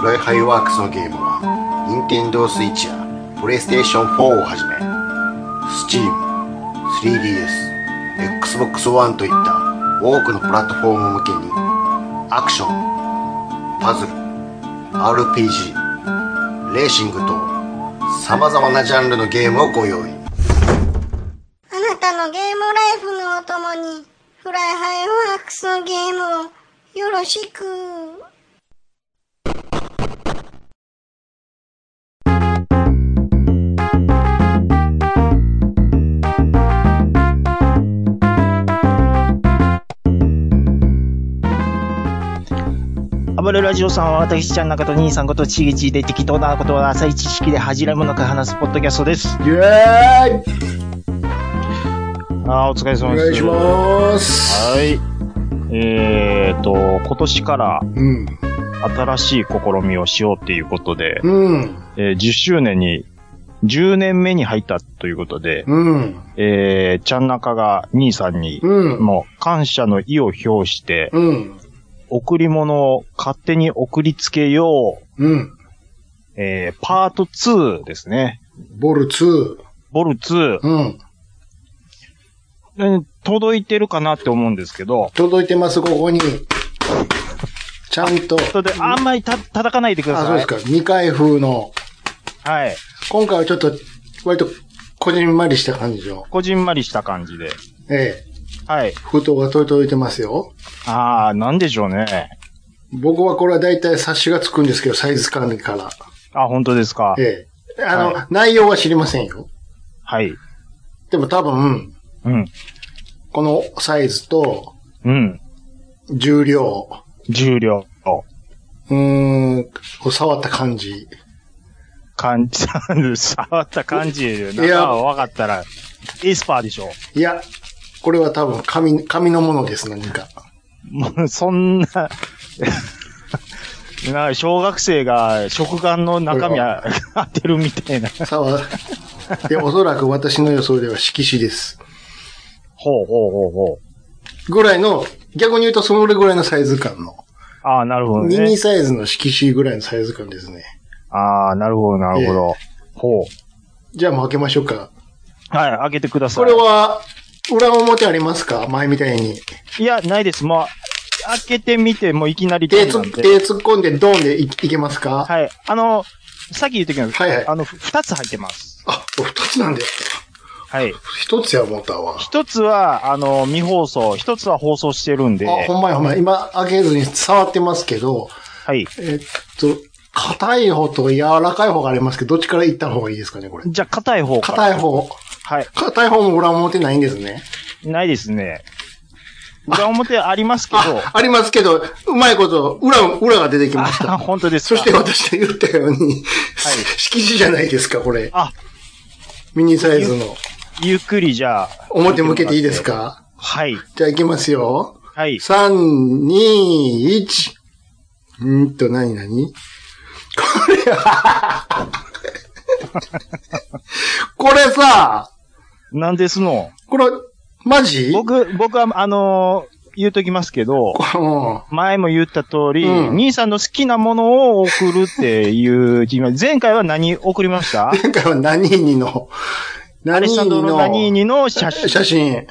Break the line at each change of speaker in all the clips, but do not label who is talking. ブライハイワークスのゲームは、任天堂 Switch や PlayStation 4をはじめ、Steam、3DS、Xbox One といった多くのプラットフォーム向けに、アクション、パズル、RPG、レーシングと、様々なジャンルのゲームをご用意。
あなたのゲームライフのお供に、フライハイワークスのゲームをよろしく。
暴れラジオさんは私ちゃん中と兄さんことちぎちで適当なことは浅い知識で恥じらいもなく話すポッドキャストです。
イェーイ
あーお疲れ様
お
です。
願いします
はい。えーと、今年から
うん。
新しい試みをしようっていうことで、
うん。
えー10周年に、10年目に入ったということで、
うん。
えー、ちゃん中が兄さんに、
うん。
もう感謝の意を表して、
うん。
贈り物を勝手に送りつけよう、
うん。
えー、パート2ですね。
ボル2。
ボル2、
うん。
うん届いてるかなって思うんですけど、
届いてます、ここに。ちゃんと。
それで、あんまりた叩かないでくだ
あ、
さい。
そうですか。未開封の。
はい。
今回はちょっと、割と、こじんまりした感じの。
こじんまりした感じで。
ええ。
はい。
封筒が届いてますよ。
あー、なんでしょうね。
僕はこれは大体冊子がつくんですけど、サイズ管理から。
あ、本当ですか。
ええ。あの、
は
内容は知りませんよ。
はい。
でも多分、
うん。
このサイズと、
うん。
重量、
重量。
うーん、こう触った感じ。
感じ、 触った感じで、中が分かったら、エスパーでしょ。
いや、これは多分紙、紙のものです、何か。
もう、そんな、 なんか小学生が食玩の中身あ 当てるみたいな。
触、い や、おそらく私の予想では色紙です。
ほうほうほうほう。
ぐらいの、逆に言うとそれぐらいのサイズ感の。
ああ、なるほど
ミ
ね
ニ。サイズの色紙ぐらいのサイズ感ですね。
ああ、なるほど、なるほど。ほう。
じゃあもう開けましょうか。
はい、開けてください。
これは、裏表ありますか前みたいに。
いや、ないです。もう、開けてみて、もういきなり
手
手
つ
なんで
手突っ込んでドンでいいけますか、
はい。あの、さっき言ってきたんですけど、
はいはい
あの、ふ二つ入ってます。
あ、これ二つなんですか
はい。
一つや思ったわ。
一つは、あの、未放送、一つは放送してるんで、
あ、ほんまやほんまや。今開けずに触ってますけど、
はい。
えっと、硬い方と柔らかい方がありますけど、どっちからいった方がいいですかね、これ。
じゃあ、硬い方から。
硬い方。
はい。
硬い方も裏表ないんですね。
ないですね。裏表ありますけど
あ、、ありますけど、うまいこと、裏、裏が出てきまし
あ、
た。
本当です
そ
か。
して私が言ったように、色紙じゃないですか、これ。
あ、
ミニサイズの。
ゆっくりじゃあ、
表向けていいですか
はい。
じゃあ行きますよ。
はい。
3、2、1。んーと、なになにこれは、これさ、
なんですの。
これ、マジ
僕、僕は、あの言うときますけど、
うん
前も言った通り、
うん
兄さんの好きなものを送るっていう、前回は何送りました
前回は何にの、
アレッ
何
サンド
に
ロ・ナニー
の
ニの写真、
写真。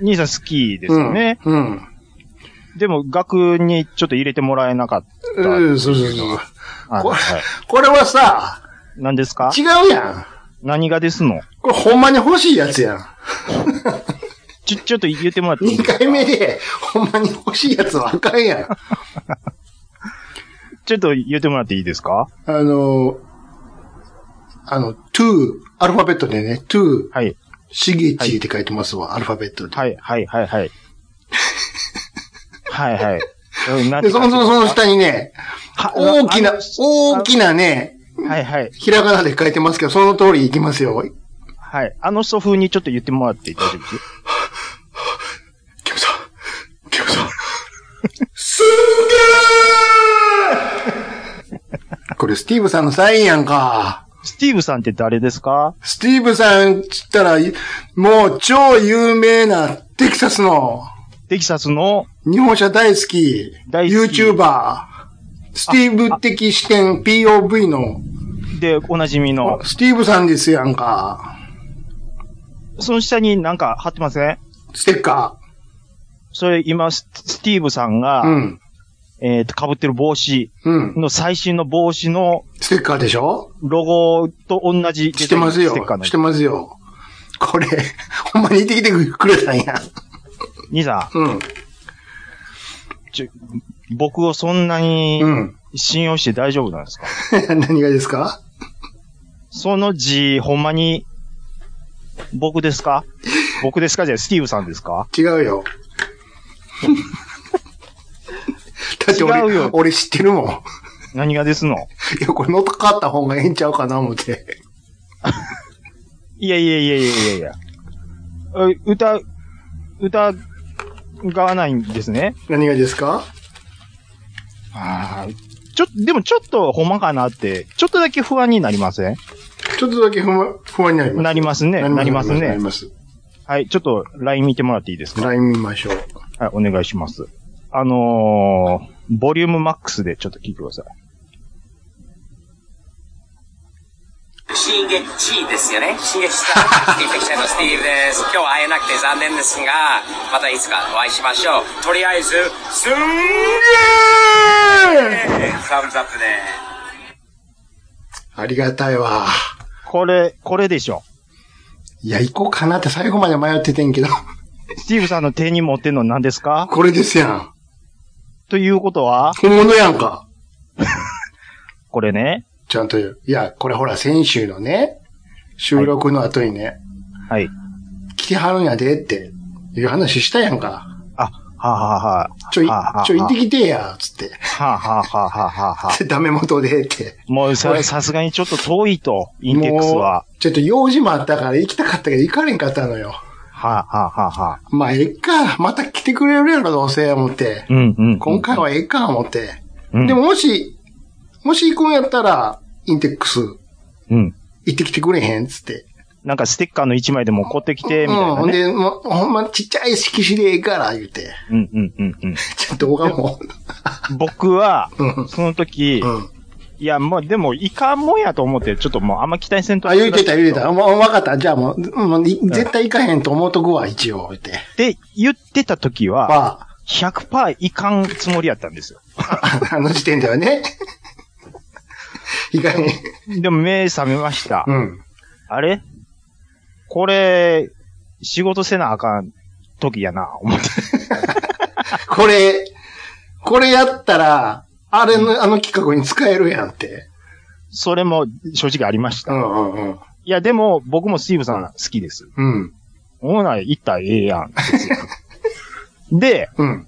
兄さん好きですよね。
うん。
でも、額にちょっと入れてもらえなかった。
うん、そうそうそう。
あ
こ
は
れ
い、
これはさ、
何ですか
違うやん。
何がですの
これほんまに欲しいやつやん。
ちょ、ちょっと言ってもらっていい
2
ですか
回目で、ほんまに欲しいやつわかんやん。
ちょっと言ってもらっていいですか
あの、あの、to, アルファベットでね、to,
はい。
しげちって書いてますわ、アルファベットで。
はい、はい、はい、はい。はい、はい。うんなん
で、
て
その、その、その下にね、
は
大きな
あ、
大きなね、
のはい、はい。
ひらがなで書いてますけど、その通りいきますよ。
はい。あの人風にちょっと言ってもらって大丈夫です
キムさん、キムさん。すんげー これスティーブさんのサインやんか。
スティーブさんって誰ですか
スティーブさんっつったら、もう超有名なテキサスの
テキサスの
日本車大好き。
大好き
YouTuber。スティーブ的視点 POV の、
で、おなじみの。
スティーブさんですやんか。
その下になんか貼ってません
ステッカ
それ今、ススティーブさんが、
ー。うん。
えっ、と、被ってる帽子
うん。
の最新の帽子の
ステッカーでしょ
ロゴと同じ。
してますよ
ステッカー。の
してますよ。これ、 ほんまに似てきてくれたんや。
兄さ
うん。
ん、ちょ、僕をそんなに
うん。
信用して大丈夫なんですか、
何がですか
その字、ほんまに、僕ですか僕ですかじゃあ、スティーブさんですか
違 うよ。だって俺
違うよ
俺知ってるもん。
何がですの
いや、これ乗っかった方がええんちゃうかな思って。
いやいやいやいやいやいや。え歌、歌、がわないんですね。
何がですか
ああ。ちょ、でもちょっとほんまかなって、ちょっとだけ不安になりません
ちょっとだけ不安不安になります。
なりますね。なります
な
ね
り。ます。
はい、ちょっと LINE 見てもらっていいですか
LINE 見ましょう。
はい、お願いします。あのー、ボリュームマックスでちょっと聞いてください。
新月 C ですよね新月スタースティーブキャのスティーブです今日は会えなくて残念ですがまたいつかお会いしましょうとりあえずすんげーサムズアップで
ありがたいわ。
これ、これでしょ。
いや、行こうかなって最後まで迷っててんけど。
スティーブさんの手に持ってんの何ですか
これですやん。
ということは、
本物やんか。
これね。
ちゃんと言う。いや、これほら、先週のね、収録の後にね、
はい。
来てはるんやでって、いう話したやんか。
あ、はあ、はあはあ、
ちょい
はあはあは、あ
ちょ、行ってきてや、つって。
はあ、はあはあはあはあはあ
ダメ元でって。
もう
こ
さ、
れ
さすがにちょっと遠いと、インテックスは。
もうちょっと用事もあったから行きたかったけど行かれんかったのよ。
はあ、はあはあはあ、
まあ、ええか。また来てくれるやろ、どうせ、思って。
うんうん。
今回はええか、思って。
うん
でも、もし、もし行くんやったら、インテックス、行
うん。
ってきてくれへん、つって。
なんかステッカーの一枚でも買ってきて、みたい
うん、ほ
なんね。
で、もうほんまちっちゃい色紙でええから、言うて。
うんうんうんう
ちょっと動画も。
ん。僕は
うん、
その時、
うん。
いや、もうでも、いかんもんやと思って、ちょっともうあんま期待せんと。
あ、言うてた、言うてた。。もう、わかった。じゃあもう、もうい絶対行かへんと思うとくわ、一応、言うて。
で、言ってた時は、
まあ、
100%いかんつもりやったんですよ。
あの時点ではね。 行かへん。
でも目覚めました。
うん。
あれこれ、仕事せなあかん時やな、思って。
これ、これやったら、あれの、あの企画に使えるやんって。
それも正直ありました。
んうんうん。
いや、でも、僕もスティーブさん好きです。
うん。
オーナー行ったらええやん。 で、
うん。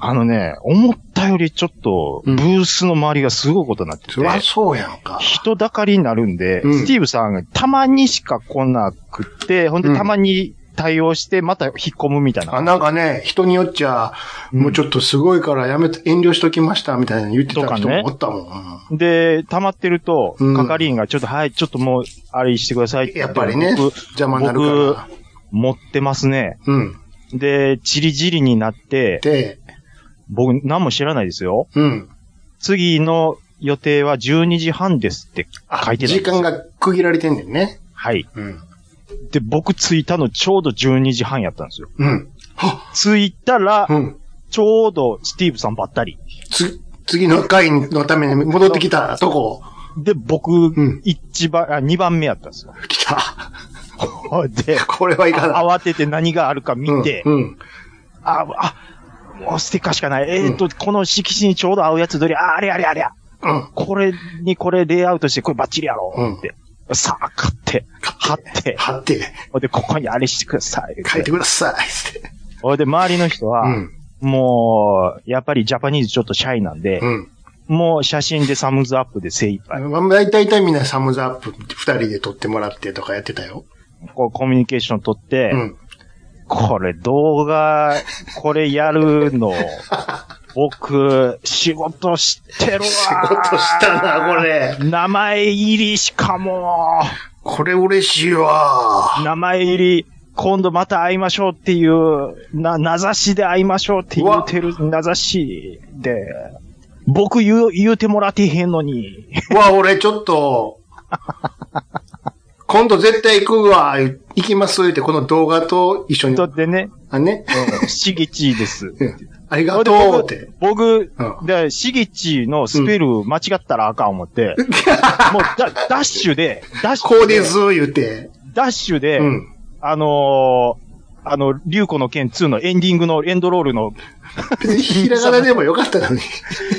あのね、思ったよりちょっと、ブ
うん
ースの周りがすごいことになってて、
そりゃそうやんか。
人だかりになるんで、
うん
スティーブさんがたまにしか来なくって、ほん
う
で
ん
たまに対応して、また引っ込むみたい
あ、
な。
なんかね、人によっちゃ、
うん
もうちょっとすごいからやめて、遠慮しときましたみたいなの言ってた人もおったもん。
で、溜まってると、
うん
係員がちょっと、はい、ちょっともう、あれしてくださいっ
うん
て。
やっぱりね、
僕
邪魔になるから。
持ってますね。
うん。
で、チリジリになって、
で、
僕、何も知らないですよ。
うん。
次の予定は12時半ですって
あ
書いてたん
時
ですよ
間が区切られてんねんね。
はい。
うん。
で、僕着いたのちょうど12時半やったんですよ。
うん。は
着いたら
う、ん。
ちょうどスティーブさんばったり。
つ、次の回のために戻ってきたとこ、
で、僕
ん、
一番、あ、二番目やったんですよ。
来た。
で、
これはいかない。
慌てて何があるか見て、
うんうん。
あ、あ、もうステッカーしかない。えっ、ー、と、この色紙にちょうど合うやつどれ、あ、あれあれあれや。
うん。
これにこれレイアウトして、これバッチリやろ
うん
って。さあ、買って、貼って、
貼って、
ほんで、ここにあれしてください。
書いてください。って。
ほいで、周りの人は、
うん。
もう、やっぱりジャパニーズちょっとシャイなんで、
うん。
もう写真でサムズアップで精一杯。
まあ、大体大体みんなサムズアップ二人で撮ってもらってとかやってたよ。
こうコミュニケーション取って、
うん。
これ動画、これやるの、僕、仕事してるわ。
仕事したな、こ。れ。
名前入りしかも、
これ嬉しいわ。
名前入り、今度また会いましょうっていう、な、名指しで会いましょうって言うてる、名指しで、僕言う、言うてもらってへんのに、
うわ、俺ちょっと、今度絶対行くわ、行きますって、この動画と一緒 に
と。ってね、
あ、ね。
しぎちです。
ありが
で
とうって。
僕、
う
僕、で、しぎちのスペル間違ったらあかん思 って、もうダ、ダッシュで、ダッシュ
こうです、言うて。
ダッシュで、
うん。
あのー、あの、竜子の剣2のエンディングの、エンドロールの、
別にひらがなでもよかったのに。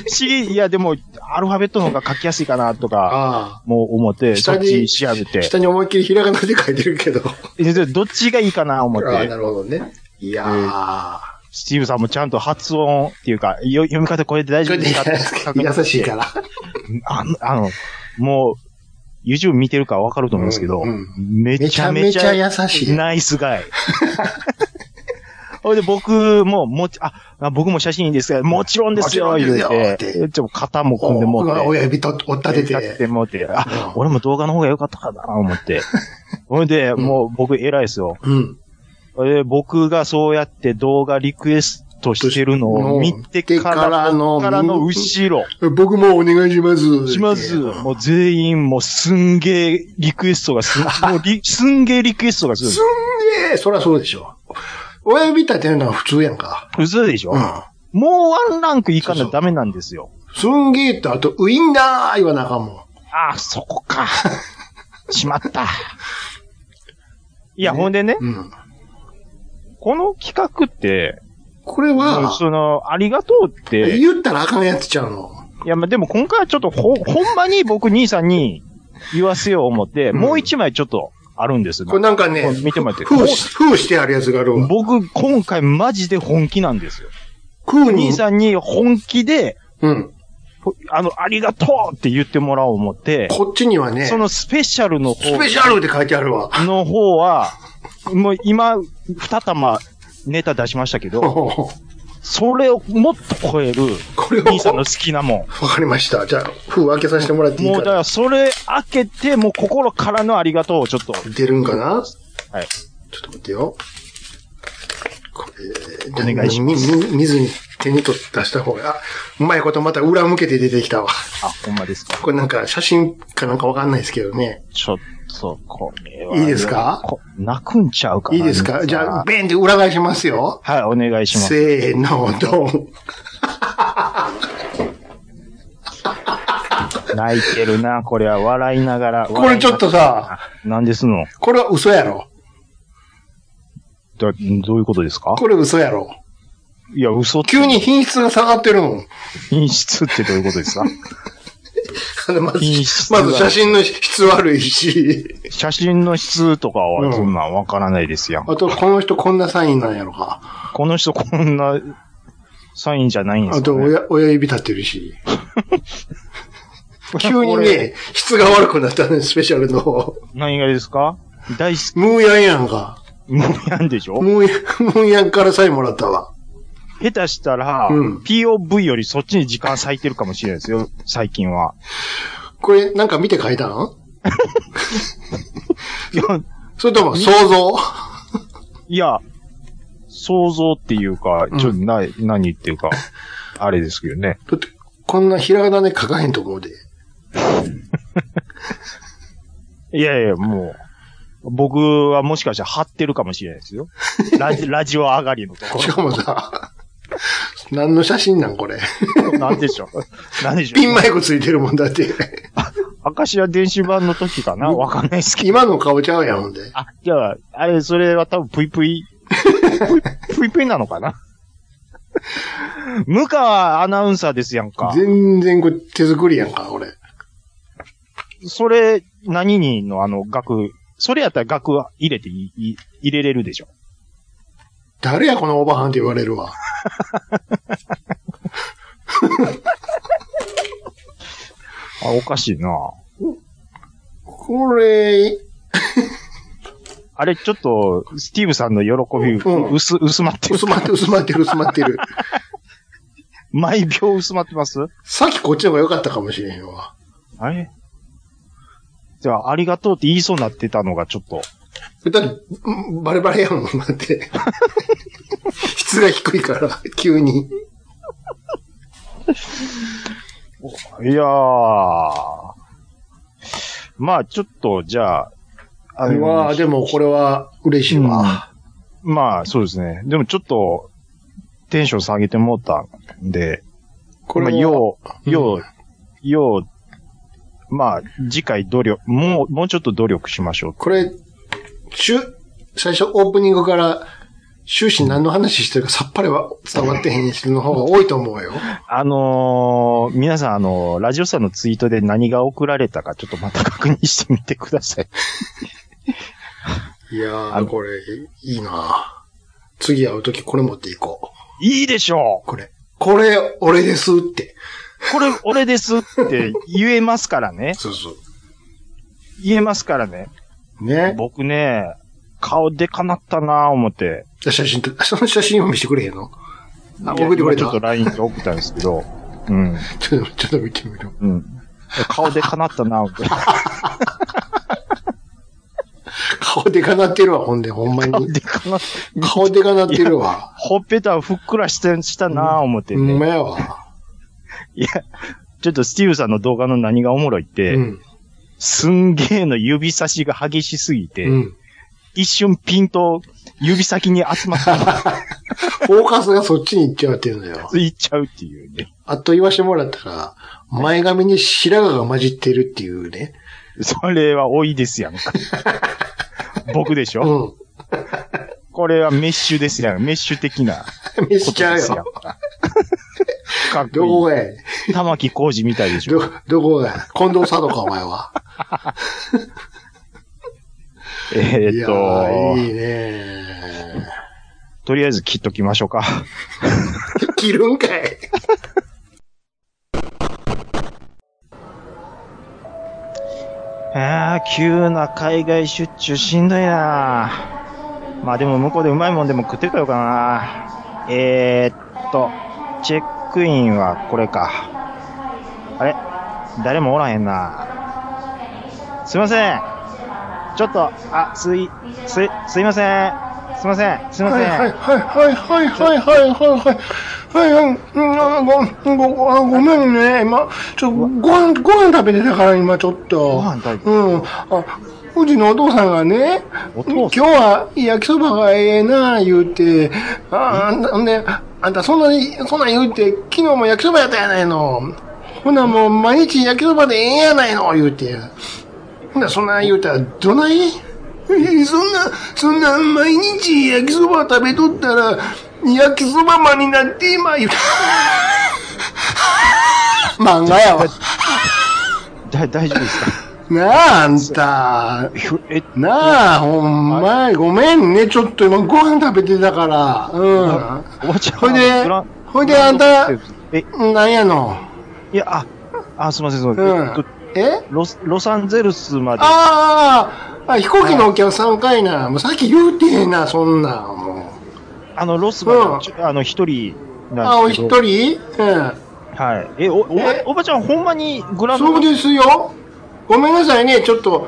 し、いや、でも、アルファベットの方が書きやすいかな、とか、
ああ。
もう思って、そ
下
っち
に、
調べて。
下に思いっきりひらがなで書いてるけど。
えでどっちがいいかな、思っ
ああ、な
て。
るほどね。いやー。
スティーブさんもちゃんと発音っていうか、よ読み方これで大
こ
丈夫
れ
ですかって確認
優しいから。
あの、あのもう、YouTube 見てるからわかると思うんですけど、
うんうん
めち
めち
ゃ
ゃ
め
め
ち
ちゃ
ゃ
優しい。
ナイスガイ。ほいで、僕も、もち、あ、あ僕も写真いいんですけど、もちろんですよ、
もちろ
言
んですよ
う
って
て、ちょっと肩も組んでもうて、
親指と折ったて。
立っててもうて、あ、
うん
俺も動画の方が良かったかな、思 って。ほいで、もう僕偉いですよ。
うん。
ほいで、僕がそうやって動画リクエストしてるのを見てか
見てから
ら、
の
僕からの後ろ。
僕もお願いします。
します。
うん
もう全員もうすんげえリクエストがす、もう リ、すんげえリクエストがするんですす。
んげえ、そらそうでしょ。親指立てるのは普通やんか。
普通でしょ、
うん。
もうワンランクいかなダメなんですよ。
すんげえと、あと、ウインナー言わなあかんもん。
ああ、そこ か。しまった。いや、ほんでね、
うん。
この企画って、
これは、
その、ありがとうって、い
言ったらあかんやつちゃうの。
や、まあ、でも今回はちょっとほ、ほんまに僕兄さんに言わせよう思って、もう一枚ちょっとあるんです。
これなんかね
こう、見てもらって。
封し、封してあるやつがあるわ。
僕、今回マジで本気なんですよ。
封に
兄、さんに本気で、
うん。
あの、ありがとうって言ってもらおう思って、
こっちにはね、
そのスペシャルの方
スペシャルって書いてあるわ。
の方は、もう今、二玉ネタ出しましたけど、
こ
それをもっと超える、
れを、
兄さんの
わ
好きなも
かりました。じゃあ、封開けさせてもらって
ん。
いい
もうだ
か
か
な。
らそれ開けて、もう心からのありがとうをちょっと、
出るんかな
はい。
ちょっと待ってよ。これ、
お願いし
ます。み見ずに手に取って出した方が、あ、うまいことまた裏向けて出てきたわ。
あ、ほんまですか。
これなんか写真かなんかわかんないですけどね。
ちょっと、これは。
いいですか
こ泣くんちゃうかな。
いいですかじゃあ、
あ、
ベンって裏返しますよ。
はい、お願いします。
せーの、ドン。
泣いてるな、これは笑いながら。
これちょっとさ、
何ですの
これは嘘やろ。
どどういうことですか
これ嘘やろ。
いや、嘘って
急に品質が下がってるもん。
品質ってどういうこと ですか
あのまず
品質、
ま
が
ず写真の質悪いし、
写真の質とか
う
は
ん
そんなんわからないですやん。
あと、この人こんなサインなんやろか。
この人こんなサインじゃないんで
あ
すか、
と
ね、
親、親指立って るし。急にね、質が悪くなったね、スペシャルの。
何がですか大好
ムーヤンやんか。
き、もうやんでしょ
ムーヤン、 ムーヤンからサインもらったわ。
下手したら、
うん
POV よりそっちに時間割いてるかもしれないですよ、最近 は。
これ、なんか見て書いたん
いや、
それとも想像
いや想像っていうか、ちょっとな、何っていうか、あれですけどね。
だって、こんなひらがなで書かへんと思うで。
いやいや、もう、僕はもしかしたら張ってるかもしれないですよ。ラ ジラジオ上がりのとこ
しかもさ、何の写真なんこれ。
ろ。なんでしょう。なんでしょ
ピン
う。
マイクついてるもんだって。
明石家電子版の時かなわかんないですけど。
今の顔ちゃうやん、ほんで。
あ、じゃあ、あれ、それは多分ぷいぷい。ぷいぷいぷいなのかな向川アナウンサーですやんか。
全然これ手作りやんか、これ。
それ、何にのあの、額、それやったら額は入れていい、入れれるでしょ。
誰や、このおばはんって言われるわ。
あ、おかしいな
これ、
あれ、ちょっと、スティーブさんの喜び、
うん
薄、薄まってる
薄まって、薄まってる、薄まってる。
毎秒薄まってます
さっきこっちの方が良かったかもしれへんわ。
あれじゃあ、ありがとうって言いそうになってたのがちょっと、
だって、うんバレバレやもん、だって。 質が低いから、急
い
に。
やー。まあ、ちょっと、じゃあ、あの
まあ、でもこれは嬉しいわ。
まあ、そうですね。でもちょっと、テンション下げてもうたんで、
これ
まあ、
は
よう、よう、よう、まあ、次回努力、もう、もうちょっと努力しましょう。
これ、しゅ、最初オープニングから、終始何の話してるかさっぱりは伝わってへん人の方が多いと思う よ。
あのー、皆さん、あのーラジオさんのツイートで何が送られたか、ちょっとまた確認してみてください。
いや
あの
ー、これ、いいな次会うときこれ持っていこう。
いいでしょ
これ。これ、俺ですって。
うこれ、俺ですって言えますからね。
そうそ
言えますからね。
う。ね。
僕ね、顔でかなったなぁ思って。
写真と、その写真を見せてくれへんのあ、
いや
送ってくれ
今
た。ち
ちょっと LINE で送ったんですけど。うん。
ょっ と、ちょっと見てみろ。
うん。顔でかなったなぁ思って。
顔でかなってるわ、ほんで、ほんま
顔
に。
でかなっ
顔でかなってるわ。
ほっぺたふっくらしてしたなぁ思って
ほん
ね。
まやわ。
いや、ちょっとスティーブさんの動画の何がおもろいって、
うん。
すんげえの指差しが激しすぎて、
うん。
一瞬ピンと指先に集まって
フォーカスがそっちに行っちゃうっていうのよ。
いっちゃうっていうね。
あっと言わしてもらったら、前髪に白髪が混じってるっていうね。
それは多いです やんか。僕でし
う
ょ、これはメッシュですやん。メッシュ的な。
ん。見せ
こ
ち
と
ゃ
で
う
すやん
よ。
か。かっ
どこ
こ
がや
いい。玉木浩二みたいでしょ。
ど、どこがや近藤佐藤か、お前は。
え
い
ーっ
やー、
と、
いいね
とりあえず切っときましょうか。
ー。切るんかい。
ああ、急な海外出張しんどいなまあでも向こうでうまいもんでも食ってこようかなえー、っと、チェックインはこれか。あれ誰もおらへんなすいません。ちょっと、あ、すい、すい、すいません。すいません。すいません。
はいはいはいはいはいはいはいはいはいごごあごめんね今ちょご飯ご飯食べてたから今ちょっと
ご飯食べてた
うんあうちのお父さんがね、
お
今
父
日
さ
は焼きそばがええな言うて、ああんた、ほんで、あんたそんなに、そんなん言うて、昨日も焼きそばやったやないの。ほなもう毎日焼きそばでええやないの言うて。ほんなそんな言うたら、どないえそんな、そんな、毎日焼きそば食べとったら、焼きそばマンになって今言うた。漫画やわ。
だ、大丈夫ですか
なあ、あんた。
ひょえ、
なあ、ほんま、ごめんね、ちょっと今ご飯食べてたから。う
おばちゃん。
ほいで
グラン
ほいであんた
え、
ん。なんやの。
いや、あ、あ、すいません、すいません。
う
えっと
ん。え
ロスロサンゼルスまで。
ああ、あ飛行機のお客さんかいな。もうさっき言うてへんな、そんなん。もう
あの、ロスまで、
うん
ちょあの、一人
あ、
なん
お
ですけ
一
ど。
人うん。
はい。え、お、おば
え、
おばちゃん、ほんまにグラン
そう
ド
ですよ。ごめんなさいね、ちょっと。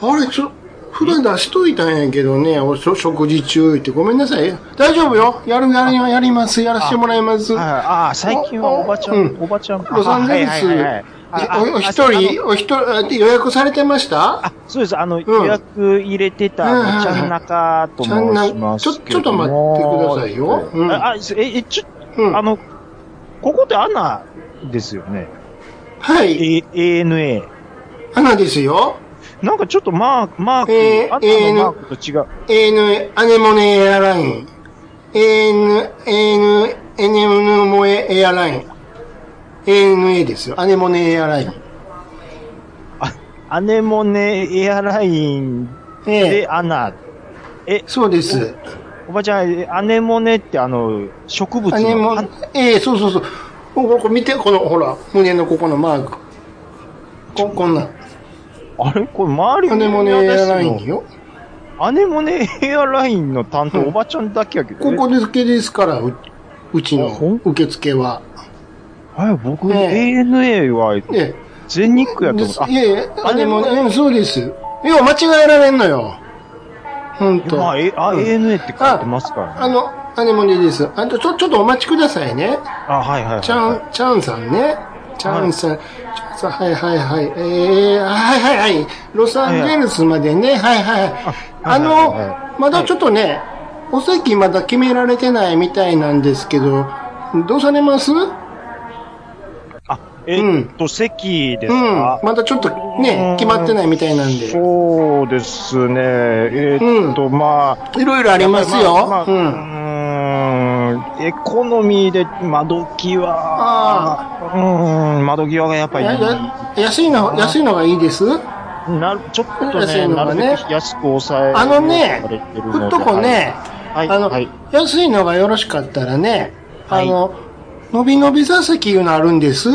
あれ、ちょ、普段出しといたんやけどね、おしょ食事中って。ごめんなさい。大丈夫よ。やる、やる、やります。やらせてもらいます。
はいああ、最近はおばちゃん、
うん
おばちゃん。
ロサンゼル
あ
ス
はいはいはいはいああ
おお一
あそうあ
人、
の
お一人、あ予約されてました
あ、そうです。あの、予約入れてた、
うん
あのちゃんなかと申しますけども。
ちゃんなちょちょっと待ってくださいようん
あ、あすえ、え、ちょ、
うん。
あの、ここってアナですよね。
はい。
A、ANA。
花ですよ。
なんかちょっとマーク、マーク、
えー
アナのマークと違う。
AN、アネモネエアライン。AN、AN、エネモネエアライン。ANA ですよ。アネモネエアライン。
アネモネエアライン
え
で
え。
アナ。
そうです。
おばちゃん、えアネモネってあの、植物の
アネモ
花、
ええ、そうそうそう。こここ見て、この、ほら、胸のここのマーク。こ、こんなん。
あれこれ周り
アネモネエアラインよ。
アネモネエアラインの担当、おばちゃんだけやけど。
ここだけですから、ううち
あほん
の受付は。
え。はい、僕、
ね
ANA は
え
全日
え。
空やと思った。
いやいや、
あ
あ、
で
で
も
も、うんそうです。よう間違えられんのよ。
あ
ほんと。
まあ、A、あ、ANA って書いてますからね。
あの、アネモニです。あと、ちょ、ちょっとお待ちくださいね。
あ、はいはいはい。
チャン、チャンさんね。チャンさん、チャンさん、はいはいはい。えー、はいはいはい。ロサンゼルスまでね、はいはいはい。あ
はいはいは
の、まだちょっとね、お席まだ決められてないみたいなんですけど、どうされますうん。
あ、えっと、席ですか、
まだちょっとね、決まってないみたいなんで。
そうですね。えーっと、まあ。
いろいろあります
ま
よ
あ。
う
ま
ん。
あうーん。エコノミーで窓際。うーん、窓際がやっぱり
やや安いの、安いのがいいです
なる、ちょっと
安い
ね、
の
な
が
る
ね
べく安く抑え
あのね
られて、るので
ふっとこね、
はい。
あの、
はい。
安いのがよろしかったらね、
はい
あの、伸び伸び座席いうのあるんです。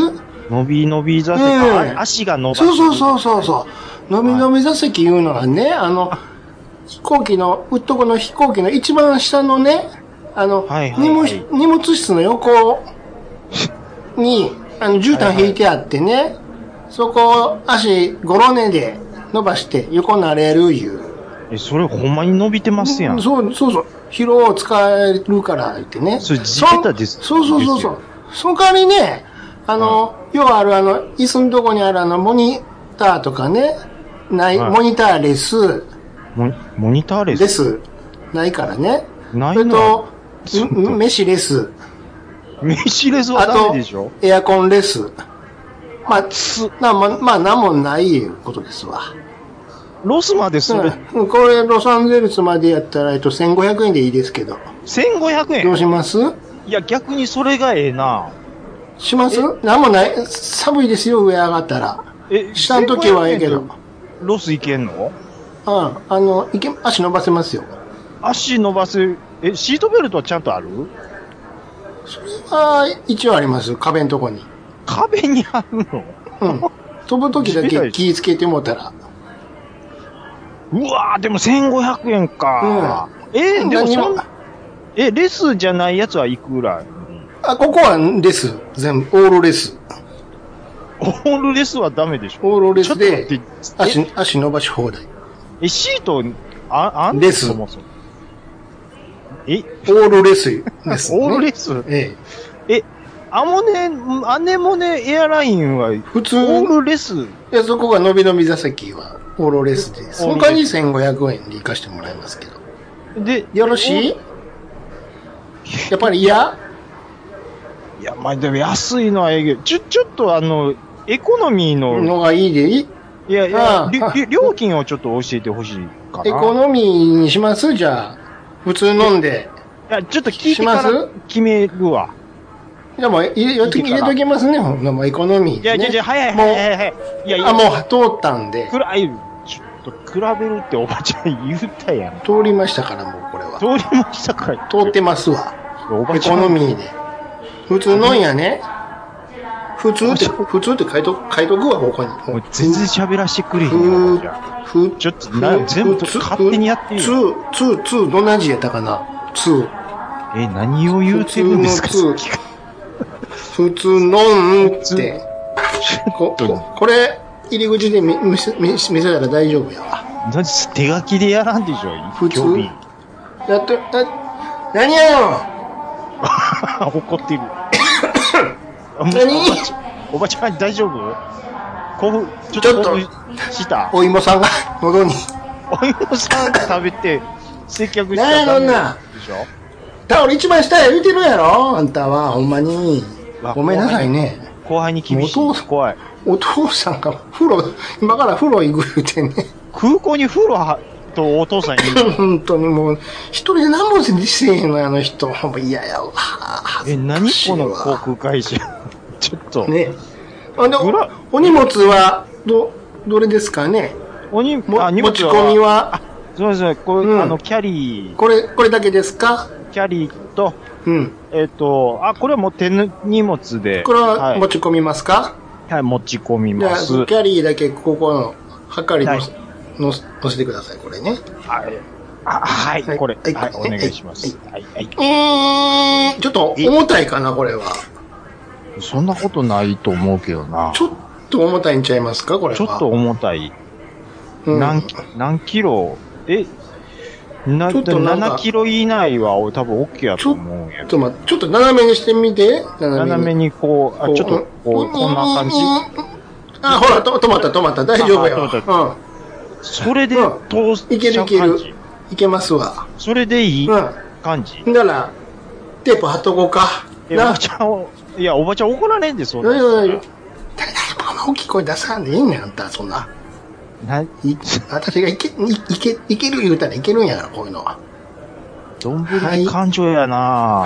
伸び伸び座席、
うん
あ足が伸ばせる
そうそうそうそうそう。伸び伸び座席いうのはね、あの、飛行機の、うっとこの飛行機の一番下のね、あの、
はいはい
荷物
はい
荷物室の横に、あの、絨毯引いてあってね、そこを足ゴロネで伸ばして横になれるいう。
え、それほんまに伸びてますやん。
そう、そうそう。疲労を使えるから言ってね。
それ地べたです
そんそうそうそうそう。その代わりね、あの、要はあるあの、椅子のとこにあるあの、モニターとかね、ない、
はい
モニターレス
モニモニターレス。
です。ないからね。
ない
それ
な
と、
ちょっと
んん飯レス。
飯レスは
あ
ダ
と
メでしょ、
エアコンレス。まあ、つなまあ、まあ、なんもないいうことですわ。
ロスまでそれ、
うんこれ、ロサンゼルスまでやったら、えっと、1500円でいいですけど。
1500
どう
円。
します
いや、逆にそれがええな。
しますなんもない。寒いですよ、上上がったら。
え
下の時はええけ
1500
ど。うん
円。でロスいけんの
あの、いけ、足伸ばせますよ。
足伸ばす。え、シートベルトはちゃんとある
ああ、一応あります。壁のとこに。
壁にあるの
うん。飛ぶ時だけ気ぃつけてもうたら。
うわぁ、でも1500円か。えでも
何
そ
も
ん、え、レスじゃないやつはいくらい
あ、ここはレス。全部、オールレス。
オールレスはダメでしょ
オールレスで
ちょっと待って
足、足伸ばし放題。
え、シート、あ、あんの
レス
そもそもえ、
オールレスです、ね。
オールレス
ええ。
え、アモネ、アネモネエアラインは、
普通、
オー
い
ルレス、
や、そこが伸び伸び座席は、オールレスです。
オールレス
他に1500円で行かしてもらいますけど。
で、
よろしいやっぱり嫌
いや、まあ、でも安いのはええけど、ちょ、ちょっとあの、エコノミーの、
のがいいでいい
いやいや
あ、
りり料金をちょっと教えてほしいかな。
エコノミーにしますじゃあ。普通飲んで。
いや、ちょっと聞いてか
し
ら
ます
決めるわ。
じゃあもう入れ入れ入れときますね。ほんならもうエコノミー
いや、い
で、ね。
やいや、早い
もう
早い早い早い。いやいや、
あ、もう通ったんで。
暗い、ちょっと比べるっておばちゃん言ったやん。
通りましたからもうこれは。
通りましたから。
通ってますわ。
おば
エ
ちゃ
コ
ん。
ノミーで。普通飲んやね。普通って、普通って書いと書いとくわ、ここに。
もう全然喋らしてくれへんやんおば
ふ
ちゃん。
ふ
ちょっとな
ふ
全部
ふつ
勝手にやってよ
ふつー、つー、つー、どんな字やったかなつー。
え、何を言うてるんですか
普通の
さっきから
普通飲んって。こ
ちょっと
ここれ、入り口で見見せ見せ見せたら大丈夫やわ。
だって手書きでやらんでしょ、
普通
興味。
やっと、や、何やよ
怒って る。おば
何
ちゃんおばちゃん大丈夫興奮、ち
ちょっと
興奮した。
お芋さんが喉に
お芋さんが食べて、接客した
な
ら
あ
ダメ
どんな
でしょ
タオル一番下や言うてるやろあんたは、ほんまに
わ。
ごめんなさいね。
後輩に厳しい。
お父さん
怖い。
お父さんが風呂、今から風呂行く言うてね。
空港に風呂はとお父さんに言う
本当にもう、一人で何もせえへんの、あの人。ほんま嫌やわ。
え、何この
恥ずかしい
航
わ
空会社。 ちょっと。
ねあで
ぐら
お荷物は、ど、どれですかね
おに、
も
あ、荷
持
物
ち込み
は。
は、
そうですね、これ、
うん
あの、キャリー、
これ、これだけですか
キャリーと、
うん。
えっ、と、あ、これはもう手ぬ荷物で。
これは
はい
持ち込みますか、
はい、持ち込み
じゃ
ま
あ、キ
す。
ャリーだけここの、はかりの、
はい
の、乗せてください、これね。
はい。あ、はい、
はい
これ、
はい
はい、お
はい
願いします。はい、はい。
えー、ちょっと重たいかな、これは。
そんなことないと思うけどな。
ちょっと重たいんちゃいますか、これは。
ちょっと、重たい。
うん、
何、何キロえ、な
ちょっとなんか
7キロ以内は多分 OK やと思うんや
ちょっと待って、ちょっと斜めにしてみて。
斜め
に。
にこう、あ、ちょっとこう、こんな感じ。
じ。あ、ほら、と止まった、止まった。大丈夫や
あ止ま
わ。
それで
うん
通
うん。いけ
しち
る
ゃ
いうけ
感
る
じ。。
いけますわ。
それでいい
うん。
感じ。
なら、テープ貼っとこうか。
えおば
な。
ちゃんを、いや、おばちゃん怒られんで、そん
うんうんうん
な。
大体、あんま大きい声出さんでいいんやん、あんた、そんな。
ない
私がいけ、いいけ、いける言うたらいけるんやから、こういうのは。
どんぶり感情やな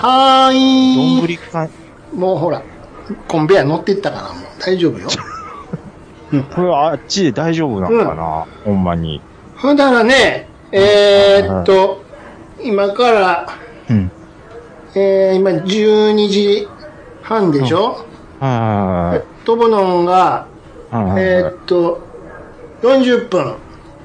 はー
どんぶ
い。
り感、
もうほら、コンベア乗っていったから、もう大丈夫よ。
これはあっちで大丈夫なのかなほんまに。
ほんだらね、えー、っと、今から、
うん。
えー、今12時半でしょ、
はいはい
飛ぶのが、
はいはい。
え
はいはいはい
ー、っと、40分。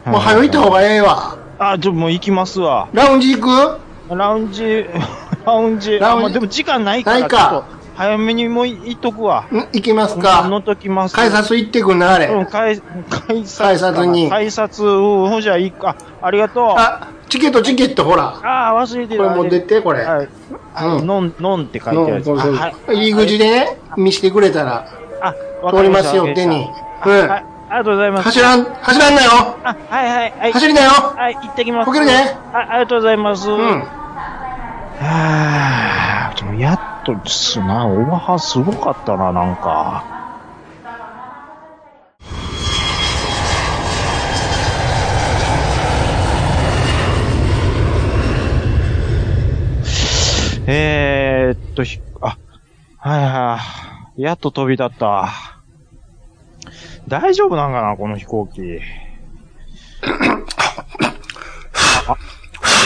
もう早いった方がええわ。
あ、ちょ、もう行きますわ。
ラウンジ行く
ラウンジ、 ラウンジ、
ラ
あ、
ウンジ
まあでも時間ないから、
ないか
ちょっと早めにもう行っとくわ。
ん行きます
乗
か
っときます。
改札行ってくんな、あれ。
うん、改、改札。
改札に
改札、うん、ほんじゃ、いいか。ありがとう。あ
あ、チケット、チケット、ほら。
あー、忘れて
こ
る。
れ持ってって、これ。
はい。
うん
のん、のんって書いてあるやつ。
そうそう
あはい
入り口でね、見してくれたら、
あ、わか
通りま
した
すよ、
わか
手
りま
に
し。
う
たはい
ん。、
ありがとうございます。
走らん、走らんなよ
あ、はいはい、はい。
走りなよ
はい、行ってきます。
こけるね
あ、ありがとうございます。
う
は
ん。
あ、でもやっとですな、オバハすごかったな、なんか。えーっと、ひあ、はいはい、やっと飛び立った。大丈夫なんかな、この飛行機。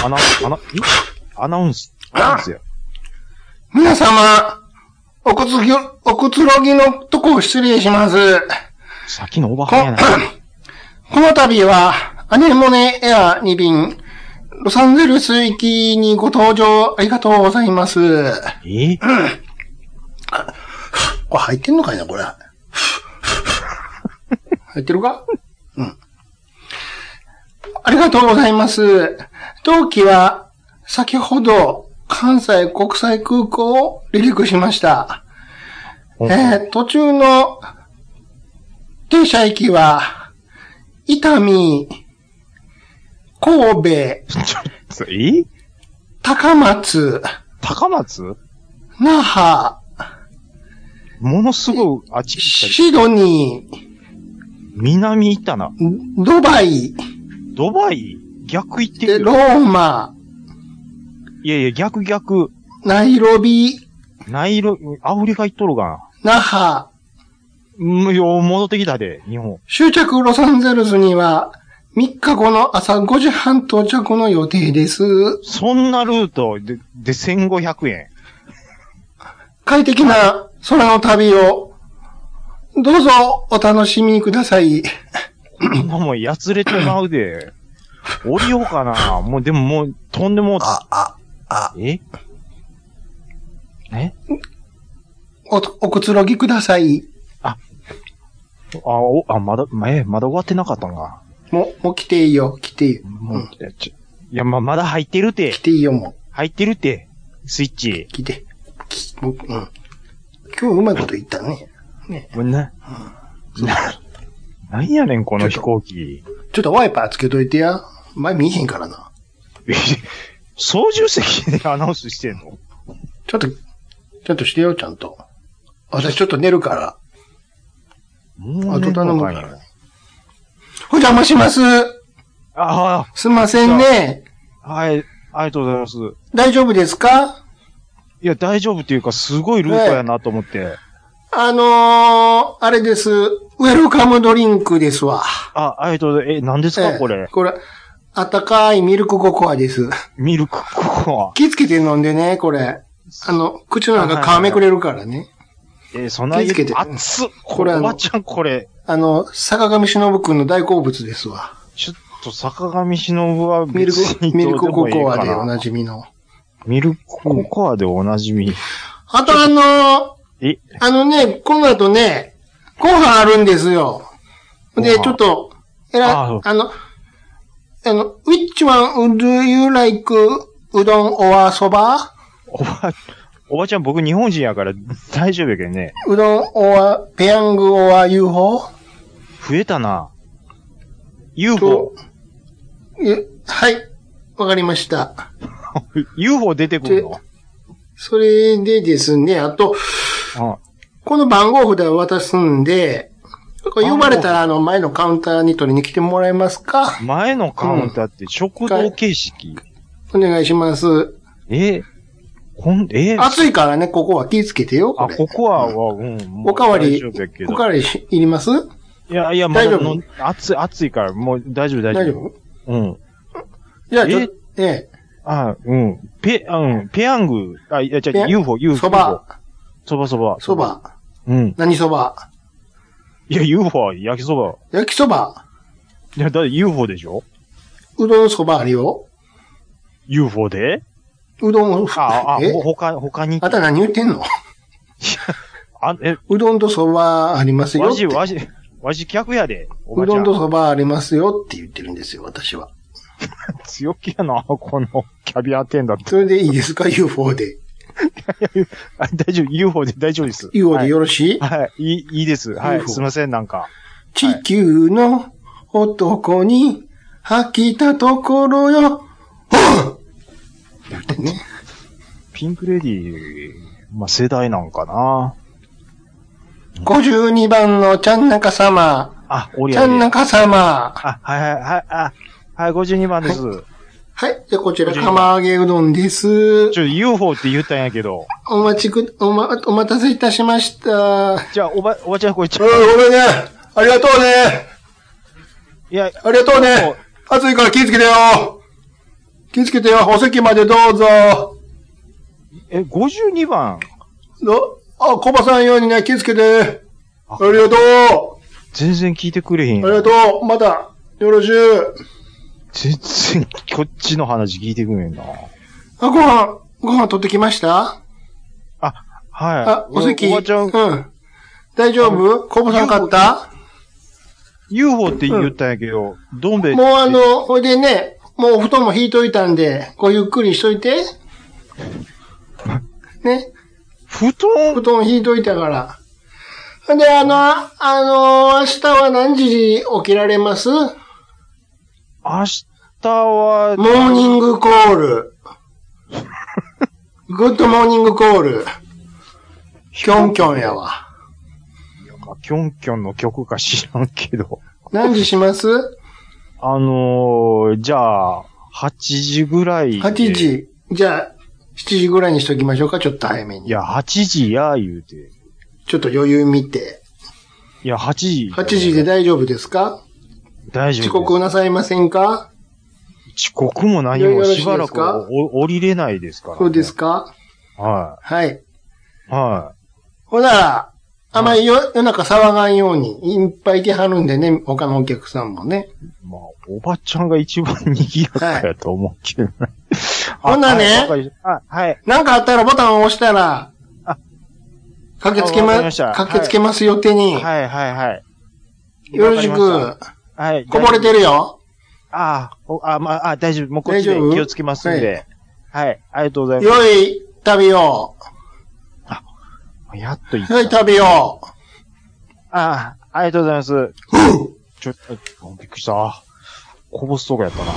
アナ、アナ、えアナウンス、アナウンスや。
皆様、おくつぎ、おくつろぎのとこを失礼します。
さっきのオバ
こ
ハやな。
この度は、アネモネエア2便、ロサンゼルス行きにご搭乗ありがとうございます。
え
これ入ってんのかいな、これ。入ってるかうん。ありがとうございます。当機は、先ほど、関西国際空港を離陸しました。えー途中の、停車駅は、伊丹、神戸、
ちょっと、え
高松、
高松
那覇、
ものすごい、あっち来たり。
シドニ
南行ったな。
ー、ドバイ、
ドバイ逆行って
で、
る
ロ
よ。
ーマ、
いやいや、逆逆。
ナイロビ、
ナイロ、アフリカ行っとるがな。
那覇、
うん、よう戻ってきたで、日本。
終着ロサンゼルスには、3日後の朝5時半到着の予定です。
そんなルートで、で、1500円。
快適な空の旅を、どうぞお楽しみください。
今もうやつれてまうで。降りようかな。もう、でももう、とんでもうた。
あ、あ、
ええ
お、おくつろぎください。
あ、お、あ、まだ、まえ、まだ終わってなかったんか。
もう、もう来ていいよ、来ていいよ。
もう、いやちょいや、ま、まだ入ってるて
来。ていいよ、も
入ってるって、スイッチ
う。。来て。きもううん。今日うまいこと言ったね。
もうな、な、なんやねん、この飛行機。
ちょっとワイパーつけといてや。前見えへんからな。
操縦席でアナウンスしてんの
ちょっと、ちょっとしてよ、ちゃんと。私ちょっと寝るから。
も
あ
う
と
ね
頼むか
い
ら。お邪魔します。
あ
すんませんね。
あ、はい、ありがとうございます。
大丈夫ですか
いや、大丈夫っていうか、すごいルートやなと思って。
あのー、あれです。ウェルカムドリンクですわ。
あ、ありがとうございます。え、何です
え
か、
え
これ。
これ、あったかいミルクココアです。
ミルクココア。
気ぃつけて飲んでね、これ。あの、口の中皮めくれるからね。
え、そんな
気
に
ぃつけて
熱っ。こ
こ
れ、
れあ
お
の
ばちゃん、これ。
あの、坂上忍くんの大好物ですわ。
ちょっと、坂上忍は
ミル
別
ク
に、
ミ
ど
ル
うで
クコ
もいい
コ
か
アでお
な。
なじみの。
ミルクココアでおなじみ。
あとあのー、
え、
あのね、この後ね、ご飯あるんですよ。で、
ご飯
ちょっと、えら、
あ
あの、あの、which one do you like うどん or そば
おば、おばちゃん僕日本人やから大丈夫やけどね。
うどん or ペヤング or UFO?
増えたな。
と
UFO。、
えはい。わかりました。
UFO 出てくるの
それでですね、あと、
あ
この番号札を渡すんで、これ呼ばれたら、あの、前のカウンターに取りに来てもらえますか
前のカウンターって食堂形式、
お願いします。
えこん、えあ、
暑いからね、ここは気ぃつけてよ、これ。
ここは、はうん、もう
おかわ
大
り
丈夫やけ、ど
おかわりしいります
いや、いや、まだ
大丈夫
の暑い、暑いから、もう大丈夫、大
大
丈
丈
夫。
夫
うん。
じゃあ、ちょ
え
っと、え
あ、うん。ペ、あうん。ペヤング、あ、いや、じ
ペ
ゃ
ヤ
UFO、
え、
UFO。
そば、
そばそば。
そ。ば、
うん。
何そば、
いや、UFO は焼きそば。
焼きそば、
いや、だって UFO でしょ
うどんそばあるよ。
?UFO で
うどん、
あ、あ、
え
ほ他、他に。
あんた何言ってんの
あ、え、
うどんとそばありますよ
わ
っ
し、
て。
わし、わし客やで。おば
う
ち
ど
ゃ
ん
ん
とそばありますよって言ってるんですよ、私は。
強気やな、このキャビア店だって。
それでいいですか ?UFO で。
あ大丈夫、UFO で大丈夫です。
UFO でよろしい、
はい、いい、いいです。はい、
UFO
すいません、なんか。
地球の男に吐きたところよ。 言ってね。
ピンクレディー、まあ、世代なんかな。
52番のちゃんなか様。
あ、オリ
ち
ア
ゃんな
ン。
か様。
あ、はいはいはい、あ、はい、52番です。ちょ、
はい。じゃあこちら、釜揚げうどんです。
UFO って言ったんやけど。
お待ちく、おま、お待たせいたしました。うん、
じゃあ、おば、おばちゃん、これ、ちょ、
ごめんね。ありがとうね。
いや、
ありがとう
そう
ね。暑いから気ぃつけてよ。気ぃつけてよ。お席までどうぞ。
え、52番、
ど、あ、コバさんようにね、気ぃつけて。ありがとう。
全然聞いてくれへん
あり。がとう。また、よろしゅう。
全然、こっちの話聞いてくれへんな。
あ、ご飯、ご飯取ってきました
あ、はい。
あ、お席。
ばちゃ、
うんん。大丈夫こぼさん買ったも
UFO って言ったんやけど、どん兵衛
うあ、の、ほいでね、もうお布団も引いといたんで、こうゆっくりしといて。ね、
布
布
団、
団引いといたから。ほんで、あの、あの、明日は何時に起きられますモ
明日は、
ーニングコ ール。グッドモーニングコール。キョンキョンやわ。
キョンキョンの曲か知らんけど。
何時します
あのー、じゃあ、8時ぐらい。
?8。時。じゃあ、7時ぐらいにしときましょうか、ちょっと早め
い
に。
や、8時や、言うて。
ちょっと余裕見て。
いや、8時。
8時で大丈夫ですか
大丈
遅
夫
刻なさいませんか
です。遅刻も何
よ
も
ろしいで
し
すか
ばらくお降りれないですから、
そうです。か
は
はい。
い。は
ほなら、あまりよ夜中騒がんように、いっぱいいてはるんでね、他のお客さんもね。
い。まあ、おばちゃんが一番賑やかやと思うけどね。
ほんならね
あはいわかりましたあ、はい。
なんかあったらボタンを押したら
あ、
駆けつけ
あわかりま
ま、
した
駆けつけますよ、手に。
はいはいはい。
よろし
わ
く
か。りました。はい。
こぼれてるよ。
ああ、おあ、まあ、あ、大丈夫。もうこっちで
大丈夫
気をつけますんで。はい、ありがとうございま
良い旅を。
す。やっといい。
良い旅を。
ああ、ありがとうございます。ちょ、あびっくりした。こぼすとこやったな。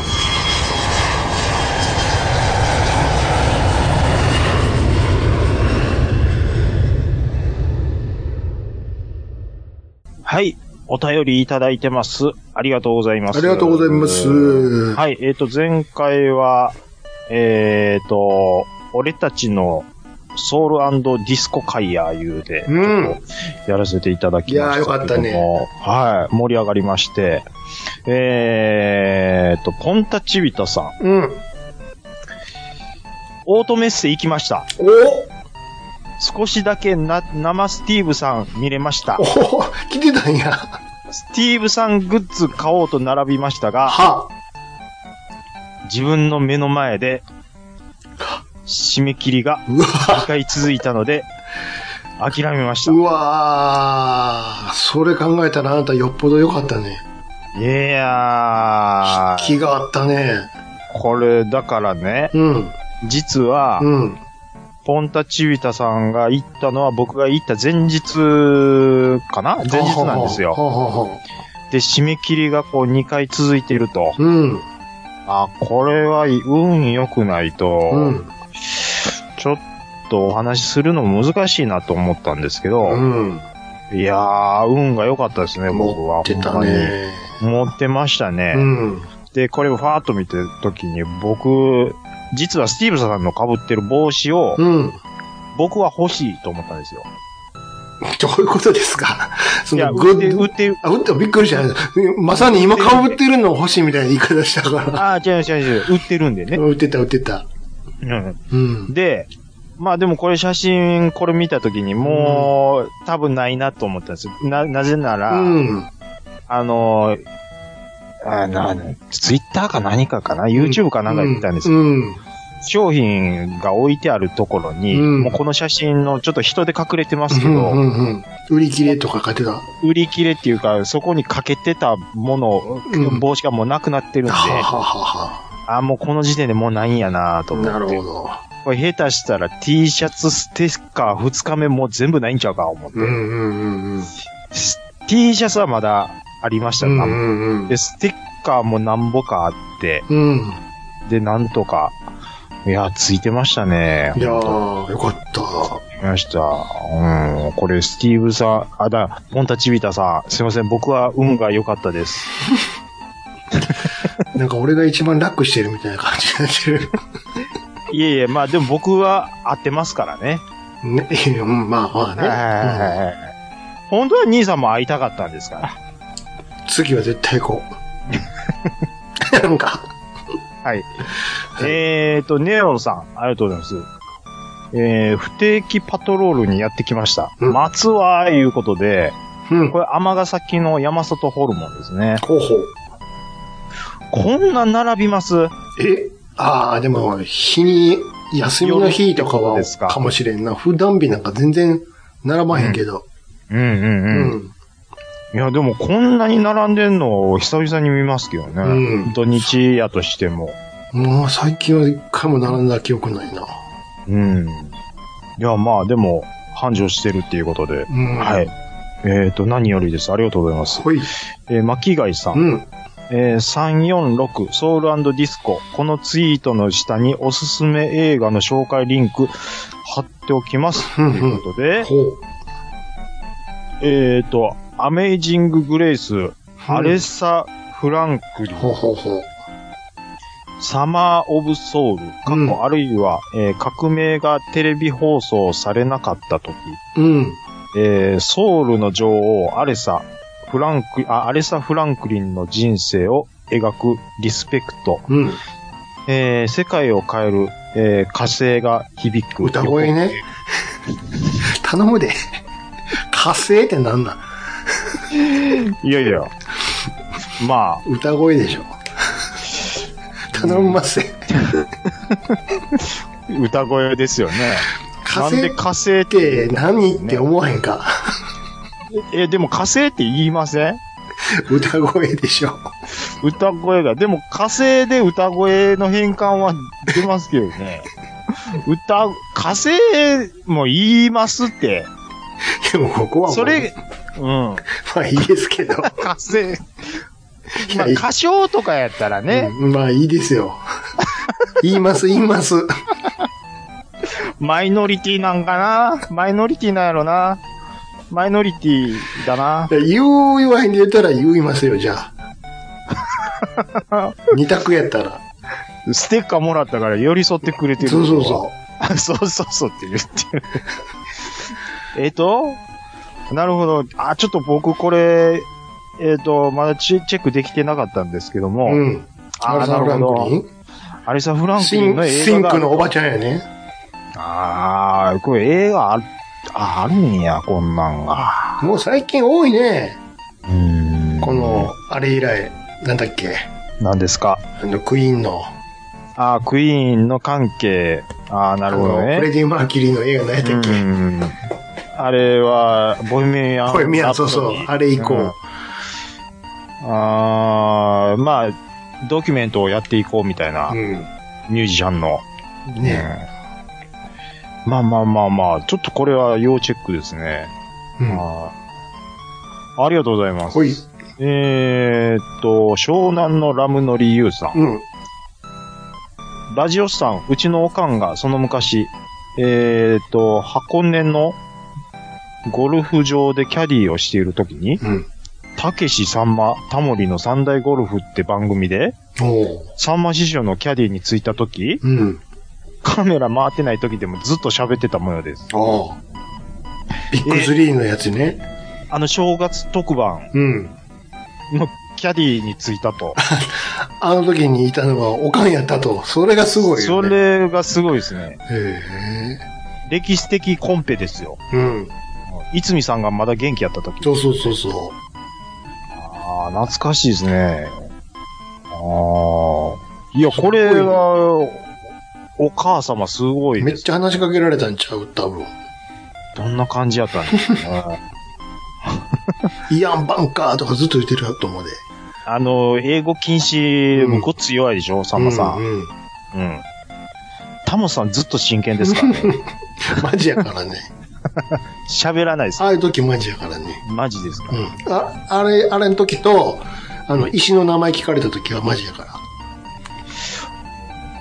はい。お便りいただいてます。ありがとうございます。
ありがとうございます
はい。えっ、と、前回は、えっ、と、俺たちのソウルディスコ会やいうで、
うん
ちょっとやらせていただきましたけども。
いやーよかったね
はい。盛り上がりまして、えーっと、ポンタチビタさん、
うん。
オートメッセ行きました。
お
少しだけな、生スティーブさん見れました
お。お来てたんや。
スティーブさんグッズ買おうと並びましたが、
は
自分の目の前で、締め切りが
うわ
2回続いたので、諦めました
う。わーそれ考えたらあなたよっぽど良かったね。
いやー、
気があったね。
これだからね、
うん。
実は、
うん。
ポンタチビタさんが行ったのは僕が行った前日かな前日なんですよ。
ほうほうほうほ
で、締め切りがこう2回続いていると。
う。うん。
あ、これは運良くないと、
うん。
ちょっとお話しするのも難しいなと思ったんですけど、
うん。
いやー、運が良かったですね、僕は。
持ってたね。
ほんまに。持ってましたね。
うん。
で、これをファーッと見てる時に、僕、実はスティーブさんの被ってる帽子を、
うん。
僕は欲しいと思ったんですよ。
どういうことですか そ
いや、
の
売
グ
って、
ッ
売
ド、
ってる。
あ、打ってもびっくりした。まさに今被ってるの欲しいみたいな言い方したか
ああ、違う違う違う、売ってるんで
ら。
ね。
打ってた、打ってた。
うん。
うん。
で、まあでもこれ写真、これ見た時にもう、多分ないなと思ったんですよ。な、なぜな
う
ら、
ん。
あのー、あの、ツイッターか何かかな ?YouTube かなんか言ったんですけど
うん。
商品が置いてあるところに、
うん
もうこの写真のちょっと人で隠れてますけ
う
ど、
んうんうん。売り切れとか書いてた。
売り切れっていうか、そこにかけてたもの、
うん
帽子がもうなくなってるんで、
はははは
あ、もうこの時点でもうないんやなと
は。
思
なる
って
ほ。ど。
これ下手したら T シャツ、ステッカー2日目もう全部ないんちゃうか思って、
うんうんうんうん。
す T シャツはまだありました
う
が、
んうん
で、ステッカーも何ぼかあって、
うん。
で、なんとか、いや、ついてましたね。
いやー、よかった。
ました。うん。これ、スティーブさん、あ、だ、ポンタチビタさん、すいません、僕は運が良かったです。
なんか俺が一番楽してるみたいな感じになってる。
いえいえ、まあでも僕は合ってますからね。
ね、うん、まあま
はいはい
あね。
はいはい。本当は兄さんも会いたかったんですから。
うん次は絶対行こう。 なんか、
はい。えーと、ネオンさん、ありがとうございます。えー、不定期パトロールにやってきました。
うん
待つわーいうことで、
うん。
これ天ヶ崎の山里ホルモンですね。
候補。
こんな並びます
えああ、でも、日に、休みの日とか
夜
は、
ですか
かもしれんな。普段日なんか全然並ばへんけど。
うんうん
う
うん。
ん。
いや、でもこんなに並んでんのを久々に見ますけどね。
うん
土日やとしても。
もう最近は一回も並んだ記憶ないな。
うん。いや、まあでも、繁盛してるっていうことで。
うん。
はい。。えっ、と、何よりです。ありがとうございます。
ほい。
えー、巻貝さん。
うん。
えー346ソウルディスコ。このツイートの下におすすめ映画の紹介リンク貼っておきます。と
うんうん
いうことで、
ほう。
えっ、と、アメイジング・グレイス、アレッ
す。
サ・フランクリン
ほうほうほう。
サマー・オブ・ソウル、過去、
うん
あるいは、えー革命がテレビ放送されなかった時、
うん。
えーソウルの女王、アレサ、フランク、あ、アレサ・フランクリンの人生を描くリスペクト、
うん。
えー世界を変える、えー火星が響く。
歌声ね。 頼むで。火星ってなんなん
いやいや。まあ、
歌声でしょ。頼みません。
歌声ですよね。
火
なん
星
で
っ
火星って
何って思わへんか。
え、でも火星って言いません
歌声でしょ。
歌声が、でも火星で歌声の変換は出ますけどね。歌、火星も言いますって。
でもここはもう
それ、うん。
まあいいですけど。
火星。
い
まあ、
や
歌唱とかやったら ね、
うんまあいいですよ。言います、言います。
マイノリティなんかなマイノリティなんやろな。マイノリティだな。
言う言わへんで言ったら言いますよ、じゃ あ。二択やったら。
ステッカーもらったから寄り添ってくれてる。。
そうそうそ う
そうそうそうって言ってる。 えっと、なるほど。あ、ちょっと僕これ、えっ、と、まだチェチェックできてなかったんですけども、
う。うん。
あ
アル
な
サ・
る
フ
ほ
ラン
ど
ク
アリサ・フラ
リン
ンク
シ
リンの
ンシ
映
ン
画
ク
が。
のおばちゃんやね。
ああ、これ映画あるああるんや、こんなんが。
もう最近多いね。
うーん
こ、の、あれ以来、なんだっけ。
何ですか。
あの、クイーンの。
ああ、クイーンの関係。ああ、なるほど
あのフレ
ね。
ディ・マーキュリーの映画何やっ
う
たっ け。
ん。あれは、ボイメンアン。
これ、ミア、そうそう。あれ以
うん
降。
あーまあ、ドキュメントをやっていこうみたいな、
う
ミュージシャンの。
ね。
うんまあまあまあまあ、ちょっとこれは要チェックですね。
うん
はいありがとうございま
ん。
す。
ほい。
えーっと、湘南のラムのリユーさん。
うん。
ラジオさん、うちのおかんがその昔、えーっと、箱根のゴルフ場でキャディーをしているときに、
うん。
たけしさんま、タモリの三大ゴルフって番組で、
おう。
さんま師匠のキャディーに着いたとき、
うん。
カメラ回ってないときでもずっと喋ってた模様です。
おう。
ビッグスリーのやつね。
あの正月特番
うん。
のキャディーに着いたと。
あの時にいたのはおかんやったと。それがすごい
そ
よ、ね。
れがすごいですね。
それ。へ
歴史的コンペですよ。
え。うん。
いつみさんがまだ元気やった時。
そうそうそうそ。
ああ、懐かしいですね。ああ。いや、これは、お母様すごいう
めっ
です。
ちゃ話しかけられたんちゃう多分。
どんな感じやったんですかね。
イアンバンカーとかずっと言ってると思うで。
あの、英語禁止、
うん
向こう強いでしょ、さんまさ。
うんん、うん。
うん。タモさんずっと真剣ですから ね。
マジやからね。
喋らないです。
ああいう時マジやからね。
マジですか
う
ら。
ん。あ、あれ、あれの時と、あの、石の名前聞かれた時はマジやから。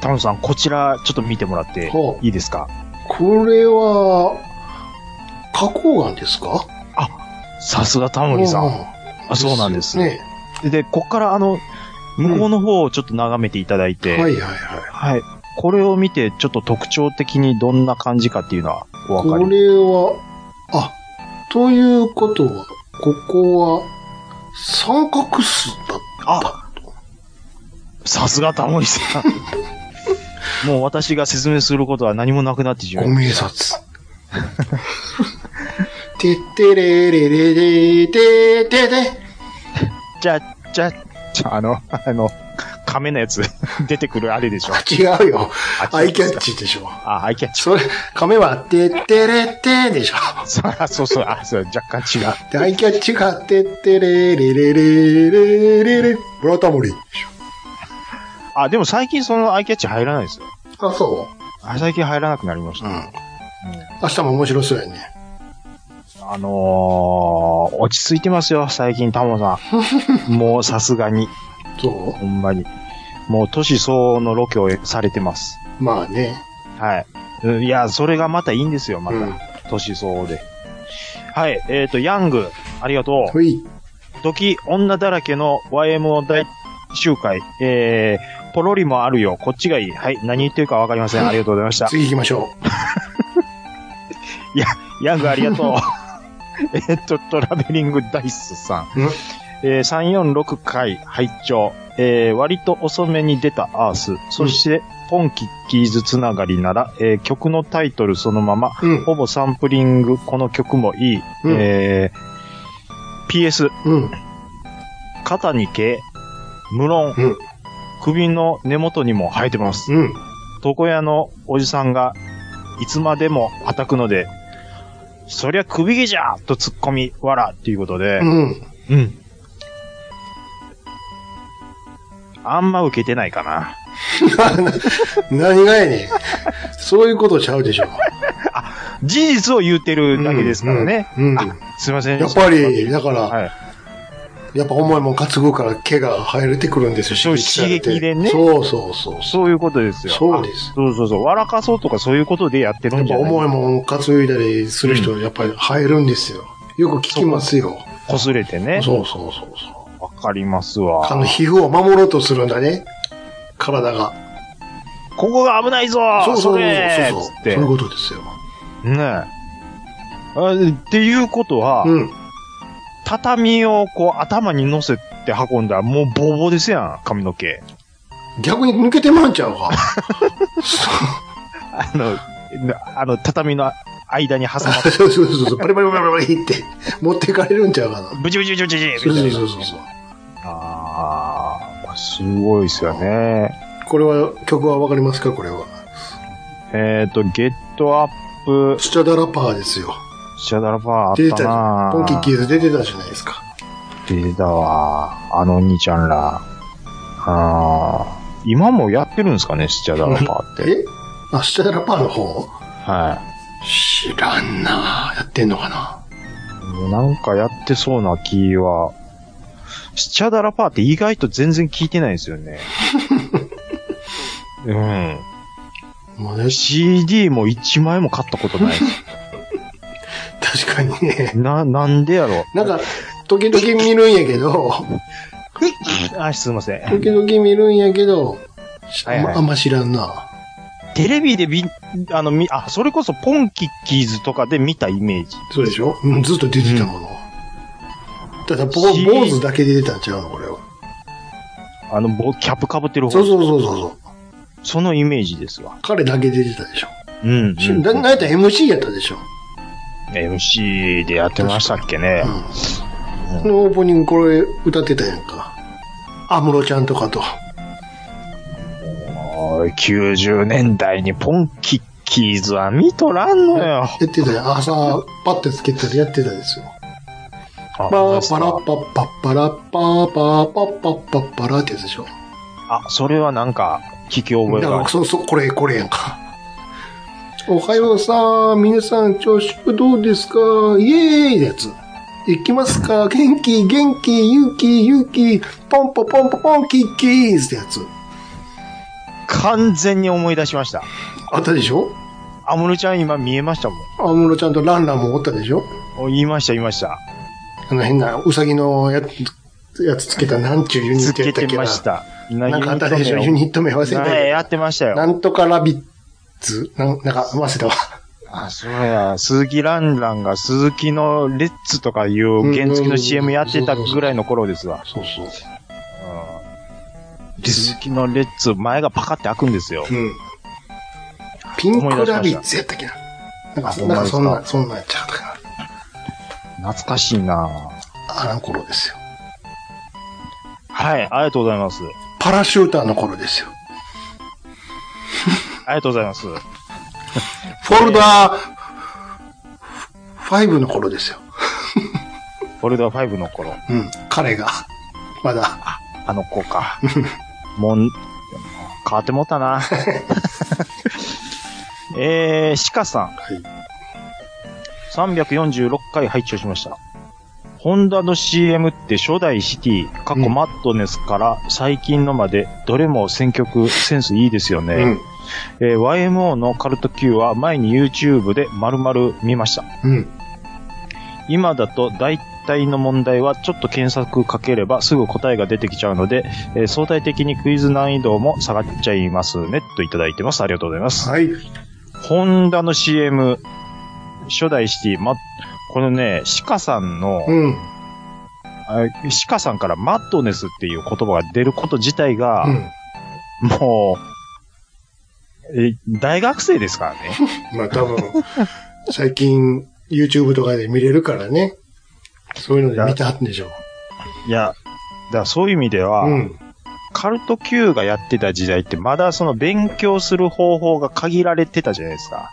タモさん、こちら、ちょっと見てもらって
ほう
いいですか
これは、花崗岩ですか
さすがタモリさん。あ、そうなんです。
ね。
で、こっからあの、向こうの方をちょっと眺めていただいて、
はいはいはい。
はい。これを見て、ちょっと特徴的にどんな感じかっていうのはお分
こ
かり。
れは、あ、ということは、ここは、三角数だった。
あさすがタモリさん。もう私が説明することは何もなくなってしま
ご
う。
明察。 てってれれれれててて。
じゃ、じゃ、じゃ、あの、あの、亀のやつ、 出てくるあれで しょ。
違うよ。
あ
アイキャッチでしょ。
あ、アイキャッチ。
それ、亀は、てってれてでしょ。
そうあそうそう、あ、そう、若干違う。
で、アイキャッチが、てってれれれれれれれ。ブラタモリでし
あ、でも最近そのアイキャッチ入らないですよ。
ょ。あ、そ
あ最近入らなくなりまし
う。う
た。
ん。明日も面白そうやね。
あのー、落ち着いてますよ、最近、タモさ ん。もうさすがに、
そ
ほんまに。もう年相応のロケをされてます。
うまあね。
はいうん。いや、それがまたいいんですよ、また。
うん
年相応で。はい、えっ、と、ヤング、ありがとう。
ほい。
ドキ、女だらけの YMO 大集会、えー、ポロリもあるよ、こっちがいい。はい、何言ってるかわかりません。ありがとうございました。
次行きましょ
ヤングありが とう。えっと、トラベリングダイスさん。
うん
えー346回拝聴えー割と遅めに出たアース。そして、ポンキッキーズつながりなら、えー曲のタイトルそのまま、
う。うん。
ほぼサンプリング、この曲もいい。
うん
えー PS、
うん。
肩に毛、無論、
うん
首の根元にも生えてます。
うん。
床屋のおじさんが、いつまでも叩くので、そりゃ首毛じゃと突っ込み、わらっていうことで、
うん。
うん。あんま受けてないかな。
何がやねん。そういうことちゃうでしょ。
事実を言ってるだけですからね。
うんうん
あ、すいません。
やっぱり、だから、
はい。
やっぱ重いもん担ぐから毛が生えてくるんですよ、
そう刺激でね
そうそうそう。
そういうことですよ。
そうです
あそうそうそう。笑かそうとかそういうことでやってる
や
ん
っ
じ
ぱ
ゃない
重いもん担いだりする人、やっぱり生えるんですよ。よく聞きますよ。
こすれてね。
そうそうそうそう。
わかります
あの、
わ。
皮膚を守ろうとするんだね。体が。
ここが危ないぞ
そうそうそうそう。そう
れ
そう
つって。
いうことですよ。
ねえ。あっていうことは、
うん。
畳をこう頭に乗せて運んだらもうボーボーですやん、髪の毛。
逆に抜けてまうんちゃうか。
あの、なあの、畳の間に挟まって、
そうそうそうそう。バリバリバリバリって持っていかれるんちゃうかな。
ブチブチブチブチみた
そう
い
そう
な。
そうそうそう。
ああ、これすごいですよね。
これは、曲はわかりますかこれは。
えっ、と、ゲットアップ、
スチャダラパーですよ。
シャダラパーあ
出
ってた
た
な
ポンキッキーズ出てたじゃないですか。
手だわ。あの兄ちゃんら。ああ。今もやってるんですかね、スチャダラパーって。
えあ、スチャダラパーの方
は。
知らんなやってんのかない
もうなんかやってそうな気は。スチャダラパーって意外と全然聞いてないんですよ ね。うん。
もうね、し
CD も1枚も買ったことないです。
確かにね。
な、なんでやろ
なんか、時々見るんやけど、
あ、すいません。
時々見るんやけど、
はいはい
あんま知らんな。
テレビで見、あの、み、あ、それこそポンキッキーズとかで見たイメージ。
そうでしょうんずっと出てたもの。ただ、ぼ
し
坊主だけで出たんちゃうのこれは。
あの、ぼキャップ被ってる方。
そうそうそうそうそう。
そのイメージですわ。
彼だけ出てたでしょ。
うん、うん。
しななんやったら MC やったでしょ。
MC でやってましたっけね。
うん。のオープニングこれ歌ってたやんか。安室ちゃんとかと。
おい90年代にポンキッキーズは見とらんのよ。
やってたやん。朝、パッてつけたらやってたですよ。
あ
パー
そ
パ
う
ラ
か
ッパッパッパラッパーパーパッパッパッパラってやつでしょ。
あ、それはなんか、聞き覚え
だか
があ
ら、
る。
そうそう、これ、これやんか。 おはようさん、皆さん、調子どうですかイエーイのやつ。行きますか元気、元気、勇気、勇気、ポンポポンポポンキッキーズってやつ。
完全に思い出しました。
あったでしょ
アムロちゃん今見えましたもん。
安室ちゃんとランランもおったでしょ
お言いました、言いました。
あの変なウサギのやつやつつけたなんちゅうユニ
つ
ットや
け
ったってけな
ました。
な
なん
かあったでしょユニット名忘れた
はい、や
け
ってました
ど。な
よ。
んとかラビッツなんなんか忘れたわ。
あ、そうや。鈴木蘭蘭が鈴木のレッツとかいう原付の CM やってたぐらいの頃ですわ。
そうそう。
うん鈴木のレッツ、前がパカって開くんですよ。
うん。ピンクラビッツやったっけな。なん
あ
か、
ほんま
なんか
です
そ
か
んな、そんなんやっちゃったか
懐かしいな
な。あの頃ですよ。
はい、ありがとうございます。
パラシューターの頃ですよ。
ありがとうございます。
フォルダー、5の頃ですよ。
フォルダ5の頃、
うん。彼が、まだ、
あの子か。もん、変わってもったな えー、鹿さん。
はい
346回拝聴しました。ホンダの CM って初代シティ、過去マッドネスから最近のまで、どれも選曲センスいいですよね。
うん。
えー YMO のカルト Q は前に YouTube で丸々見ました。
うん。
今だと大体の問題はちょっと検索かければすぐ答えが出てきちゃうので、えー相対的にクイズ難易度も下がっちゃいますね、といただいてます。ありがとうございます。
はい。
ホンダの CM、初代シティ、ま、このね、シカさんの、
うん。
あシカさんからマッドネスっていう言葉が出ること自体が、
うん。
もう、え大学生ですからね。
まあ多分、最近 YouTube とかで見れるからね。そういうので見てはったんでしょ
いや、だからそういう意味では、
う。うん。
カルト Q がやってた時代ってまだその勉強する方法が限られてたじゃないですか。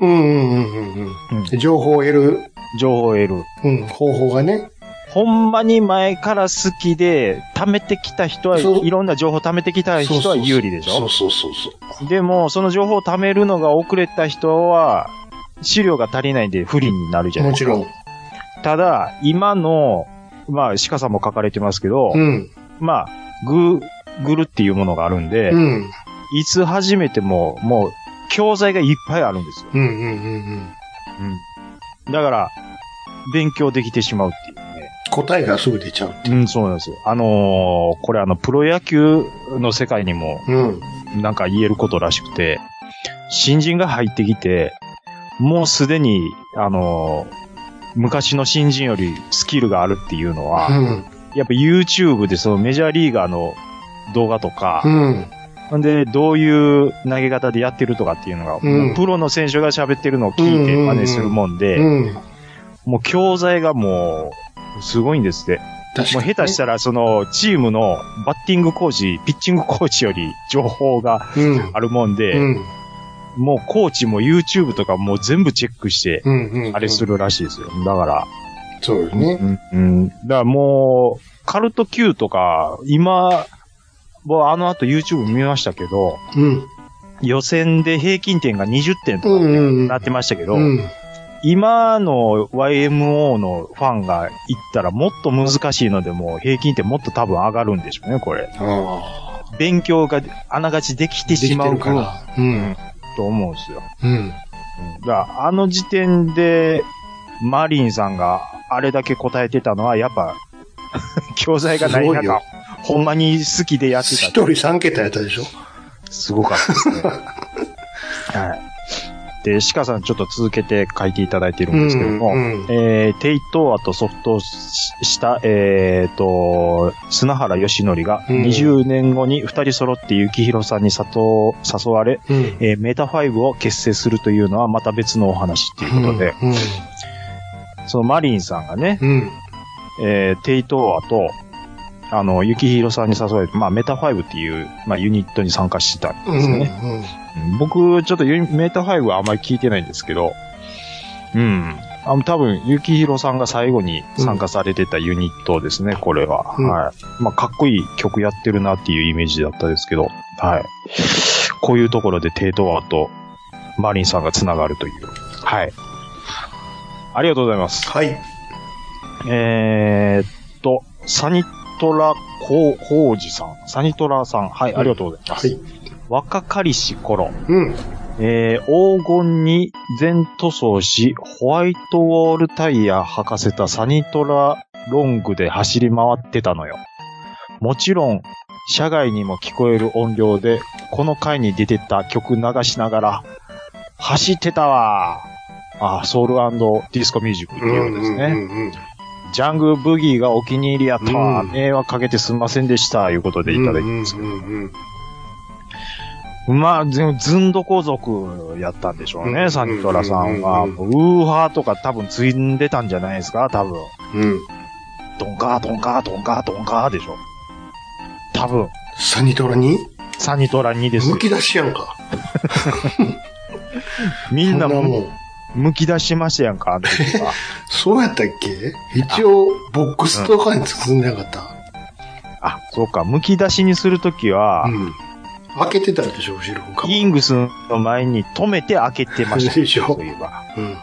うんうんうんうん
うん
うん。情報を得る、
情報を得る。
うん、方法がね。
ほんまに前から好きで、貯めてきた人は、
そう
いろんな情報を貯めてきた人は有利でしょ
そうそうそうそう。
でも、その情報を貯めるのが遅れた人は、資料が足りないんで不利になるじゃないで
もち
すか。
ろん。
ただ、今の、まあ、鹿さんも書かれてますけど、
うん。
まあ、グーグルっていうものがあるんで、
うん。
いつ始めても、もう、教材がいっぱいあるんですよ。
うんうんうんうん。
うん。だから、勉強できてしまうっていうね。
答えがすぐ出ちゃう。
うん、そうなんですよ。あのーこれあの、プロ野球の世界にも
うん。
なんか言えることらしくて、新人が入ってきて、もうすでに、あのー昔の新人よりスキルがあるっていうのは、やっぱ YouTube でそのメジャーリーガーの動画と
う
か、
ん。うん。
ん、で、どういう投げ方でやってるとかっていうのが、
うん
もうプロの選手が喋ってるのを聞いて真似するもんで、
うん。
もう教材がもう、すごいんですって。
確
もう下手したら、その、チームのバッティングコーチ、ピッチングコーチより情報が
うん。
あるもんで、
うん。
もうコーチも YouTube とかもう全部チェックして、
うん。うん。
あれす
る。
るらしいですよ。だから、
そうですね。
うん、うん。だからもう、カルト Q とか、今、僕あの後 YouTube 見ましたけど、
うん。
予選で平均点が20点と
う
か
んうんうん
な。ってましたけど、
うん。
今の YMO のファンが行ったらもっと難しいので、もう平均点もっと多分上がるんでしょうね、これ。
ああ。
勉強があながちできて
でき
しま
て
う
るか
分
ら。うん。
と思うんですよ。
うん。
うんだからあの時点で、マリンさんがあれだけ答えてたのは、やっぱ、 教材がない
すごいよ
中、ほんまに好きでやってた
一。人三桁やったでしょ。
すごかったですね。 はい。で、シカさんちょっと続けて書いていただいてるんですけども、
うんうん
えー、テイトアとソフトしした、えー、と、砂原義則が
うん
20年後に2人揃って幸宏さんに誘誘われ、
うん。
えーメタ5を結成するというのはまた別のお話っていうことで、
うん。
そのマリンさんがね、
うん。
えー、テイトアと、あの、幸宏さんに誘われて、まあ、メタ5っていう、まあ、ユニットに参加してたん
うん。
です
う
ね。
ん。
僕、ちょっとユメータ5はあんまり聞いてないんですけど、うん。あの、多分、ゆきひろさんが最後に参加されてたユニットですね、これは。
うん
はい。まあ、かっこいい曲やってるなっていうイメージだったですけど、はい。こういうところでテイトワーとマリンさんが繋がるという。はい。ありがとうございます。
はい。
えーっと、サニトラコウコウジさん。サニトラさん。はい、ありがとうございます。
はい。
若かりし頃。
うん。
えー黄金に全塗装し、ホワイトウォールタイヤ履かせたサニトラロングで走り回ってたのよ。もちろん、車外にも聞こえる音量で、この回に出てた曲流しながら、走ってたわあ、ソウルディスコミュージックって
うん。
いううんですね。
うん。
ジャングルブギーがお気に入りやったわ、
うん
迷惑かけてすんませんでした、いうことでいただいてますけど。
うんうんうん
まあ、ずずんどこ族やったんでしょう
う
ね、
ん
サニトラさんは。
うん
もうウーハーとか多分ついんでたんじゃないですか、多分。
うん。
ドンカー、ドンカー、ドンカー、ドンカーでしょ。多分、
サニトラに
サニトラ2ですよ
む。き出しやんか。
み
そ
ん
ん
な
な
む
もん。
むき出しましたやんか、あの時は。
そうやったっけ一応、ボックスとかに包んでなかった。
あ、そうか、むき出しにするときは
う、ん。開けてたでしょ、後ろか。
イングスの前に止めて開けてました。
でしょ
そういえば。
うん。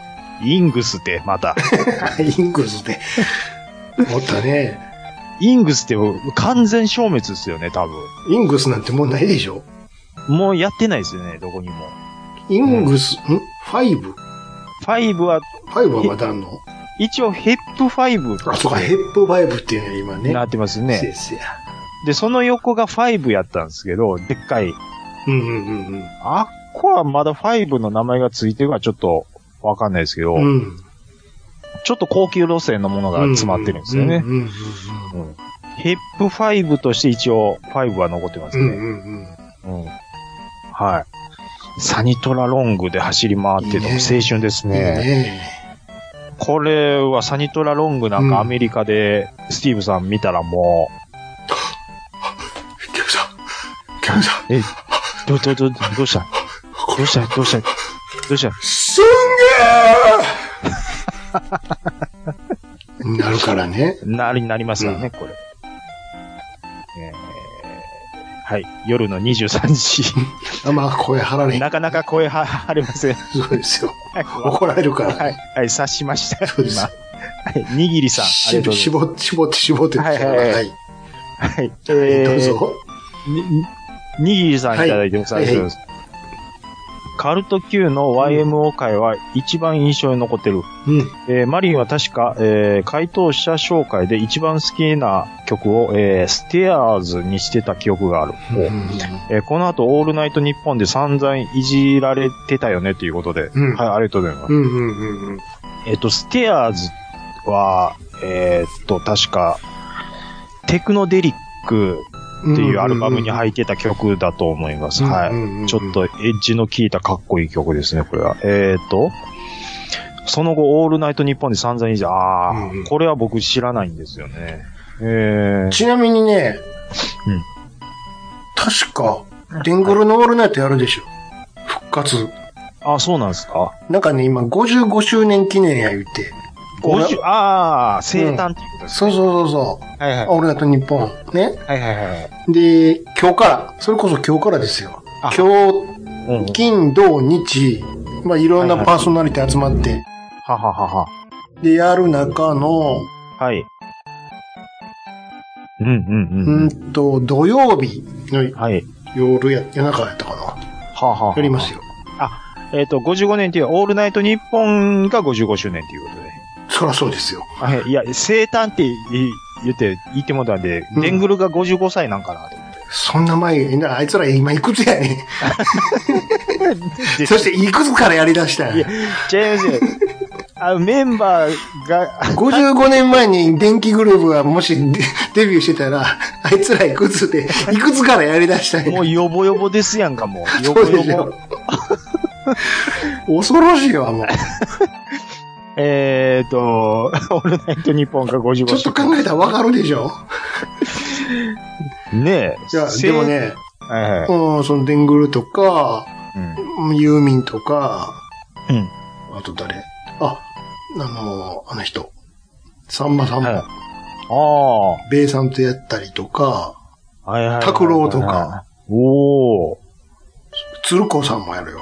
イングスって、また。
イングスで。おったね。
イングスって完全消滅ですよね、多分。
イングスなんてもうないでしょ。
もうやってないですよね、どこにも。
イングス、んファイブ
5は
ファイブはまだあんの
一応ヘップ5
あ、そうか、ヘップファイブっていうのは今ね。
になってますね。
せいせいや。
で、その横が5やったんですけど、でっかい。
うんうんうん
あっこはまだ5の名前がついてるからちょっとわかんないですけど、
うん。うん。
ちょっと高級路線のものが詰まってるんですよね
う。んうん
ヘップ5として一応5は残ってます
うんうん。うん
ね。
うんうん。
うんはい。サニトラロングで走り回って
いい
の
ね
青春ですね。
ね
これはサニトラロングなん
うん
かアメリカでスティーブさん見たらも
え。キムさん、キムさん、
う、え、ど、ど、ど、どうしたどうしたどうしたどうした
すんげー なるからね。
なり、なりますよね、
うん
これ。えーはい。夜の23
あんま声張られへ
時。
ん。
なかなか声は、はれません。
そうですよ。
は
怒られるから。
い。はい。察しました。
そうです
今。はい。にぎりさん、ありがとうござい
絞って、絞って、絞って。
はいはいはいます。はい。え
どう
ー、
ぞ。
ににぎりさんいただいてます。あ
はい
りがとうございます。カルト Q の YMO 会は一番印象に残ってる。
うん。
えーマリンは確か、えー回答者紹介で一番好きな曲を、えーステアーズにしてた記憶がある。えーこの後、オールナイト日本で散々いじられてたよねということで、
うん
はい、ありがとうございます。
うんうんうんうん。
えっ、と、ステアーズは、えーっと、確か、テクノデリックっていうアルバムに入ってた曲だと思います。はい。
い
ちょっ。とエッジの効いたかっこいい曲ですね、これは。えーっと、その後、オールナイト日本で散々いじら、あー、
うんうん
これは僕知らないんですよね。えー、
ちなみにね
うん、
確か、デングルのオールナイトやるでしょ。復活。
あ、そうなんですか
なんかね、今55周年記念や言って、
50、ああ、生誕っていうことです。
そうそうそうそう。
はいはい
オールナイトニッポン。ね。
はいはいはい。
で、今日から、それこそ今日からですよ
あ。
今
うん
日、金、土、日、まあ、いろ
はい
ん
は
ないパーソナリティ集まって、
はははは。
で、やる中の、
はい。うんうんうん。
うんと、土曜日の
はい。
夜や、夜中やったかな。
はあはあはあ
やりますよ。
えっ、と、55年っていう、オールナイト日本が55周年ということで。
そらそうですよ。
はい。いや、生誕って言言って、言ってもらったんで、
うん
デングルが55歳なんかなと思って。
そんな前、なあいつら今いくつやねん。
で
そしていくつからやり出したん
い
や
や。ジェーム ズ、あメンバーが、
55年前に電気グループがもしデデビューしてたら、あいつらいくつで、いくつからやり出したん
も
や。
うヨボヨボですやんか、もう。ヨボ
そうで
ヨ
し
ボ
ょ。。恐ろしいわ、もう。
えっ、と、オ ールナイト日本が55周
ち
年。
ょっと考えたらわかるでしょ
ねえ。
いや、
生
でも。ね、
はいはい。
うん、そのデングルとか、
うん。
ユーミンとか、
うん。
あと誰あ、あの、あの人。さんまさんも、
はいああ。は
ベイさんとやったりとか、
いはいはいはい。
拓郎とか。
おお。
鶴子さんもやるよ。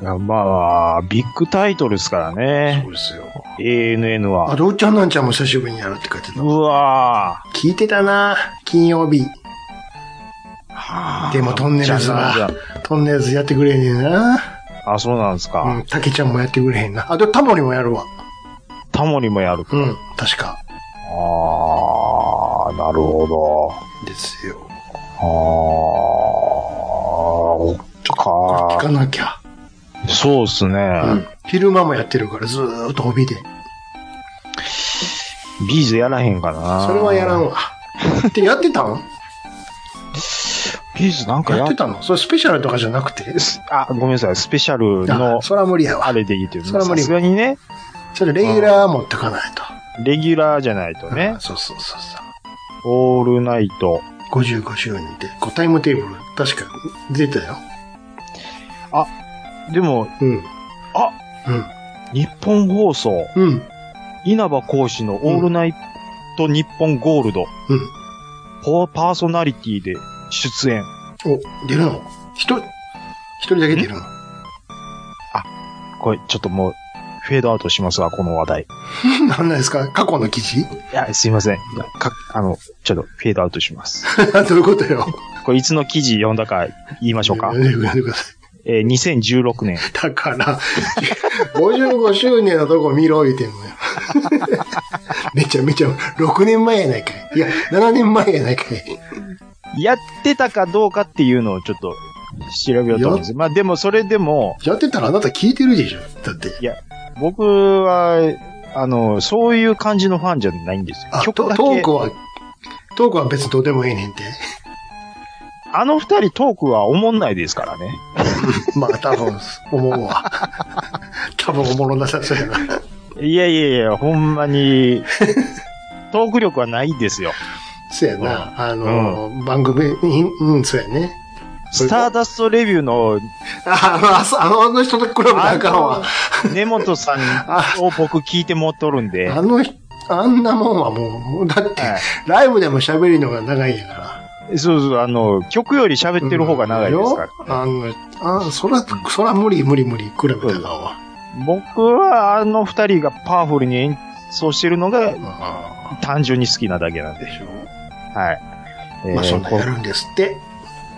いや、まあ、ビッグタイトルですからね
そ。うですよ。
ANN
あ、
は。
どうちゃんなんちゃんも久しぶりにやるって書いてた
う。わ
聞いてたな金曜日。
ぁ。
でもトンネルズ
じゃあ
は、トンネルズやってくれへんねんな。
あ、そうなんです
う
か。
ん、たけちゃんもやってくれへんな。あ、でもタモリもやるわ。
タモリもやる。
うん、確か。
ああ、なるほど。
ですよ。
ああ、おっ
聞
か。
かなきゃ。
そうっすね。
うん。昼間もやってるから、ずーっと帯で。
ビーズやらへんかな。
それはやらん。わ。ってやってたん
ビーズなんか
や
や
ってたのそれスペシャルとかじゃなくて。
すあ、ごめんなさい。スペシャル
あ
の、
それは無理や
あ
わ。
れでいいっていう。
それは無
さ
理
すがにね、
それレギュラー持ってかないと。
レギュラーじゃないとね
あ。そうそうそうそう。
オールナイト。
55周年で、こうタイムテーブル、確か出たよ。
でも、
うん。
あ日本放送、
うん。うん。
稲葉講師のオールナイト日本ゴールド、
うん。
ポパーソナリティで出演。
お、出るの一人、一人だけ出るの
これ、ちょっともう、フェードアウトしますわ、この話題。い
何 なんですか過去の記事
や、すいません。いやか、あの、ちょっとフェードアウトします。
どういうことよ。
これ、いつの記事読んだか言いましょうか
や。めてくださいやめてください。
えー2016年。
だから、55周年のとこ見ろ言うてんのよ。めちゃめちゃ、6年前やないかい。いや、7年前やないかい。
やってたかどうかっていうのをちょっと調べようと思うんです。まあでも、それでも、
やってたらあなた聞いてるでしょだって。
僕は、あの、そういう感じのファンじゃないんですよ
あ。と
曲
ト
だけ。
ークは、トークは別にどうでもええねんて。
あの二人トークは思んないですからね。
まあ、多分、思うわ。 多分、おもろなさそうやな。
いやいやいや、ほんま に、トーク力はないんですよ。
そうやな。あの、番組に、うん、そうやね。
スターダストレビューの
あの、あそあのあの人と比べたらあかんわ。
根本さんを僕聞いて持っとるんで、
あの人、あんなもんはもう、もうだって、
は
ライブでも喋るのが長いんやから。
そうそう、あの、曲より喋ってる方が長いですから。
ら。あの、あそら、そら無理無理無理、比べたらあかんわ。
僕はあの二人がパワフルに演奏してるのが
ま
単純に好きなだけなんで。
でしょ。
はい。え
まあ、そん
ー
な
こ
んやるんですって。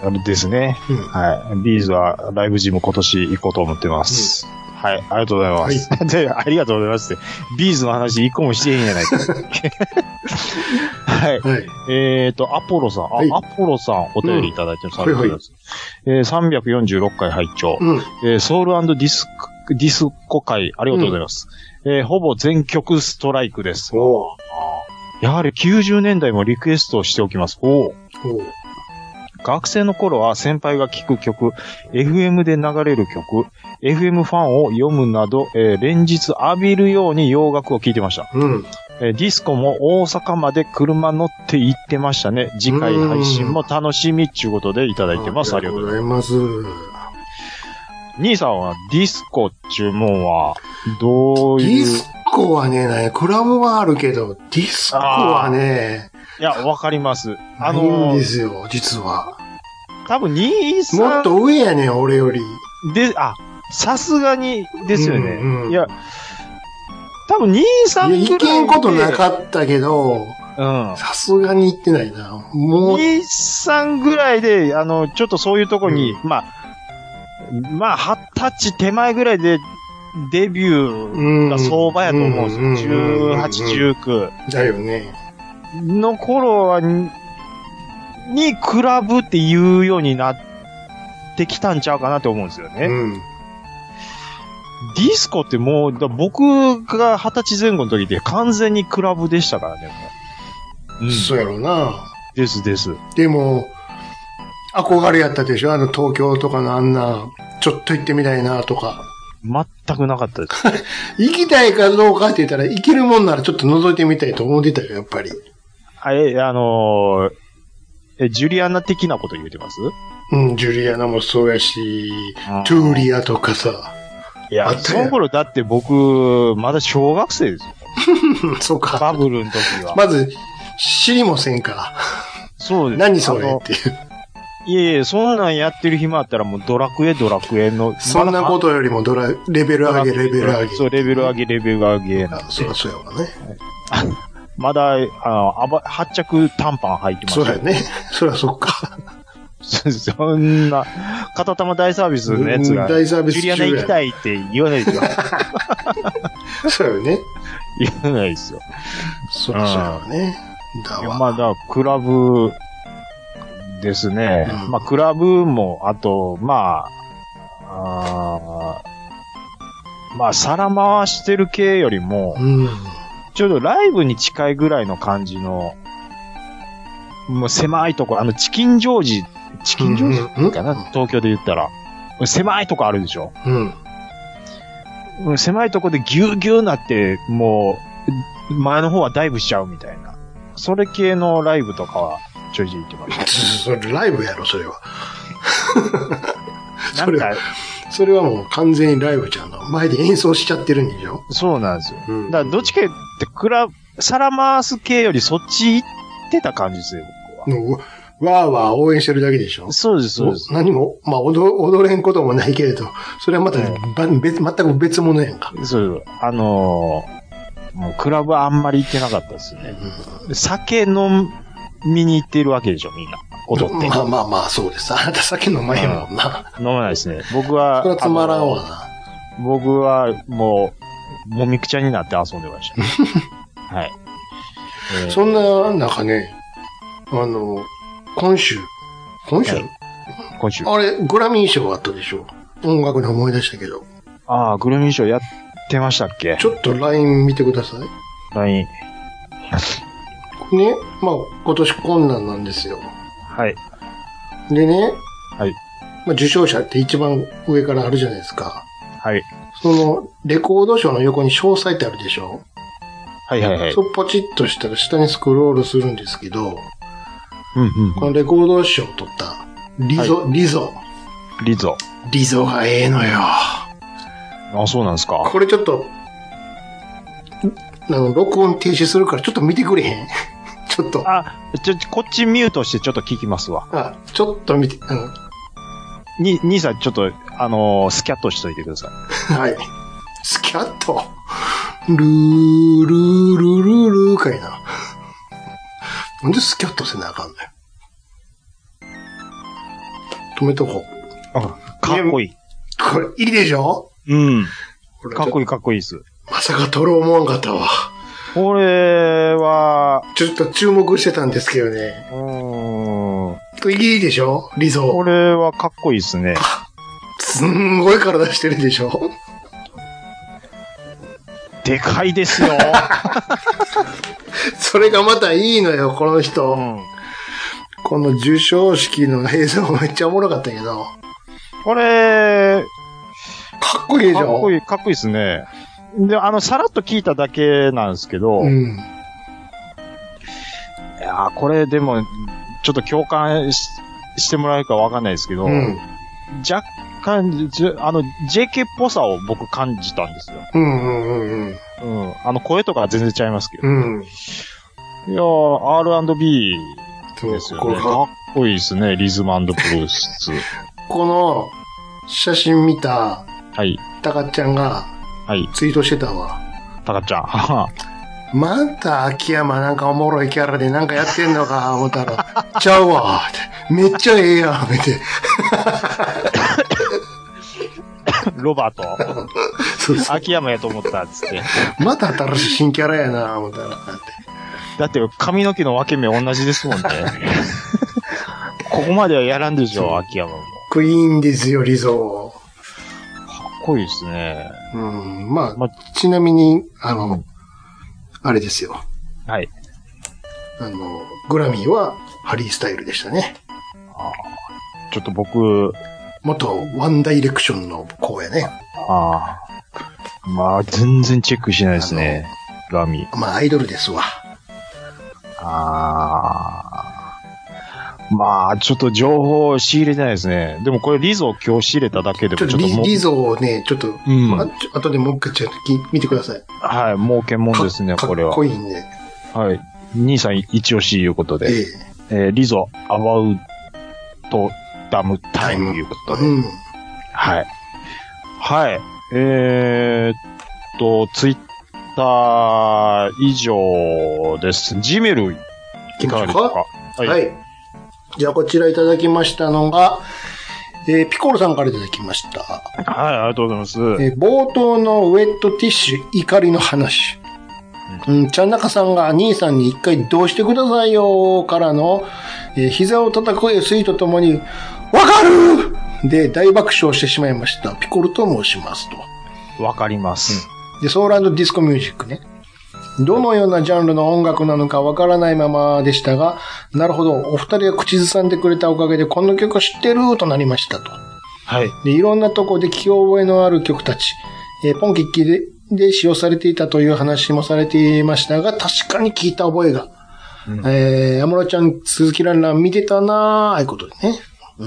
あれですね。
うん。
はい。ビーズはライブジム今年行こうと思ってます。はい。ありがとうございます。 で、ありがとうございますって。ビーズの話一個もしてへんやない か。はい。
はい。
えっ、と、アポロさん。あ、
はい
アポロさんお便りいただいてます。
うんはいはい
えー346回拝聴、
うん。
えーソウルディスク、ディスコ会、ありがとうございます。えーほぼ全曲ストライクです。
おう
やはり90年代もリクエストをしておきます。おお。
おう
学生の頃は先輩が聴く曲、FM で流れる曲、FM ファンを読むなど、えー連日浴びるように洋楽を聴いてました、
うん。
えーディスコも大阪まで車乗って行ってましたね。次回配信も楽しみっちゅうことでいただいてます。ありがとうござい
ざいます。
ます。兄さんはディスコっちゅうもんは、どう
ディ
いう
スコはね、ないクラブはあるけど、ディスコはね、
いや、わかります。あ
ないん
の
で、すよ、実は。
多分兄さん
もっと上やねん、俺より。
で、あ、さすがにですよね。
うんうん
いや、多分兄さん
い
ぐら
や、
いで。
行けんことなかったけど、
うん。
さすがに行ってないな。もう、
兄さんぐらいで、あの、ちょっとそういうとこに、まあ、まあ、二十歳手前ぐらいで、デビューが相場やと思うんですよ。
うん
18、19。
だよね。
の頃はに、に、クラブって言うようになってきたんちゃうかなって思うんですよね。
うん。
ディスコってもう、だ僕が二十歳前後の時って完全にクラブでしたからね、もう。うん。
そうやろうな。
ですです。
でも、憧れやったでしょあの東京とかのあんな、ちょっと行ってみたいなとか。
全くなかったです。
行きたいかどうかって言ったら、行けるもんならちょっと覗いてみたいと思ってたよ、やっぱり。
あえ、あのーえ、ジュリアナ的なこと言うてます
うん、ジュリアナもそうやし
うん、
トゥーリアとかさ。
い
あ
や、
った
そ
やん
の頃だって僕、まだ小学生ですよ。
うんそう
バ
か。
ブルの時は。
まず、知りもせんか。
そうです。
何そ
あ
れ
の
っていう。
いえいえ、そんなんやってる暇あったらもうドラクエ、ドラクエの。
そんなことよりもドラ、レベル
まだ
上げ、レベル上げ。
そう、レベル上げ、レベル上げなんで。
そりゃそうやわね。
まだ、あの、あば発着短パン履いてま
そう
した
や
よ。
ね。 そりゃそっか。
そんな、片玉大サービスのやつが、
うん大サービス
ジュリアナ
中や
行きたいって言わないですよ。
そうよね。
言わないですよ。
そりゃそうやわね。だ
いや
わ。
まあ、だからクラブですね。
うん
まあ、クラブも、あと、まあ、あーまあ、皿回してる系よりも、
うん。
ちょうどライブに近いぐらいの感じの、もう狭いとこ、あの、チキンジョージ、チキンジョージかな、
うんうん
東京で言ったら。狭いとこあるでしょ。
うん。
うん狭いとこでギュうギュうなって、もう、前の方はダイブしちゃうみたいな。それ系のライブとかは、ちょいちょい行ってまし
それライブやろ、それは。
た。
それ
なんか、
それはもう完全にライブちゃんの前で演奏しちゃってるんでしょ
そうなんですよ。
う
だから、どっちかって、クラ、サラマース系よりそっち行ってた感じですよ、僕は。
もうわーわー応援してるだけでしょ
そうです、そうです。
何も、まあ踊、踊れんこともないけれど、それはまた、
う
ば別、全く別物やんか。
そう、あのーもうクラブあんまり行ってなかったですね。酒飲みに行ってるわけでしょ、みんな。踊って。
まあまあまあ、そうです。あなた酒の前やもんな。
飲まないですね。僕は、
それはつまらん
あ
わ
の
な。
僕は、もう、もみくちゃになって遊んでました。はい。えー
そんな中ね、あの、今週、今週、
はい今週。
あれ、グラミー賞あったでしょ音楽で思い出したけど。
ああ、グルミー賞やってましたっけ
ちょっと LINE 見てください。
?LINE。
ね、まあ、今年困難なんですよ。
はい。
でね、
はい。
まあ、受賞者って一番上からあるじゃないですか。
はい。
その、レコード賞の横に詳細ってあるでしょ
はいはいはい
そ。うポチッとしたら下にスクロールするんですけど、
うんうん
このレコード賞を取った、リゾ、リゾ。
リゾ。
リゾがええのよ。
あ、そうなんですか。
これちょっと、あの、録音停止するからちょっと見てくれへん ちょっと。
あ、ちょ、ちょこっちミュートしてちょっと聞きますわ。
あ、ちょっと見て、うん、
に、兄さん、ちょっと、あのースキャットしといてください。
はい。スキャット。ルールールールールーかいな。なんでスキャットせなあかんねん。止めとこう。
かっこいい。
これ、いいでしょ
うん。
これ
かっこい
い
いかっこいいです。
まさか撮ろう思わんかったわ。
これは、
ちょっと注目してたんですけどね。
うーん。
いいでしょリ
こ
ゾ。
れはかっこいいですね。
すんごい体してるでしょ
でかいですよ。
それがまたいいのよ、この人。
うん。
この受賞式の映像めっちゃおもろかったけど。
これ、
かっこいいでしょ
かっこい
い。
い、かっこいいですね。で、あの、さらっと聞いただけなんですけど、い
うん。
やーこれでも、ちょっと共感ししてもらえるかわかんないですけど、
うん。
若感じ、あの、JK っぽさを僕感じたんですよ。
うんうんうん
うん。あの、声とかは全然違いますけど。
うん。うん。
いやー、R&B
そう
ですよ
こ
ね。かっこいいですね、リズムプロー ス。
この写真見た
はい、
たかっちゃんが
はい、
ツイートしてたわ。
たかちゃん。 はは
また秋山なんかおもろいキャラでなんかやってんの か思ったら、ちゃうわって。めっちゃええやん、って。
ロバート、
そうそう
秋山やと思った、つって。
また新しい新キャラやな、思ったら。って
だって髪の毛の分け目同じですも んね。ここまではやらんでしょ、秋山も。
クイーンですよ、リゾ
かっこいいですね。
ー。うん。まあ、
ま
ちなみに、あの、あれですよ。
はい。
あの、グラミーはハリー・スタイルでしたね。
ちょっと僕、
元ワンダイレクションの子やね。
ああ。まあ、全然チェックしないですね。ラミ。
まあ、アイドルですわ。
ああ。まあ、ちょっと情報を仕入れてないですね。でもこれリゾを今日仕入れただけでも
ちょっ
ちょ
と
っと
リ
もう、
リゾーをね、ちょっと、
うん
あちょ後でもう一回ちょっとき見てください。
はい、儲けもん
か
ですね、
か
これ
っ
は
こ。いいんで。
はい。兄さん一押しいうこと
え
で、
え
えーリゾ、アバウト、ダムタイム
タイム
いうことで、
うん。
はい。はい。えー、っと、ツイッター以上です。ジメル、いかがでしょうか
はい、
はい。
じゃあ、こちらいただきましたのが、えーピコロさんからいただきました。
はい、ありがとうございます。
えー冒頭のウェットティッシュ怒りの話。うん、ちゃんなかさんが兄さんに一回どうしてくださいよからの、えー膝を叩く SE とともに、わかるで大爆笑してしまいました。ピコルと申しますと。
わかります。
で、ソーランドディスコミュージックね。どのようなジャンルの音楽なのかわからないままでしたが、なるほど、お二人が口ずさんでくれたおかげでこの曲知ってるとなりましたと。
はい。
で、いろんなとこで聞き覚えのある曲たち、えーポンキッキでで使用されていたという話もされていましたが、確かに聞いた覚えが。えー、アムロちゃん、鈴木ランラン見てたなー、ああいうことでね。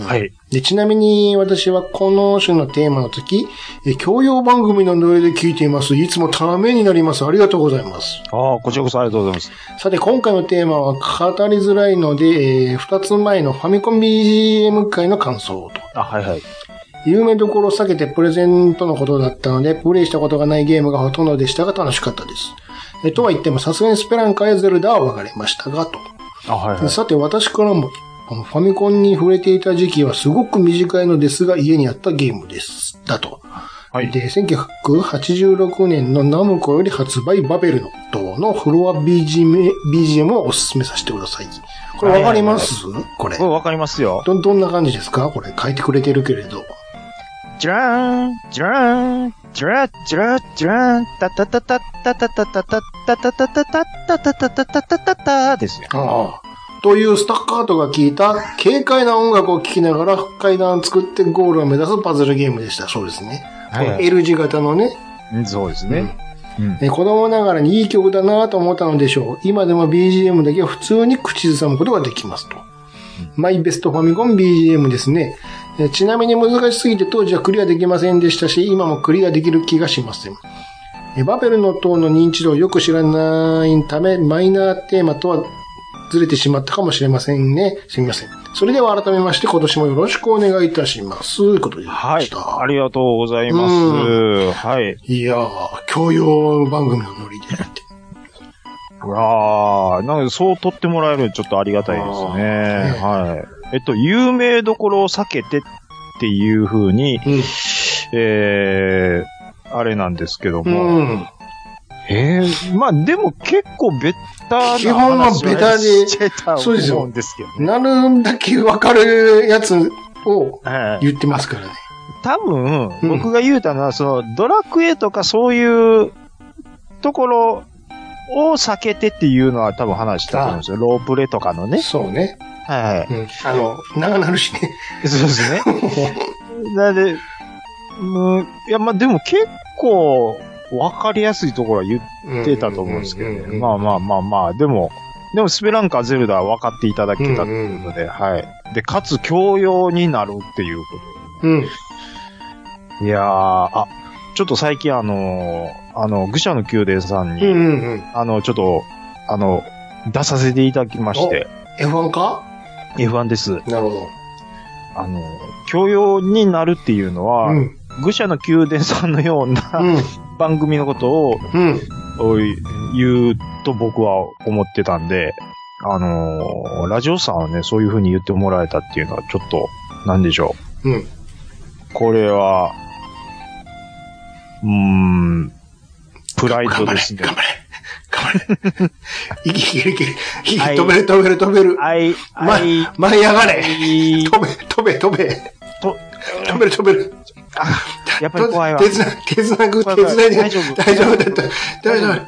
はい。
で、ちなみに私はこの種のテーマの時、えー教養番組の上で聞いています。いつもためになります。ありがとうございます。
ああ、こちらこそありがとうございます。
さて、今回のテーマは語りづらいので、え2つ前のファミコン BGM 会の感想と。
あ、はいはい。
有名どころを避けてプレゼントのことだったので、プレイしたことがないゲームがほとんどでしたが楽しかったです。えとは言っても、さすがにスペランカやゼルダは分かりましたが、と。
あ、はいはい。
さて、私からも、あのファミコンに触れていた時期はすごく短いのですが、家にあったゲームです。だと。
はい
で、1986年のナムコより発売バベルの塔のフロア BGM, BGM をおすすめさせてください。これ分かります、これ
これ。わかりますよ。
ど、どんな感じですかこれ書いてくれてるけれど。
じらーん、じらーん、じらじらじらーん、たたたたたたたたたたたたたたたたたたたたたですよ。
ああ。というスタッカートが聞いた軽快な音楽を聴きながら階段を作ってゴールを目指すパズルゲームでした。そうですね。
はいはい
この L 字型のね、
そうですね。うん。
え子供ながらにいい曲だなと思ったのでしょう。今でも BGM だけは普通に口ずさむことができますと。マイベストファミコン BGM ですね。えちなみに難しすぎて当時はクリアできませんでしたし、今もクリアできる気がしません。えバベルの塔の認知度をよく知らないため、マイナーテーマとはずれてしまったかもしれませんね。すみません。それでは改めまして今年もよろしくお願いいたします。ということで
は
ま
い
し。た。
ありがとうございます。はい。
い、やー、教養番組のノリでやって。
ああ、なので、そう取ってもらえるのちょっとありがたいですね。はい。えっと、有名どころを避けてっていうふうに、
うん
えー、あれなんですけど
う
も。
ん。
えー、まあでも結構ベタな
基本はベタで
話してた
そうですよ
思うんですけどね。
なるだけわかるやつを
はい。
言ってますからね。
多分、
うん
僕が言うたのは、その、ドラクエとかそういうところを避けてっていうのは多分話したと思うんですよ。ロープレとかのね。
そうね。
はいはい。
うん。あの、長なるしね。
そうですね。なんで、うん、いや、まあ、でも結構、わかりやすいところは言 ってたと思うんですけどね。ま
あ、
あまあまあまあ、でも、でもスペランカゼルダは分かっていただけたと
うんう
い
ん
うことで、はい。で、かつ教養になるっていうこ
うん。
いやー、あ、ちょっと最近あのーあの、愚者の宮殿さん
う
に、
んうんうん。
あの、ちょっと、あの、出させていただきまして、
F1 か
F1 です。
なるほ
あの、教養になるっていうの
ど。
は、
うん。
愚者の宮殿さんのよう
う
な、
ん。
番組のことを
うん。
おい言うと僕は思ってたんで、あのーラジオさんはね、そういう風に言ってもらえたっていうのはちょっと、なんでしょう。
うん。
これは、うーん、プライドですね。
頑張れ。頑張れ。頑張れ。いけいけいけ。いけ飛べる飛べる飛べる。
あい、
ま
あい、、
舞い上がれ。
い
飛べ、飛べ、飛べ。
と、
飛べる飛べる。
やっぱり怖いわ
手。つな、手つなぐ、手
怖い怖
つ
い
ないで。
大丈夫
大丈夫だった。大丈夫。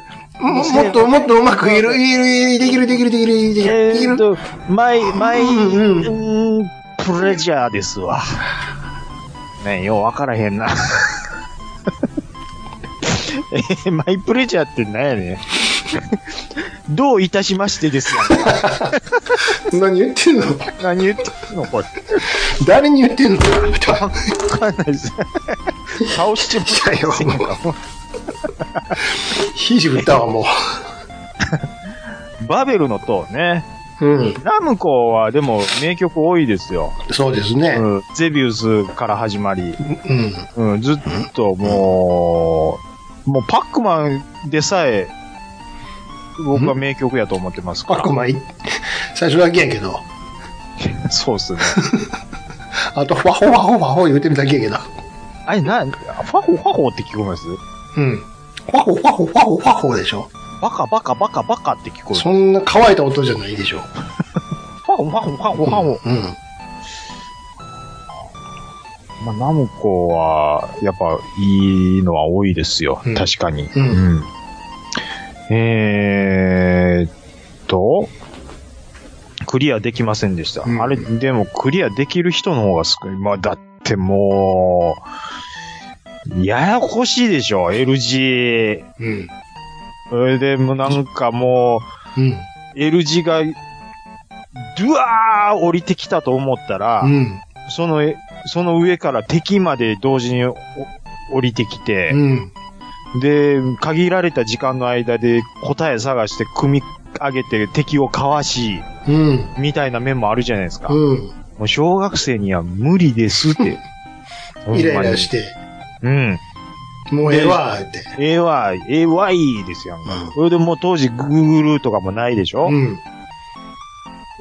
ももっと、もっとうまく言える、言える、言える、できる、できる、できる、できる。でき
えーっ
る。
と、マイ、マイ、
うんう
うーんプレジャーですわ。ねえようわからへんな。 えーマイプレジャーって何やねん。どういたしましてですよ、ね。
何言ってんの
何言ってんのこれ。
誰に言ってんの
わかんないです。倒してもらえませんか
肘振ったわ、も
バベルの塔ね。
う。うん。
ラムコはでも名曲多いですよ。
そうですね。
うん、ゼビウスから始まり。
うん。
うん、ずっともう、もうパックマンでさえ、僕は名曲やと思ってますか
パッ
ら。
クマンい、最初だけやけど。
そうっすね。
あと、ワホワホワホ言うてみただけやけど。
あれ、な、ファホファホって聞こえます
うん。ワホワホワホワホでしょ。
バカバカバカバカって聞こえる。フ
そんな乾いた音じゃないでしょ。
ァホファホファホファホ。
うん。
まあ、ナムコは、やっぱ、いいのは多いですよ。
うん
確かに。
うん
うんえーっと、クリアできませんでした。
うん
あれ、でも、クリアできる人の方が少ない。まあ、だってもう、ややこしいでしょ、LG。
うん。
それで、もうなんかも
うん。
う、L g が、ドゥワー降りてきたと思ったら、
うん。
その、えその上から敵まで同時にお降りてきて、
うん。
で、限られた時間の間で答え探して組み上げて敵をかわし、
うん。
みたいな面もあるじゃないですか。
うん。
もう小学生には無理ですって。。
イライラしてて、
うん。
もうええわ、って。
ええわ、ええわいですやんか
うん。
それでもう当時 Google とかもないでしょ、
うん。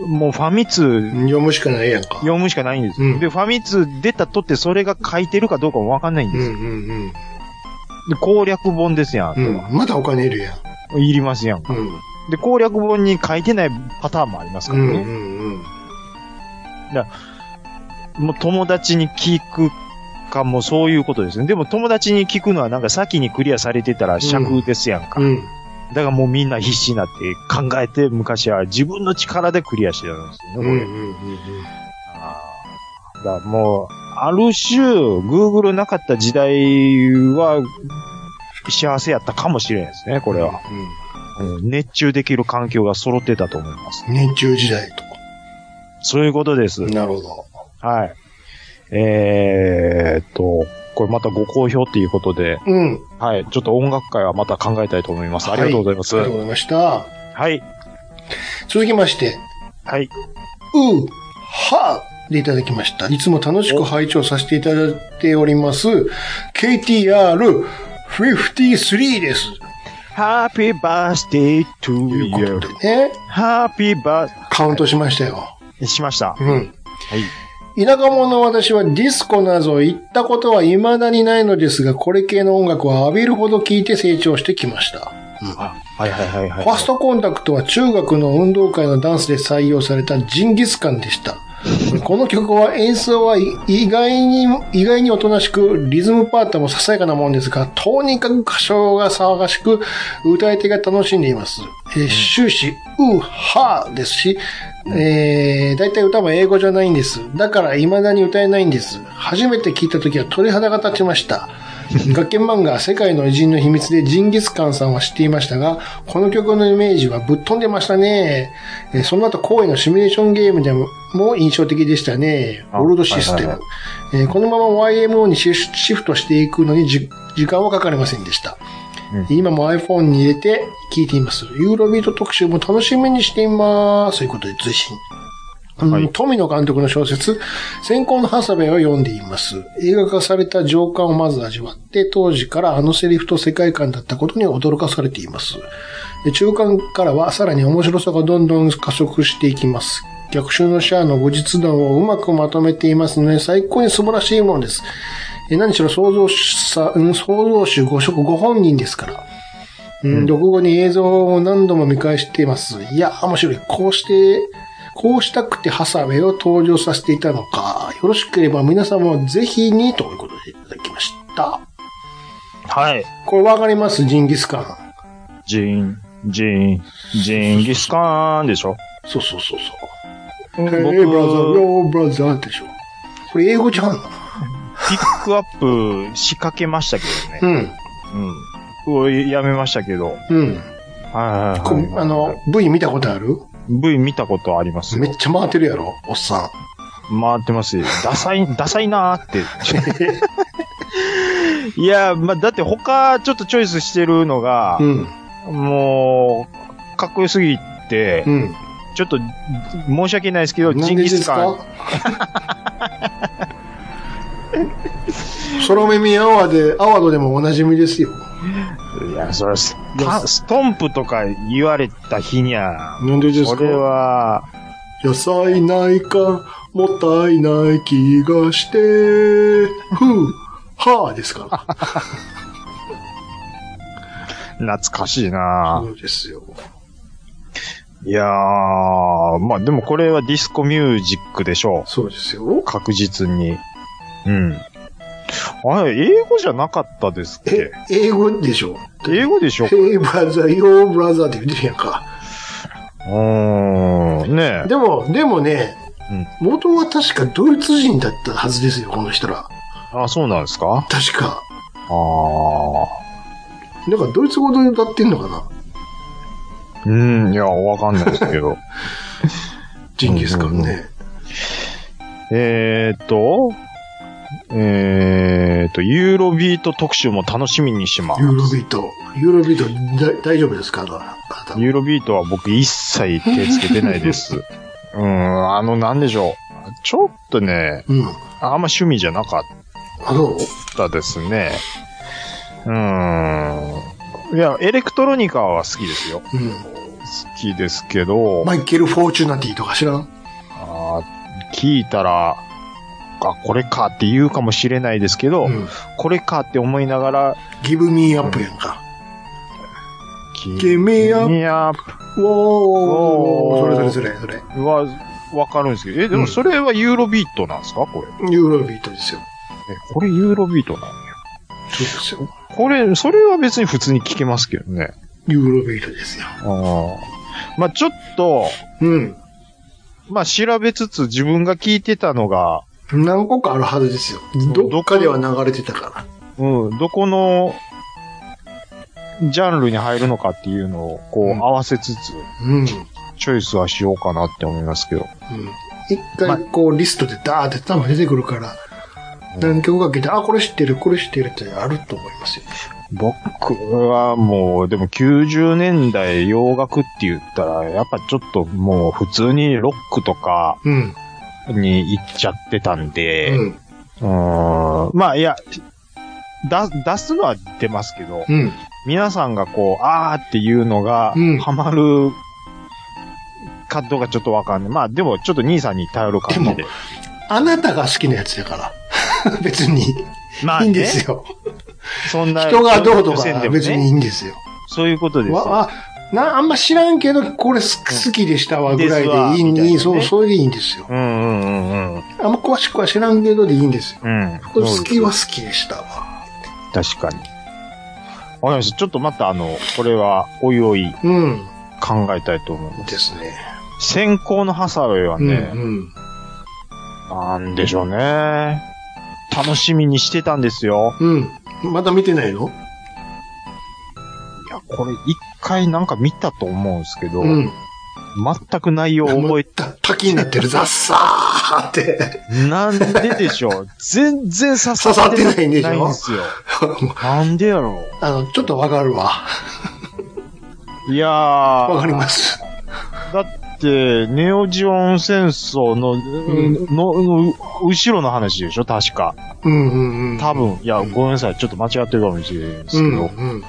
もうファミ通
読むしかないやんか。
読むしかないんです、
うん
で、ファミ通出たとってそれが書いてるかどうかもわかんないん
う
です、
んうん
で攻略本ですやん。
うん。うん。まだお金いるやん。
いりますやんか。
うん。
で、攻略本に書いてないパターンもあります
う
から
ん
ね。
うん
もう友達に聞くかもそういうことですね。でも友達に聞くのはなんか先にクリアされてたら尺ですやんか。
うん。うん。
だからもうみんな必死になって考えて昔は自分の力でクリアしてたんですよ
う
ね。
んう
これ
ん
あーだからもう、ある種、Google なかった時代は幸せやったかもしれないですね、これは。うん熱中できる環境が揃ってたと思います。
うん。年中時代
そういうことです
と。。なるほど。
はい。えーっと、これまたご好評っていうことで、
うん。
はい。ちょっと音楽会はまた考えたいと思います。ありがとうございます。
はあ
は
りがとう
い。
ございました。
はい。
続きまして、うー、はーでいただきました。いつも楽しく拝聴させていただいております、KTR53 です。
Happy birthday
とい
to
うこ
you.
とでね、
Happy birthday
カウントしましたよ。
しました。
うん。
はい。
田舎者の私はディスコなど行ったことは未だにないのですが、これ系の音楽は浴びるほど聴いて成長してきました。
あはいはいはいはい。
ファーストコンタクトは中学の運動会のダンスで採用されたジンギスカンでした。この曲は演奏はい意外に、意外におとなしく、リズムパートもささやかなもんですが、とにかく歌唱が騒がしく、歌い手が楽しんでいます。えー終始、う、はですし、えー、だいたい歌も英語じゃないんです。だから未だに歌えないんです。初めて聞いた時は鳥肌が立ちました。 学研漫画、世界の偉人の秘密でジンギスカンさんは知っていましたが、この曲のイメージはぶっ飛んでましたね。えーその後、後へのシミュレーションゲームでもも印象的でしたね。
あ
オールドシステム。
はいは
えーこのまま YMO にシフシフトしていくのにじ時間はかかりませんでした。今も iPhone に入れて聴いています。ユーロビート特集も楽しみにしています。ということで、随信。うん
はい
富野監督の小説、先行のハサベを読んでいます。映画化された情感をまず味わって、当時からあのセリフと世界観だったことに驚かされています。で中間からはさらに面白さがどんどん加速していきます。逆襲のシャアの後日談をうまくまとめていますので、最高に素晴らしいものです。え何しろ創造主さ、うん創造主ご職ご本人ですから。うん、読後に映像を何度も見返しています。いや、面白い。こうして、こうしたくてハサウェイを登場させていたのか。よろしければ皆様もぜひに、ということでいただきました。
はい。
これわかりますジンギスカン。
ジン、ジン、ジンギスカーンでしょ
そうそうそうそう。
僕、ピ
ヘイブラザー、ヨーブラザーでしょ。これ英語ちゃうの
ックアップ仕掛けましたけどね。
ん。
うん。をやめましたけど。はい
うん。
はい
こ
はい。
あの、V 見たことある
V 見たことありますよ
めっちゃ回ってるやろおっさ
回ってますよ。ダサ い、ダサいなーって。いや、まあ、だって他ちょっとチョイスしてるのが
ん。、うん。
もう、かっこよすぎて、
うん。
ちょっと申し訳ないですけど、
な
ジ
ん
ン
で
ギ
で
ス
す
カ
か
ン。
ソロ耳アワーで、アワードでもおなじみですよ。
いや、それはスタストンプとか言われた日にゃ、
なんでです
こ
か
れは、
野菜ないか、もったいない気がして、ふう、はーですから。
懐かしいな
そうですよ。
いやー、まあでもこれはディスコミュージックでしょ
そうです
う。
よ。
確実に。うん。あれ、英語じゃなかったですっ
え
け、
英語でしょ
英語でしょ
ヘイブラザー、ヨーブラザーって言ってるやんか。
うーん、ねえ。
でも、でもね、元は確かドイツ人だったはずですよ、この人ら。
あ、そうなんですか
確か。
あー。
なんかドイツ語で歌ってんのかな
うん、いや、わかんないですけ ど。
ジンギスカン
うんうん
ね。
えーっと、えーっと、ユーロビート特集も楽しみにします
ユ。ーロビート。ユーロビートだ大丈夫ですかあのあなた
ユーロビートは僕一切手つけてない です。うん、あの、なんでしょう。ちょっとね、
うん。
あんま趣味じゃなかっ
あの、
たですね。うーん。いや、エレクトロニカは好きですよ。
うん。
好きですけど、
マイケル・フォーチュナティとか知らん
あー聞いたら、あ、これかって言うかもしれないですけど、
うん。
これかって思いながら、
ギブミーアップやんか。
君
Give me up
や
おーお
おー
それそれそれそ
は、わかるんですけど、え、で
う
も
ん
それはユーロビートなんですかこれ。
れ。ユーロビートですよ。
え、これユーロビートなの
そうですよ。
これ、それは別に普通に聞けますけどね。
ユーロビートですよ。
ああ。まあちょっと、
うん。
まあ調べつつ自分が聞いてたのが、
何個かあるはずですよ。どっかでは流れてたから。
うん、どこの、ジャンルに入るのかっていうのを、こう、
うん
合わせつつ、
うん。うん。
チョイスはしようかなって思いますけど。
一回こうリストでダーって多分出てくるから、何曲か聞いて、あ、これ知ってる、これ知ってるってあると思いますよ。
僕はもう、でも90年代洋楽って言ったら、やっぱちょっともう普通にロックとか
うん。
に行っちゃってたんで、
うん。
うーんまあいや、だ、出すのは出ますけど、
うん。
皆さんがこう、あーっていうのが
うん、
ハマる、かどうかちょっとわかんない。まあでもちょっと兄さんに頼る感じ
で
で。
あなたが好きなやつだから。 別に。
まあ
いい
ね
んですよ。
そんな。
人がどうと
予選
か
でもね
別にいいんですよ。
そういうことですよ。
わあなあんま知らんけど、これす好きでしたわぐらいでいい
ですわみたいなね
いいそう、それでいいんですよ。
うんうんうんうん。
あんま詳しくは知らんけどでいいんですよ。
うん。
これ好きは好きでしたわ。
確かに。わかりました。ちょっとまたあの、これは、おいおい
うん。
考えたいと思います。
ですね。
先行のハサウェイは
うん、
ね、
うん。
なんでしょうね。楽しみにしてたんですよ。
うん。まだ見てないの
いや、これ一回なんか見たと思うんですけど、
うん。
全く内容覚えて、
た、 滝になってる。ザッサーって。
なんででしょう全然刺さって
刺さってないんでしょ
ないんですよ。なんでやろ
あの、ちょっとわかるわ。
ういや
わか
ー、
ります。
だって、ネオジオン戦争の、
ん
の、の後ろの話でしょ確か。
うんうんうん。
多分、いや、ごめんなさい。ちょっと間違ってるかもしれないです
う
け
ん
ど、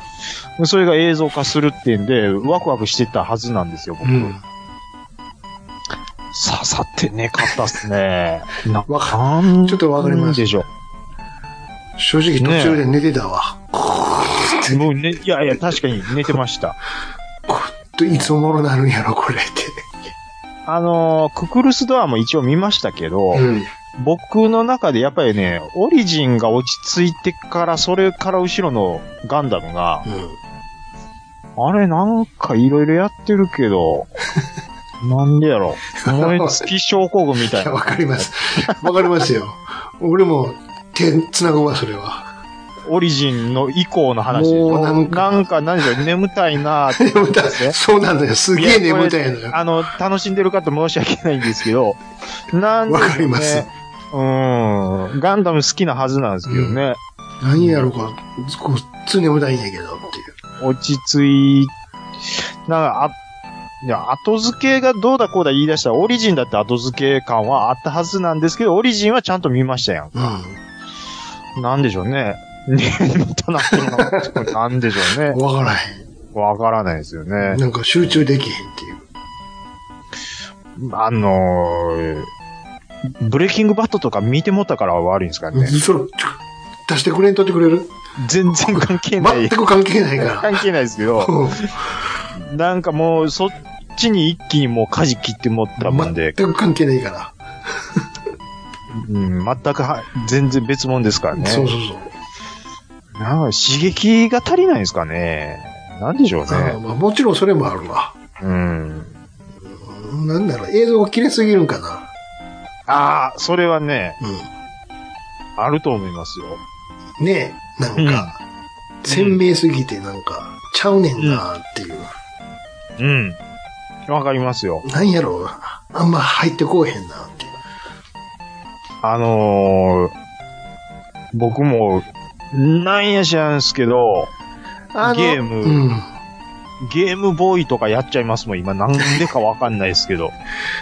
うん。
それが映像化するっていうんで、ワクワクしてたはずなんですよ、僕。
うん。
刺さってねかったっすね。な、
わか
なん
ちょっとわかります
でしょ
正直途中で寝てたわ。
う。もうね、いやいや、確かに寝てました。
といつおもろなるんやろ、これって。
あのーククルスドアも一応見ましたけど、
うん。
僕の中でやっぱりね、オリジンが落ち着いてから、それから後ろのガンダムが、あれなんかいろいろやってるけ ど、なんでやろ。燃え尽き症候群みたい
いや、
な。
わかります。わかりますよ。俺も手繋ぐわ、それは。
オリジンの以降の話でし
も
ょ。
う
な
なんん
か、
か
なんじゃ眠たいなーって
眠たい
ですね。
そうなんだよ。すげえ眠たいの
やこれ
よ。
あの、楽しんでる方申し訳ないんですけど、なんでしょうね
わかります。
うーん。ガンダム好きなはずなんですけどね。
何やろか、こう、普通に眠たいんやけど、っていう。
落ち着い、なんか、あ、いや、後付けがどうだこうだ言い出したら、オリジンだって後付け感はあったはずなんですけど、オリジンはちゃんと見ましたや。
うん
なんでしょうね。眠たなってるのがこれなんでしょうね
ん。。わからへ
わからないですよね
ん。。なんか集中できへんっていう。
あのー、ブレイキングバットとか見てもったから悪いんですかね。
それ、ちょ出してくれんとってくれる
全然関係な
全
い。
く関係ない か
関係ないですけ
ら。
ど、
うん
なんかもうそっちに一気にもう舵切って持ったもんで、
全く関係ないか
うん、全くは全然別物ですから
ら。
ね。
そうそうそう。
なんか刺激が足りないんですかね。なんでしょう
あ
ね。
まあ、もちろんそれもあるわ。
うん。
うんなんだろう、映像が綺麗すぎるんかな。
ああ、それはね、
う
あると思いますよ。
ん。ねえ、なんか、鮮明すぎてなんか、ちゃうねんなっていう。
うん。わかりますよ。
なんやろう、あんま入ってこうへんなっていう。
あのー、僕も、なんやしなんすけど、ゲーム、
うん。
ゲームボーイとかやっちゃいますもん、今。なんでかわかんないですけど。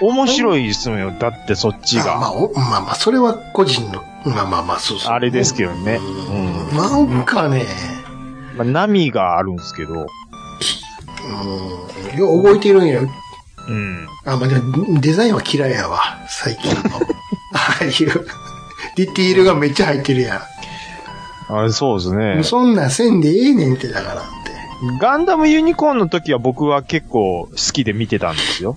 面白いですもんよ。だってそっち
あま
が。
あ、おまあまあ、それは個人の、まあまあまあ、そうそう。
あれですけどね。
うん。なんかね、
うん。まあ、波があるんですけど。
うん。よう動いてるんや。
うん。
あ、まあでも、デザインは嫌いやわ、最近 の。ああいう、ディティールがめっちゃ入ってるやん。
あれそうですね。
そんなんせんでええねんってだからって。
ガンダムユニコーンの時は僕は結構好きで見てたんですよ。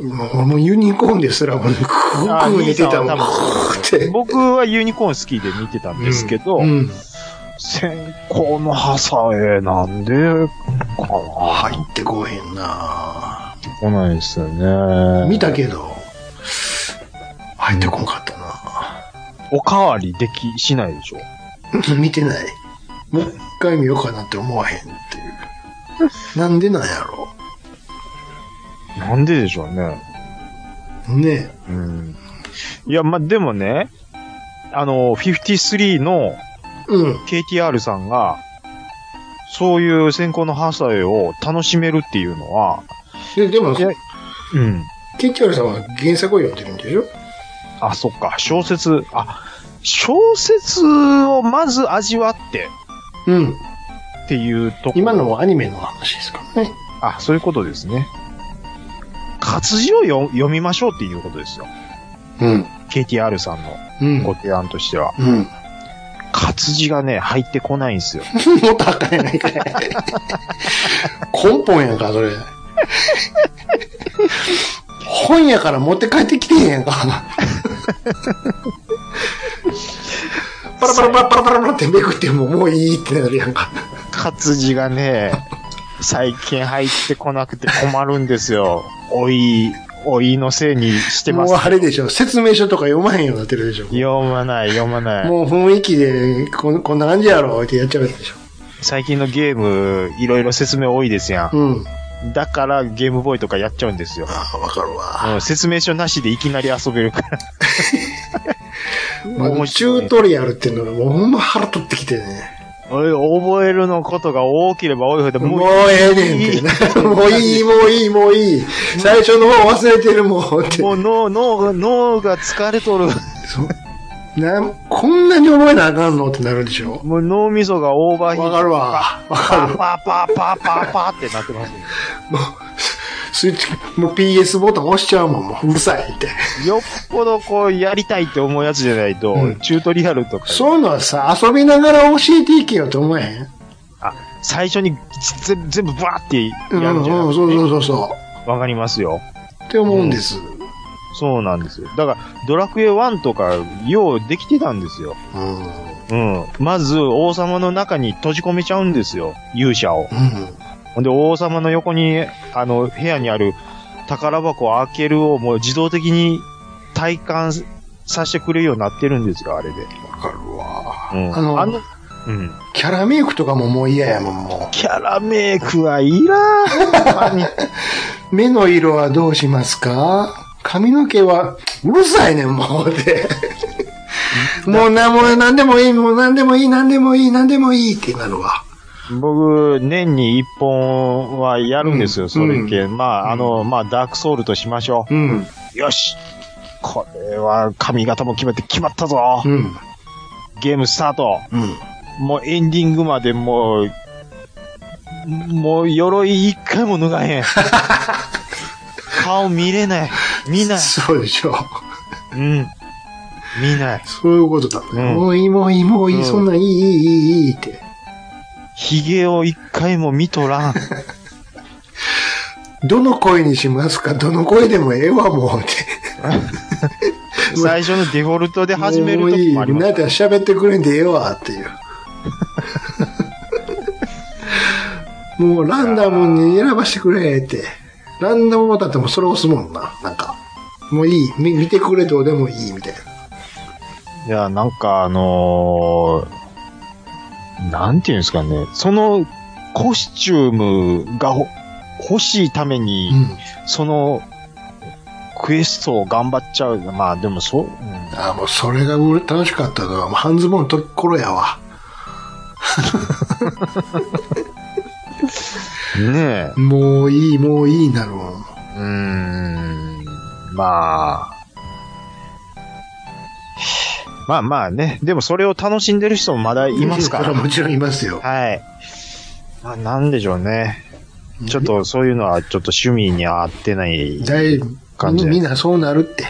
もうもうユニコーンですらもう、クークー見てたも
あ兄さん
ん。
は
クーって。
僕はユニコーン好きで見てたんですけど、
うん。
先行のハサエなんでかな
入ってこうへんな
来ないですよね。
見たけど、入ってこんかったな
おかわりでき、しないでしょ。
見てない。 もう一回見ようかなって思わへんっていう。なんでなんやろ
なんででしょうね。
ね
うん。いや、ま、でもね、あの、53の
え。うん。
KTR さんが、そういう先行のハサエを楽しめるっていうのは、
で、でも
い、やうん。
ケンチョルさんは原作を読んでるんでしょ
あ、そっか、小説、あ、小説をまず味わって
うん。
っていうとこ
今のもアニメの話ですからね。
あ、そういうことですね。活字を読読みましょうっていうことですよ。
うん。
KTR さんの
うん。
ご提案としては。
うん。も
活字がね、入ってこないんで すよ。
っと赤やないかい。根本やんか、それ。本やから持って帰ってきてへんやんか。パラパラパラパラパラパラってめくってももういいってなるやんか。
活字がね、最近入ってこなくて困るんですよ。おい、老いのせいにしてます。
もうあれでしょ、説明書とか読まへんようになってるでしょ。
読まない、読まない。
もう雰囲気でこ、こんな感じやろってやっちゃうでしょ。
最近のゲーム、いろいろ説明多いですやん。
うん。
だから、ゲームボーイとかやっちゃうんですよ。
ああ、わかるわ。
うん、説明書なしでいきなり遊べる から。
まあ、チュートリアルっていうのがもうほんま腹立ってきてね。
おい覚えるのことが多ければ多いほど、
もう
もう、
ええねんって。もういい、もういい、もういい。最初の方忘れてるもんって。
もう脳、脳が、脳が疲れとる。
そうなんこんなに覚えなあかんのってなるでしょ。
もう脳みそがオーバーヒー
わ
ト
かるわ。わ
パ
か
ー
る。
パーパーパーパーパーってなってますよ。
もう、スイッチ、もう PS ボタン押しちゃうもん、もううるさいって。
よっぽどこう、やりたいって思うやつじゃないと、
うん
チュートリアルとか、
そういうのはさ、遊びながら教えていけよと思えへん。
あ、最初にぜ全部バーってや
う
る
ん、うん
じゃな、
そう
く
そう
て、
そうそ
わかりますよ。
う。って思うんです。
そうなんですよ。だから、ドラクエ1とか、ようできてたんですよ。
うん。うん。
うん。まず、王様の中に閉じ込めちゃうんですよ。勇者を。ほんで、王様の横に、あの、部屋にある宝箱を開けるをもう自動的に体感させてくれるようになってるんですよ、あれで。
わかるわ。
うん。
あの
うん。
キャラメイクとかももう嫌やもん、も
キャラメイクはいらん。
う。目の色はどうしますか髪の毛は、うるさいねん、もう、って。もうな、もう何でもいい、もう何でもいい、何でもいい、何でもいいってなるわ。
僕、年に一本はやるんですよ、
うん
それ系。まあ、あの、まあ、ダークソウルとしましょ
うん、
う。よしこれは髪型も決まって決まったぞ、
うん、
ゲームスタート
うん。
もうエンディングまでもう、もう鎧一回も脱が へん。顔見れない。見ない。
そうでしょう。
うん。見ない。
そういうことだね。
うん
もういい、もういい、もういい、
うん
そんなんいい、いい、いい、いいって。
髭を一回も見と らん。
どの声にしますかどの声でもええわ、もうって。
最初のデフォルトで始める
うい
時
い、
もあります
なん。か喋ってくれんでええわっ ていう。もうランダムに選ばしてくれって。ランダムボタンってもうそれ押すもんな。なんか。もういい。み見てくれどうでもいいみたいな。
いや、なんかあのーなんていうんですかね、そのコスチュームがほ欲しいために、
うん。
そのクエストを頑張っちゃう。まあでもそう、うん
ああ、もうそれがうれ楽しかったのは、もう半ズボンのところやわ。
ね
もういい、もういいなるもん。
え、うーん、まあ、まあまあね、でもそれを楽しんでる人もまだいますか
それ
ら
は。もちろんいますよ。
はい。まあ、なんでしょうね。ちょっと、そういうのは、ちょっと趣味に合ってない。うん。
大
感じ
みんなそうなるって。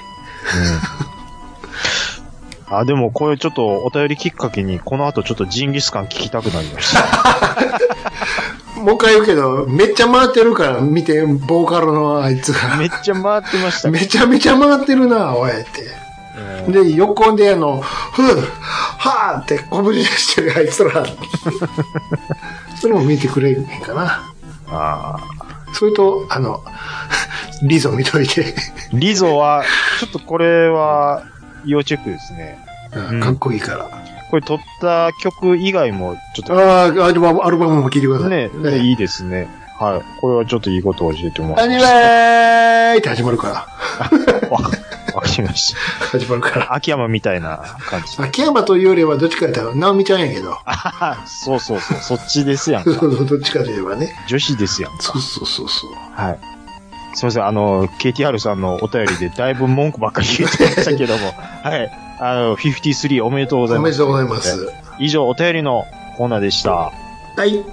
あ、でも、これちょっと、お便りきっかけに、この後ちょっとジンギスカン聞きたくなりま した。
もう一回言うけど、めっちゃ回ってるから見て、ボーカルのあいつが。
めっちゃ回ってました。
めちゃめちゃ回ってるな、おいって。で、横であの、ふぅ、はぁって拳出してるあいつ ら。それも見てくれへんかな。
あ
それと、あの、リゾ見といて。
ーリゾは、ちょっとこれは、要チェックですね。
うんかっこいいから。
これ撮った曲以外も、ちょっ
ああ、アルバムアルバムも聴いてくだ
と
さい。
ね、ねいいですね。はい。これはちょっといいことを教えてもら
ア
い
ニ
ま
メ
した。
ーって始まるから。
わわかりました。
始まる から。
秋山みたいな感じ。
秋山というよりはどっちかというと、ナオミちゃんやけど。
ああ、そうそうそう、そっちですやん
そう
か。
そうどっちかといえばね。
女子ですやん。
そうそうそうそう。
はい。すみません、あの、KTR さんのお便りでだいぶ文句ばっかり言ってましたけど も、はい。あの、53おめでとうござい
お
ます。
めでとうございます。
以上、お便りのコーナーでした。
はい。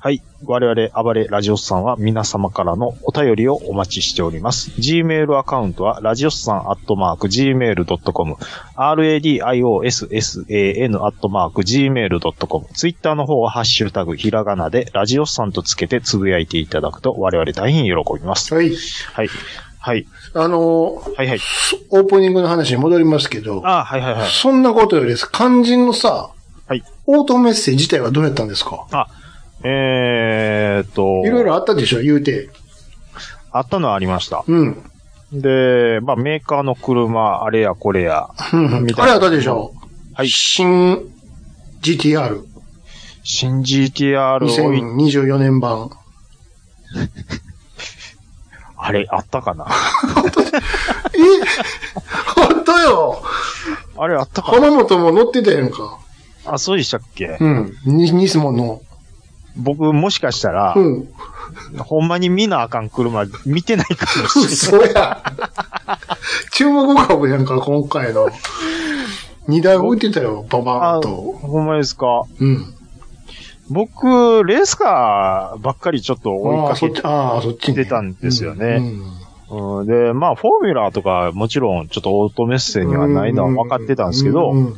はい。我々、暴れラジオスさんは皆様からのお便りをお待ちしております。Gmail アカウントは、ラジオスさんアットマーク Gmail.com、radiossan アットマーク Gmail.com、Twitter の方は、ハッシュタグ、ひらがなで、ラジオスさんとつけてつぶやいていただくと、我々大変喜びます。
はい。
はい。はい。
あの、
はいはい。
オープニングの話に戻りますけど、
あはいはいはい。
そんなことよりです。肝心のさ、
はい。
オートメッセージ自体はどうやったんですか
あ、えーっと、
いろいろあったでしょ、言うて。
あったのはありました。
うん。
で、まあ、メーカーの車、あれやこれや、
うんうん
みたい
あれ
な
あったでしょ
はい
新 GTR。
新 GTR をい、
2024年版。
あれ、あったかな
え 本当よ
あれ、あったか
浜本も乗ってたやんか。
なあ、そうでしたっけ
うん。に、ニスモの。
僕、もしかしたら
う、ん。
ほんまに見なあかん車、見てないかもしれない。
嘘や。注目株やんか、今回 の。荷台置いてたよ、ババー
あ
ンと。
ほんまですか
うん。
僕、レースカーばっかりちょっと追い
ああ、
か
そ
け
っち、ああ、そっち、ね。
出たんですよね
うん
うん、で、まあ、フォーミュラーとか、もちろん、ちょっとオートメッセにはないのは分かってたんですけど、
うん。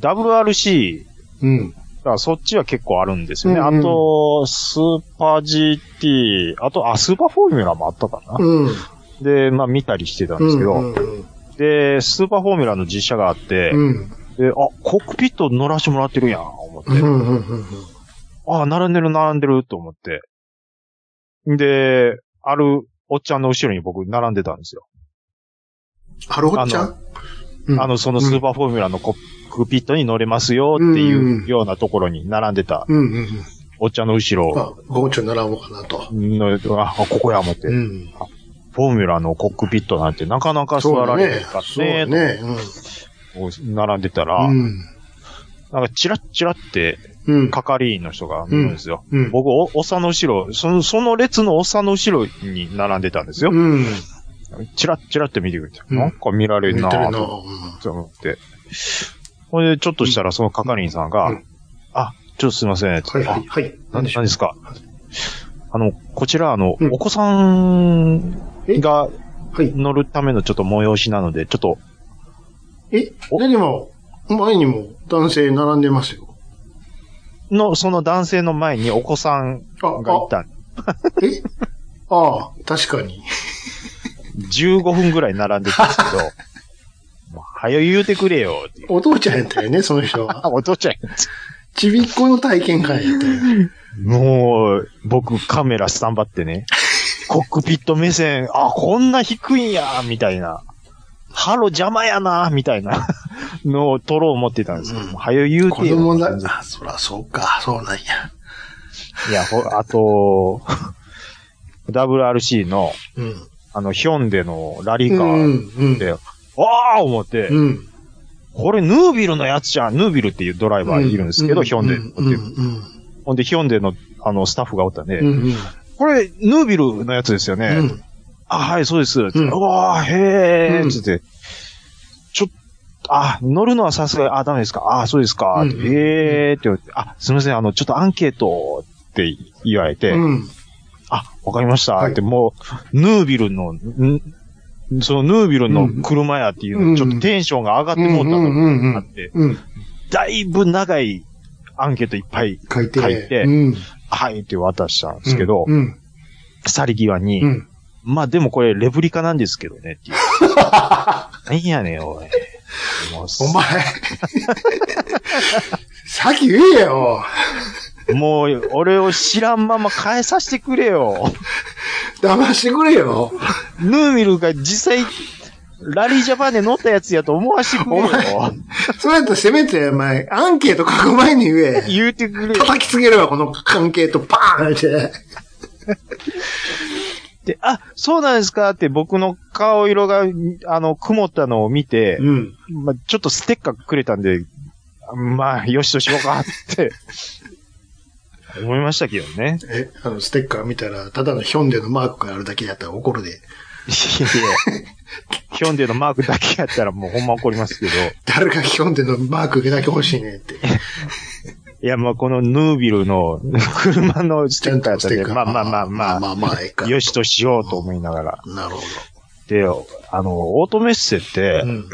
WRC、
うん。
だからそっちは結構あるんですよね。
うんうん
あと、スーパー GT、あと、あ、スーパーフォーミュラーもあったかな。
うん。
で、まあ見たりしてたんですけど、
うんうん
で、スーパーフォーミュラーの実写があって、
うん。
で、あ、コックピット乗らしてもらってるやん、思って。
うんうんうんうん。
あ、並んでる、並んでる、と思って。で、あるおっちゃんの後ろに僕並んでたんですよ。
ハロホッちゃんうん
あの、そのスーパーフォーミュラーのコックピットに乗れますよって
うんう
い
ん
うようなところに並んでた
うんうんうん。
おっちゃんの後ろ
あ、ゴーチョ並ぼうかなと。
の、あ、ここや思って、
うん。
フォーミュラーのコックピットなんてなかなか座られへんかっ
そう
ね
だね。そうだね
並んでたら、なんかチラッチラって
うん。うん。
係員の人がいるんですよ。
うん。
僕、お、おっさんの後ろ、その、その列のおっさんの後ろに並んでたんですよ。
うん。
チラッチラって見てくれて、
うん
なんか見られる
言
な
ってるな。
ぁと思って。ほんで、ちょっとしたらその係員さんが、
うん
あ、ちょっとすいません。
はいは
あ
い。はい。
な
何
ん
でしょう
ですかあの、こちら、あの、
うん
お子さん
え
が
はい。
乗るためのちょっと催しなので、ちょっと、
え
お
何も、前にも男性並んでますよ。
の、その男性の前にお子さん
あ、
がい
あ、
たん
えああ、確かに。
15分ぐらい並んでたんですけど、 もう早言うてくれよっていう。
お父ちゃんやったよね、その人
あ、
は。
お父ちゃん。
ちびっこの体験会やった よ。
もう、僕カメラスタンバってね、 コックピット目線、あ、こんな低いんや、みたいな。ハロ邪魔やな、みたいなのを撮ろう思ってたんですけど、
うん
もう早言う
子
てよ。
供だ。あ、そらそうか、そうなんや。
いや、ほあと、WRC の、
うん。
あの、ヒョンデのラリ
う
ーカ
ん
ー、
うん。
で、ああ思って、
うん。
これヌービルのやつじゃん。ヌービルっていうドライバーいるんですけど、ヒョンデ
うん
っていう。
うん。
ほんで、ヒョンデの、あの、スタッフがおったんで、
うん。うん。
これ、ヌービルのやつですよね。
うん。
あ、はい、そうです。う
うん
わー、へ
う
ー、
ん
つって。ちょっと、あ、乗るのはさすが、あ、ダメですか。あ、そうですか。
うん
へーって言われて、あ、すみません、あの、ちょっとアンケートって言われて、
うん。
あ、わかりました。
はい
って、もう、ヌービルの、んそのヌービルの車やっていうの、
うん
ちょっとテンションが上がってもうた
うんうんうんう
の
ん
があって、
うん。
だいぶ長いアンケートいっぱい、
書いて。
書いて
うん。
はいって渡したんですけど、
うん。
去り際に、
うん。
まあでもこれレプリカなんですけどねっていう。 何やねん、おい。もうす
お前。さっき言えよ。
もう、俺を知らんまま変えさせてくれよ。
騙してくれよ。
ヌーミルが実際、ラリージャパンで乗ったやつやと思わせてくれよ
お。前そうやったらせめて、お前、アンケート書く前に言え。
言うてくれよ。
叩きつけるわ、この関係とパーンって。
で、あ、そうなんですかって僕の顔色が、あの、曇ったのを見て、
うん。
まあ、ちょっとステッカーくれたんで、まあ、よしとしようかって、思いましたけどね。
え、あの、ステッカー見たら、ただのヒョンデのマークがあるだけやったら怒るで。
いやいや、ヒョンデのマークだけやったらもうほんま怒りますけど。
誰がヒョンデのマークだけ欲しいねんって。
いや、もうこのヌービルの車のステッカーやったん
ステ
で、
ッカー
まあまあまあまあ、
まあまあええか
よしとしようと思いながら。
なるほ
で、あの、オートメッセって、
ど。うん。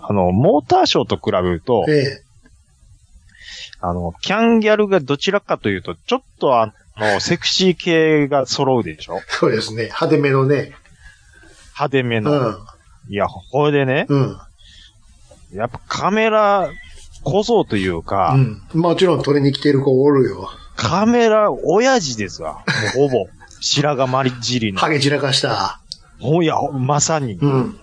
あの、モーターショーと比べると、
ええ。
あの、キャンギャルがどちらかというと、ちょっとあの、セクシー系が揃うでしょ
そうですね。派手めのね。
派手め
う
の。
ん。
いや、ほいでね、
うん。
やっぱカメラこそというか、
うん。もちろん取りに来てる子おるよ。
カメラ親父ですわ。ほぼ。白髪まりじりの。
ハゲ散らかした。
ほんや、まさに、
うん。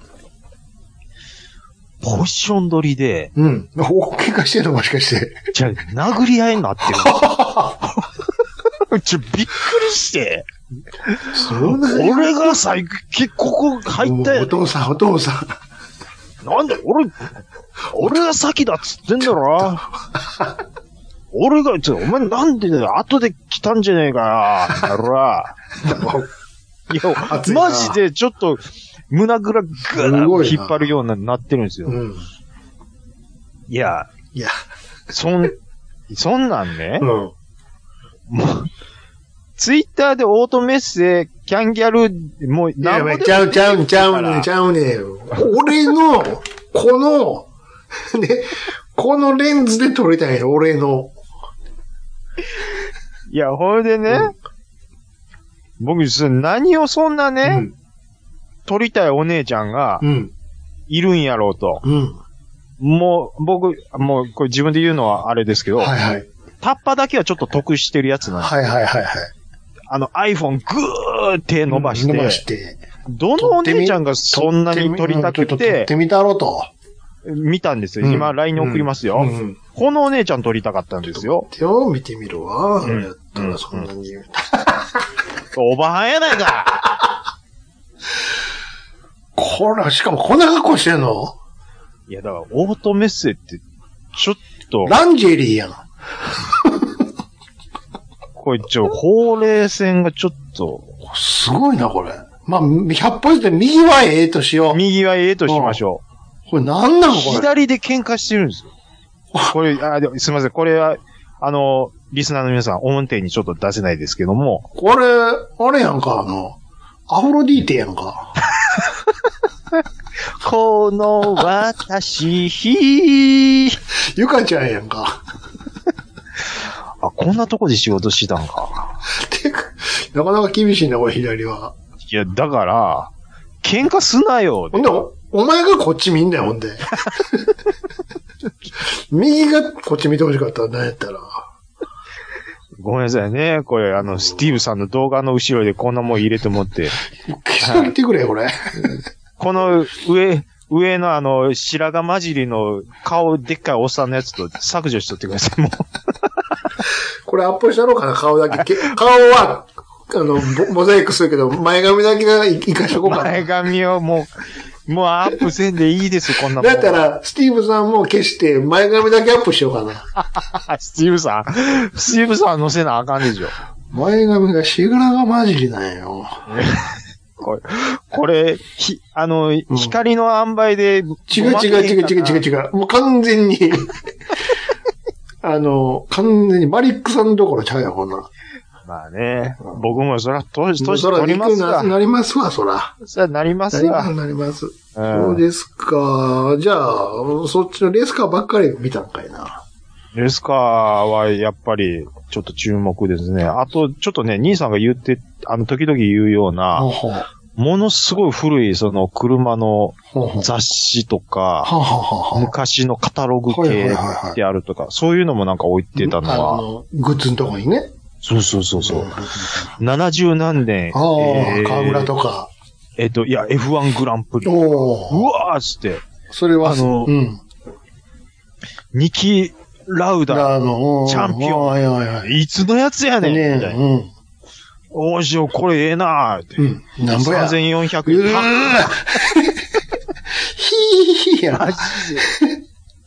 ポジション取りで、
うん。お、喧嘩してんのもしかして。
じゃあ、殴り合いになってるんですよ。ちょ、びっくりして。
そうなんや
俺が最結ここ入った
お
や
父さん、お父さん。
なんで、俺、俺が先だっつってんだろ。俺が、ちょ、お前なんでだよ、後で来たんじゃねえかよ、やろ。いや
熱、いな
マジでちょっと、胸ぐらぐー
すご
っ
い
と
な
引っ張るようになってるんですよ。
うん。
いや、
いや、
そん、そんなんね、
うん。
もう、ツイッターでオートメッセ、キャンギャル、もう、
いや、
んぼでも
ちゃうちゃうちゃうねん、ちゃうねん。俺の、この、 ね、このレンズで撮りたいの、俺の。
いや、ほいでね、僕、その何をそんなね、
うん。
撮りたいお姉ちゃんが
うん。
いるんやろうと。
うん。
もう、僕、もう、これ自分で言うのはあれですけど、
はいはい。
タッパだけはちょっと得してるやつなんです。
はいはいはいはい。
あの iPhone ぐーって伸ばして、
伸ばして。
どのお姉ちゃんがそんなに撮りた
ちょっ
く
と撮っててみたろうと。
見たんですよ。
うん
今 LINE 送りますよ、
うんうん
このお姉ちゃん撮りたかったんですよ。
手を見てみるわ。
うん
やったらそんなに。
おばはんやないか
こら、しかもこんな格好してんの
いや、だからオートメッセって、ちょっと、
ランジェリーやん。
これちょ、ほうれい線がちょっと、
すごいな、これ。まあ、100歩ずつ右はええとしよう。
右はええとしましょ
これなんな
う。
のこれ。
左で喧嘩してるんですよ。これ、あでもすいません。これは、あの、リスナーの皆さん、音程にちょっと出せないですけども、
これ、あれやんか、あの、アフロディーテやんか。
この私、ひー。
ゆかちゃんやんか。
あ、こんなとこで仕事してたんか。
てか、なかなか厳しいな、これ、左は。
いや、だから、喧嘩すなよ。
ほんで、おお前がこっち見んだよ、ほんで。 右がこっち見てほしかったら、なんやったら。
ごめんなさいね。これ、あの、スティーブさんの動画の後ろでこんなもん入れてもって。
消しててくれ、これ。
この上、上のあの、白髪混じりの顔でっかいおっさんのやつと削除しとってください。も
これアップしたろうかな、顔だけ。け顔は、あの、ボモザイクするけど、前髪だけがいいかしとこ
う
うか
前
な。
髪をもう、もうアップせんでいいです、こんなもん。
だったら、スティーブさんも消して、前髪だけアップしようかな。
あ、 スティーブさん。スティーブさんは乗せなあかんでしょ。
前髪がしぐらが混じりなんよ。
これ、これ、ひ、あの、光の塩梅で、
違う違う違う違う違
う。
う違う。もう完全に。 あの、完全にマリックさんのところちゃうよ、こんな。
まあね、僕もそら、と年
そら、
取ります
な
わ。
なりますわ、そら。
そらなります
なりま
わ
す、。なります。
う
そうんですか。じゃあ、そっちのレースカーばっかり見たんかいな。
レスカーはやっぱり、ちょっと注目ですね。あと、ちょっとね、兄さんが言って、あの、時々言うような、
ほうほう。
ものすごい古い、その、車の
ほうほう。
雑誌とか、
はははは。
昔のカタログ
はいはい
系
はいはい
であるとか、そういうのもなんか置いてたの
あ
は、
の、グッズのとこにね。
そうそうそうそう
うん。
70何年、
ああ、
えー
川村とか。
えっと、いや、F1 グランプリ。う
おお。
わーっつって、
それは、
あの
うん。
ニキ・ラウダ、
あの、うん
チャンピオン
はいはいはい。
いつのやつやねんみたいな。
ね
おーしよう、これええなーって。
え、うん。うん。なんぼや。う
3400
ー
円。
ひーひーや。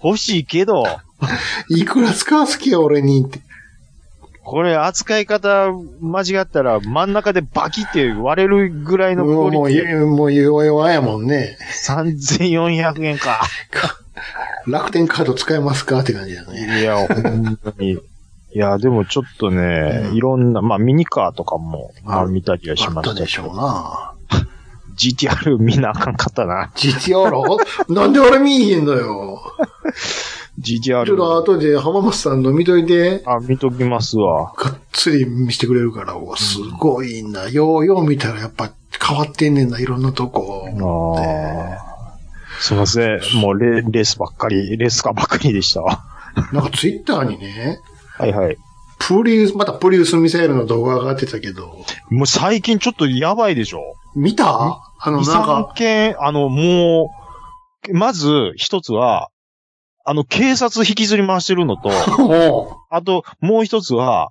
欲しいけど、
いくら使わす気や、俺にって。
これ扱い方間違ったら真ん中でバキって割れるぐらいのク
もう、も
オ
う、
リティ。
もう、弱々やもんね。
3400円か。
楽天カード使えますかって感じだ
い
ね。
や、ほんまに。いや、でもちょっとね、いろんな、まあミニカーとかも、まあ
あ
見たりはし
あ
ま
っ
したた
でしょうな。
GTR 見なあかんかったな。
GTR? なんで俺見えへんのよ。ちょっ
GTR。
と後で浜松さんの見といて、
あ、見ときますわ。
がっつり見せてくれるから、おすごいな。ようよう見たらやっぱ変わってんねんな、いろんなとこ。
ああ。すいません。もうレレースばっかり、レースカーばっかりでしたわ。
なんかツイッターにね、
はいはい。
プリウス、またプリウスミサイルの動画上がってたけど、
もう最近ちょっとやばいでしょ
見たあの、
遺
なん
産
か、
系、あの、もう、まず、一つは、あの、警察引きずり回してる のと、
おう
あと、もう一つは、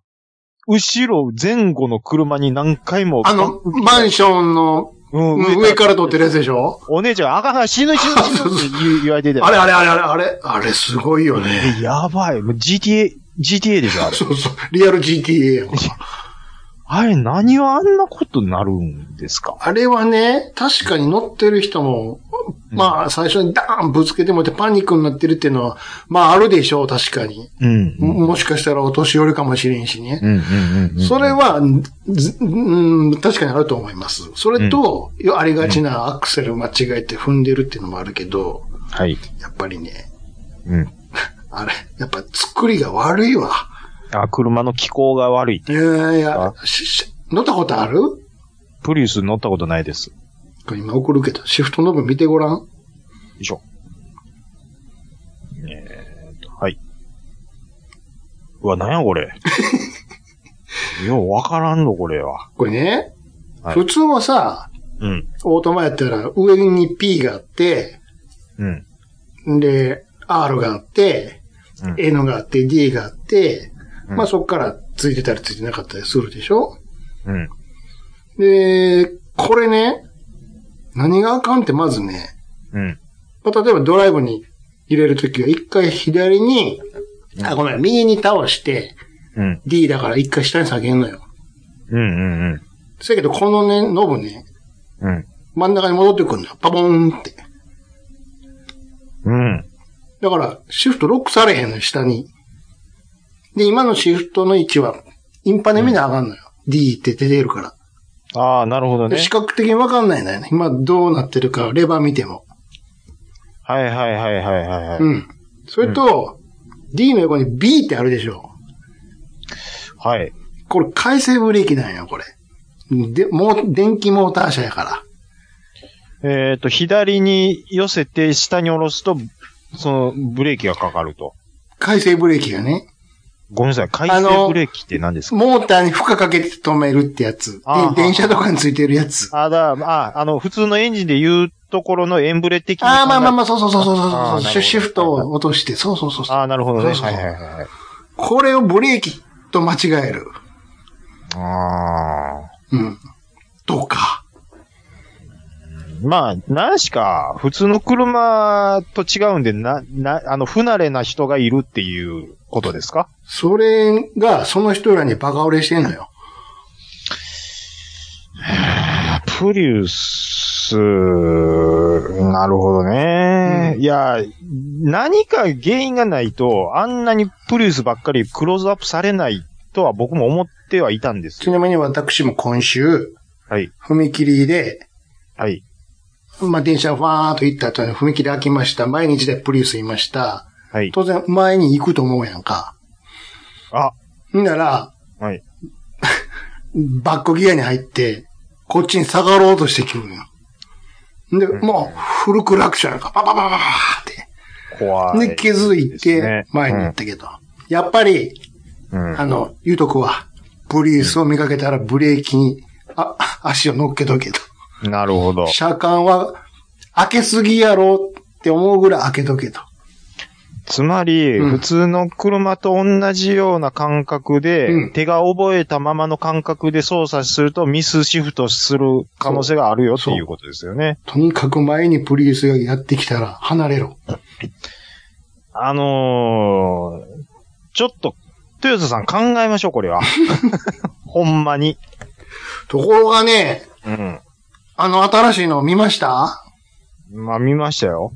後ろ、前後の車に何回も、
あの、マンションの
うん、
うん上から撮ってるやつでしょ
お姉ちゃん、あかんあかん、死ぬ死ぬ 死ぬって言う言われてたよ
あれあれあれあれあれ、あれすごいよね。
えやばい。もう GTA、GTA でしょ、あれ。
そうそう、リアル GTA やんか
あれ、何はあんなことになるんですか
あれはね、確かに乗ってる人も、まあ、最初にダーンぶつけてもってパニックになってるっていうのは、まああるでしょう、確かに。
うん。うん、
ももしかしたらお年寄りかもしれんしね。
うん、うん。
それは、ずうん、確かにあると思います。それと、ありがちなアクセル間違えて踏んでるっていうのもあるけど、
はい。
やっぱりね、
うん。
あれ、やっぱ作りが悪いわ。
あ、車の気候が悪い。
いやいや、しし乗ったことある
プリウス乗ったことないです。
これ今送るけど、シフトノブ見てごらん。
よいしょ。えーっと、はい。うわ、なんやこ れ。ようわからんの、これは。
これね、
はい
普通はさ、
うん。
オートマやったら上に P があって、
うん。
で、R があって、
うん
N があって、D があって、
うん
まあそっからついてたりついてなかったりするでしょ
うん。
で、これね、何があかんってまずね、
うん。
まあ、例えばドライブに入れるときは一回左に、あ、ごめん、右に倒して、
うん。
D だから一回下に下げんのよ。
うん。うん。うん。
そやけど、このね、ノブね、
うん。
真ん中に戻ってくるのよ。パボーンって。
うん。
だから、シフトロックされへんのよ、下に。で、今のシフトの位置は、インパネ見なあかんのよ。D って出てるから。
ああ、なるほど
で
ね。
視覚的にわかんないんだよね。今どうなってるか、レバー見ても。
はいはいはいはいはいはい。
うん。それと、D の横に B ってあるでしょ。
はい。
これ、回生ブレーキなんよ、これ。で、もう、電気モーター車やから。
えーっと、左に寄せて下に下ろすと、その、ブレーキがかかると。
回生ブレーキがね、
ごめんなさい。回
あ
転
の
ブレーキって何ですか
モーターに負荷かけて止めるってやつ。で
あー
電車とかについてるやつ。
あ、だ、あ、あの、普通のエンジンで言うところのエンブレ的に考え
ああ、まあまあまあ、そうそうそうそうそう
あーなるほ
シ
ど
ュシフトを落として、そうそうそうそう。
ああ、なるほどね。
そうそう
はい
そう
はいはいはい。
これをブレーキと間違える。
あ
うん。とか。
あ。まあ、何しか、普通の車と違うんで、な、な、あの、不慣れな人がいるっていうことですか
それが、その人らにバカ売れしてんのよ。
プリウス、なるほどね。いや、何か原因がないと、あんなにプリウスばっかりクローズアップされないとは僕も思ってはいたんです
ち
よ。
なみに私も今週、
はい。
踏切で、
はい。
まあ、電車ファーっと行った後に踏切開きました。前に一台プリウスいました。
はい。
当然、前に行くと思うやんか。
あ、
んなら、
はい。
バックギアに入って、こっちに下がろうとしてくるのよ。で、もう、フルクラクションやんか、パパパパパーって。
怖い。
で、気づい
です
て
ね、
前に行ったけど。やっぱり、
うん。
あの、言うとくわ。ブリースを見かけたらブレーキに、あ、足を乗っけとけと。
なるほど。
車間は、開けすぎやろって思うぐらい開けとけと。
つまり、
うん
普通の車と同じような感覚で、
うん
手が覚えたままの感覚で操作するとミスシフトする可能性があるよっていうことですよね。
とにかく前にプリウスがやってきたら離れろ。
あのー、ちょっと、トヨタさん考えましょう、これ は。ほんまに。
ところがね、
うん。
あの新しいの見ました
まあ、見ましたよ。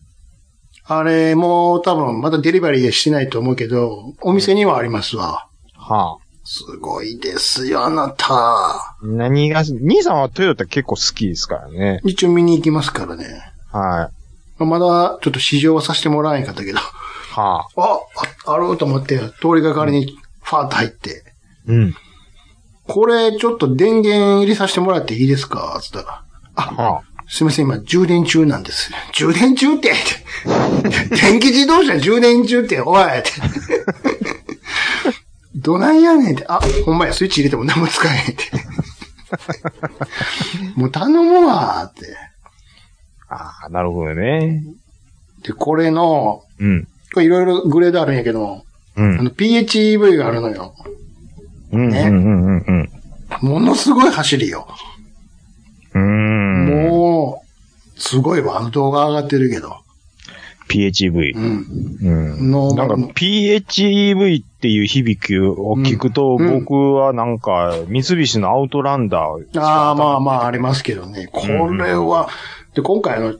あれ、もう多分まだデリバリーしてないと思うけど、お店にはありますわ。
はあ。
すごいですよ、あなた。
何が、兄さんはトヨタ結構好きですからね。
一応見に行きますからね。
はい。
まあまだ、ちょっと試乗はさせてもらわへんかったけど。
はあ。
あ、ああると思って、通りがかりにファーッと入って、
うん。
これちょっと電源入れさせてもらっていいですかつったら、あ、
は
すいません、今充電中なんです。充電中って って電気自動車充電中って、おい って。どないやねんって。あ、ほんまや、スイッチ入れても何も使えへんって。 もう頼むわって。
あ。ああ、なるほどね。
で、これの、
うん。
これいろいろグレードあるんやけど、
う
あ
ん。
の PHEV があるのよ。
うん。うん。
ね
うん。うん。
ものすごい走りよ。
うん。うん。
もう、すごいわ。あの動画上がってるけど。
PHEV
う。ん。
うん。
の
なんか PHEV っていう響きを聞くと、
うん
僕はなんか、三菱のアウトランダーし
あ
か
あ、まあまあ、ありますけどね。これは、で、今回の、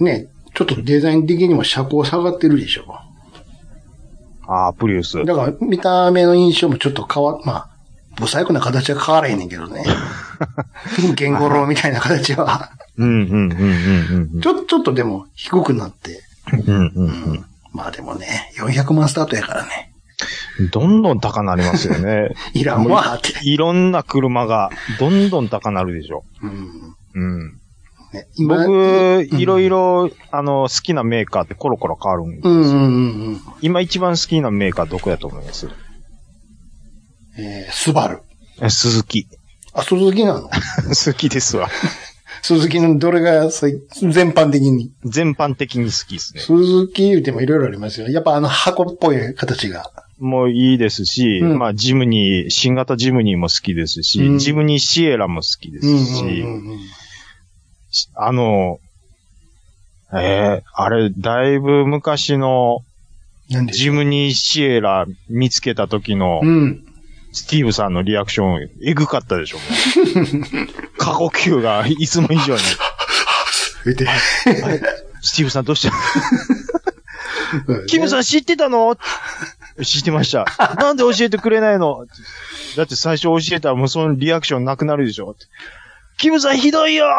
ね、ちょっとデザイン的にも車高下がってるでしょ。
ああ、プリウス。
だから、見た目の印象もちょっと変わ、まあ、不細工な形は変わらへんねんけど ね。ゲンゴロウみたいな形は。
うん。うん。うん。うん。
ちょ、ちょっとでも低くなって。
うん。うん。
まあでもね、400万スタートやからね。
うん。どんどん高なりますよね。
いらんわーって。
いろんな車が、どんどん高なるでしょ。
うん。
うん。
ね、今
僕、いろいろ、あの、好きなメーカーってコロコロ変わるんで、
うんうんうんうん。
今一番好きなメーカーどこやと思います
えー、スバル。
え鈴木。
あ、鈴木なの
好きですわ。
鈴木のどれが、そうい全般的に。
全般的に好きですね。
鈴木言うてもいろいろありますよ。やっぱあの箱っぽい形が。
もういいですし、
うん
まあ、ジムニー、新型ジムニーも好きですし、
うん
ジムニーシエラも好きで
うんう
すし、
んうん
あの、えーあれ、だいぶ昔の
なんで
ジムニーシエラ見つけた時の、
うん。
スティーブさんのリアクション、えぐかったでしょ、も う過呼吸がいつも以上に。
言うて。
スティーブさんどうしたキムさん知ってたの知ってました。なんで教えてくれないのだって最初教えたらもうそのリアクションなくなるでしょキムさんひどい よ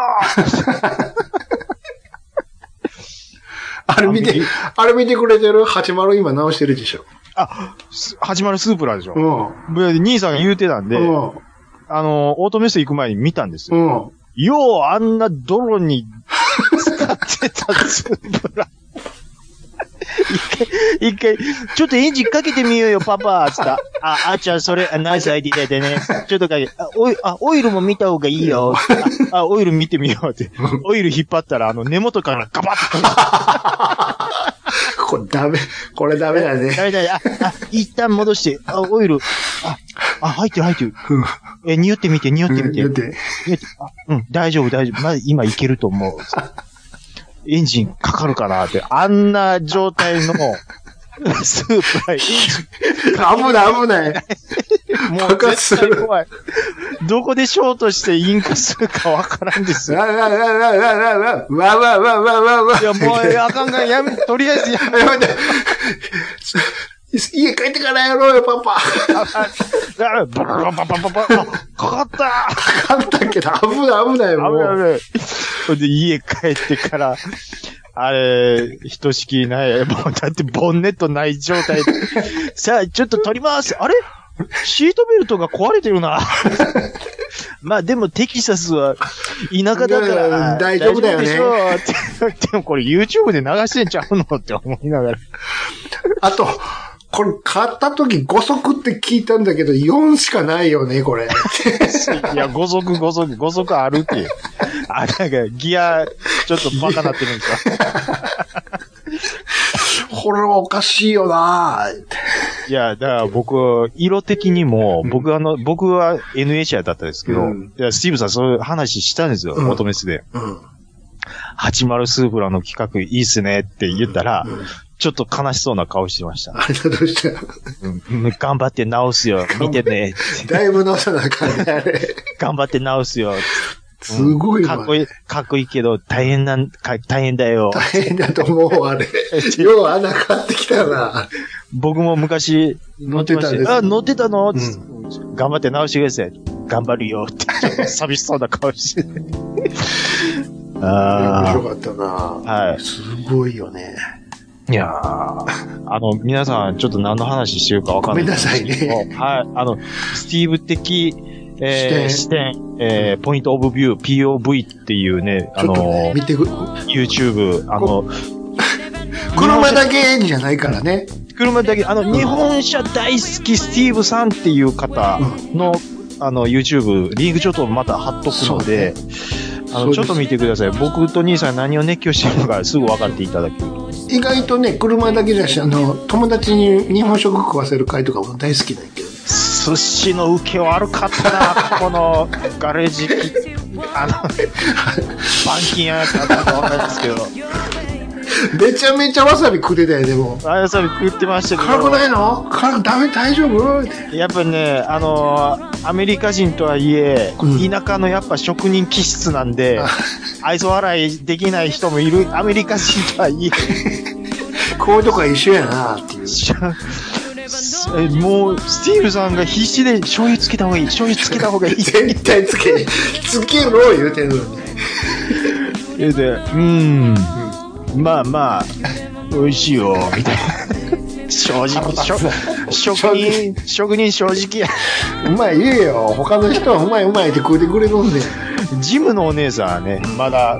あれ見て、あれ見てくれてる ?80 今直してるでしょ。
あ、す始まるスープラでしょ、
う
兄さんが言うてたんで、
ん。うん。
あの、オートメスト行く前に見たんですよ。
うん。
ようあんな泥に使ってたつぶら。一回、一回、ちょっとエンジンかけてみようよ、パパ、つった。あ、あーちゃん、それ、あナイスアイディアでね。ちょっとかけ、あ、オイル、あ、オイルも見た方がいいよ。あ、あオイル見てみようって。オイル引っ張ったら、あの、根元からガバッと。
これダメ、これダメだね。
あれだね、あ、あ、一旦戻して、あ、オイル、あ、あ、入ってる入ってる。え、匂ってみて、匂ってみて
言う。て。
えあうん、大丈夫、大丈夫。まだ今いけると思う。エンジンかかるかなって。あんな状態の、 スープライエン
危ない危ない。
ジン、もう
爆発す
絶
る
対怖い。どこでショートして引火するかわからんですよ。
わわわわわわわわわわわわわ
いや、もう、えあかんがやめ、とりあえずやめ。
やめて。家帰ってからやろうよ、パ パ。
あバババババババあかかった
簡単けど、危ない危ない、
危
も。
ないう危ない。 ほんで、家帰ってから、 あれ、ひとしきりない。 もう、だって、ボンネットない状態 で。さあ、ちょっと取ります。あれシートベルトが壊れてるな。 まあ、でも、テキサスは、田舎だか
だから
ら、
大丈夫だよね
大丈夫でしょ うってでも、これ YouTube で流してんちゃうのって思いな がら。
あと、これ買った時5足って聞いたんだけど、4しかないよね、これ。
いや、5足、5足、5足あるって。あ、なんか、ギア、ちょっとバカなってるんですか。
これはおかしいよなぁって
いや、だから僕、色的にも、僕あの、僕は NA 社だったんですけど、
うん
いや、スティーブさんそういう話したんですよ、
うん
求めスで。
うん。
80スープラの企画いいっすねって言ったら、
うん
ちょっと悲しそうな顔してました。
あれだとしたら、
うん頑張って直すよ、見てね。
だいぶ直さなあかんね、あれ。
頑張って直すよ。
すごいわ
かっこいい、かっこいいけど、大変なん、か大変だよ。
大変だと思う、あれ。よう穴買ってきたな。
僕も昔、
乗ってたんです
あ、乗ってたの、
ん
頑張って直してください。頑張るよって、寂しそうな顔 して。
面
あ
白かったな
あ。はい。
すごいよね。
いやーあの、皆さん、ちょっと何の話してるかわかんない。
ごめんなさいね。
はい。あの、スティーブ的、えー、視
視
点、えー、ポイントオブビュー、POV っていうね、あ
ちょ
の
っとね、見てく、
YouTube、あの、
車だけじゃないからね。
車だけ、あの、日本車大好きスティーブさんっていう方の、あの、YouTube、リンクちょっとまた貼っとくので、あ
そ
の、
うです
ちょっと見てください。僕と兄さん何を熱狂してるのかすぐ分かっていただけると。
意外とね、車だけじゃし、あの、友達に日本食食わせる会とかも大好きだけど、
寿司の受け悪かった な、この、ガレージ、あの、板金屋かなんかわかんないですけど、
めちゃめちゃわさび食ってたよ、でも。
あやさび食ってましたけど。
辛くないの辛くダメ大丈夫って
やっぱね、あのーアメリカ人とはいえ、
うん
田舎のやっぱ職人気質なん で、愛想笑いできない人もいる、アメリカ人とはいえ、
こういうとこは一緒やなっていう。
えもう、スティールさんが必死で醤油つけた方がいい、醤油つけた方がいいって
絶対つけ、つけろ言うてるのに。
言うて、うーん、まあまあ、美味しいよ、みたいな。正直、しょ 職人、職人正直や。
うまい言えよ。他の人はうまいうまいって食うてくれるんで。
ジムのお姉さんはね、まだ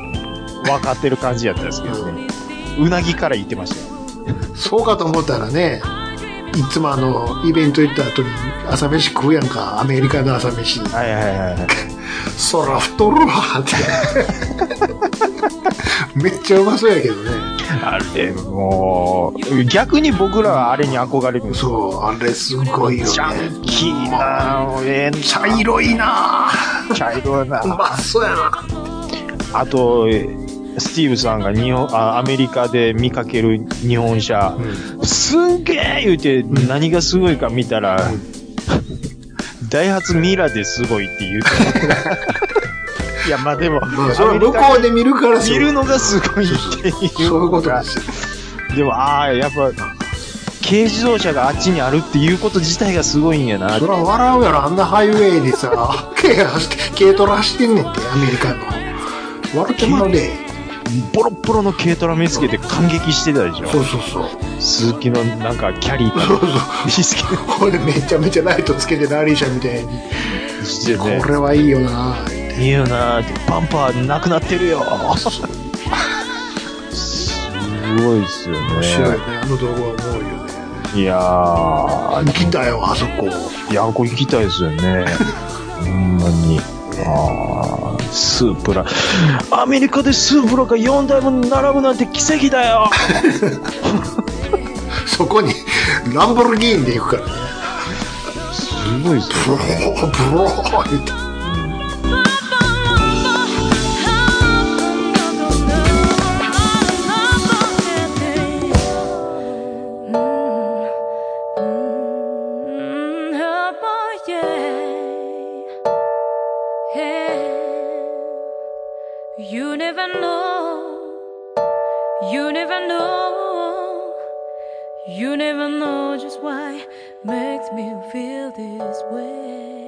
分かってる感じやったんですけどね。うなぎから言ってましたよ。
そうかと思ったらね、いつもあの、イベント行った後に朝飯食うやんか、アメリカの朝飯。
はいはいはいはい。
そら太るわって。 めっちゃうまそうやけどね。
あれ、もう、逆に僕らはあれに憧れるんですよ。
そう、あれすごいよね。
ジャンキーなぁ、ええな
茶色いなぁ
茶色な
う
ぁ。
まそうやな
あと、スティーブさんが日本あアメリカで見かける日本車、すんげえ言うて、何がすごいか見たら、ダイハツミラですごいって言うて いや、まあでも、
まあ、それは向こうで見るからそう
見るのがすごいって
そう
いう。
いうことですよ。
でも、ああ、やっぱ、軽自動車があっちにあるっていうこと自体がすごいんやな。
そら笑うやろ、あんなハイウェイでさ、 軽走って軽トラ走ってんねんって、アメリカの。笑ってまうで。
ボロッボロの軽トラ見つけて感激してたでし
そ
ょ。
うそうそう。
鈴木のなんかキャリーか
そうそう。
見つけ
これめちゃめちゃライトつけてラリー車みたいに、
てして
こ
ね。
れはいいよない
いよなーって、バンパーなくなってるよすごいっすよ
面白い
ね。
ねあの動画は思うよね
いやー、
行きたよあそこ
いや、これ行きたいですよ ね。ほんまに。あースープラ。アメリカでスープラが4台も並ぶなんて奇跡だよ
そこにランボルギーニで行くからね
すごいです
ブローブロー言って
You never know just why makes me feel this way.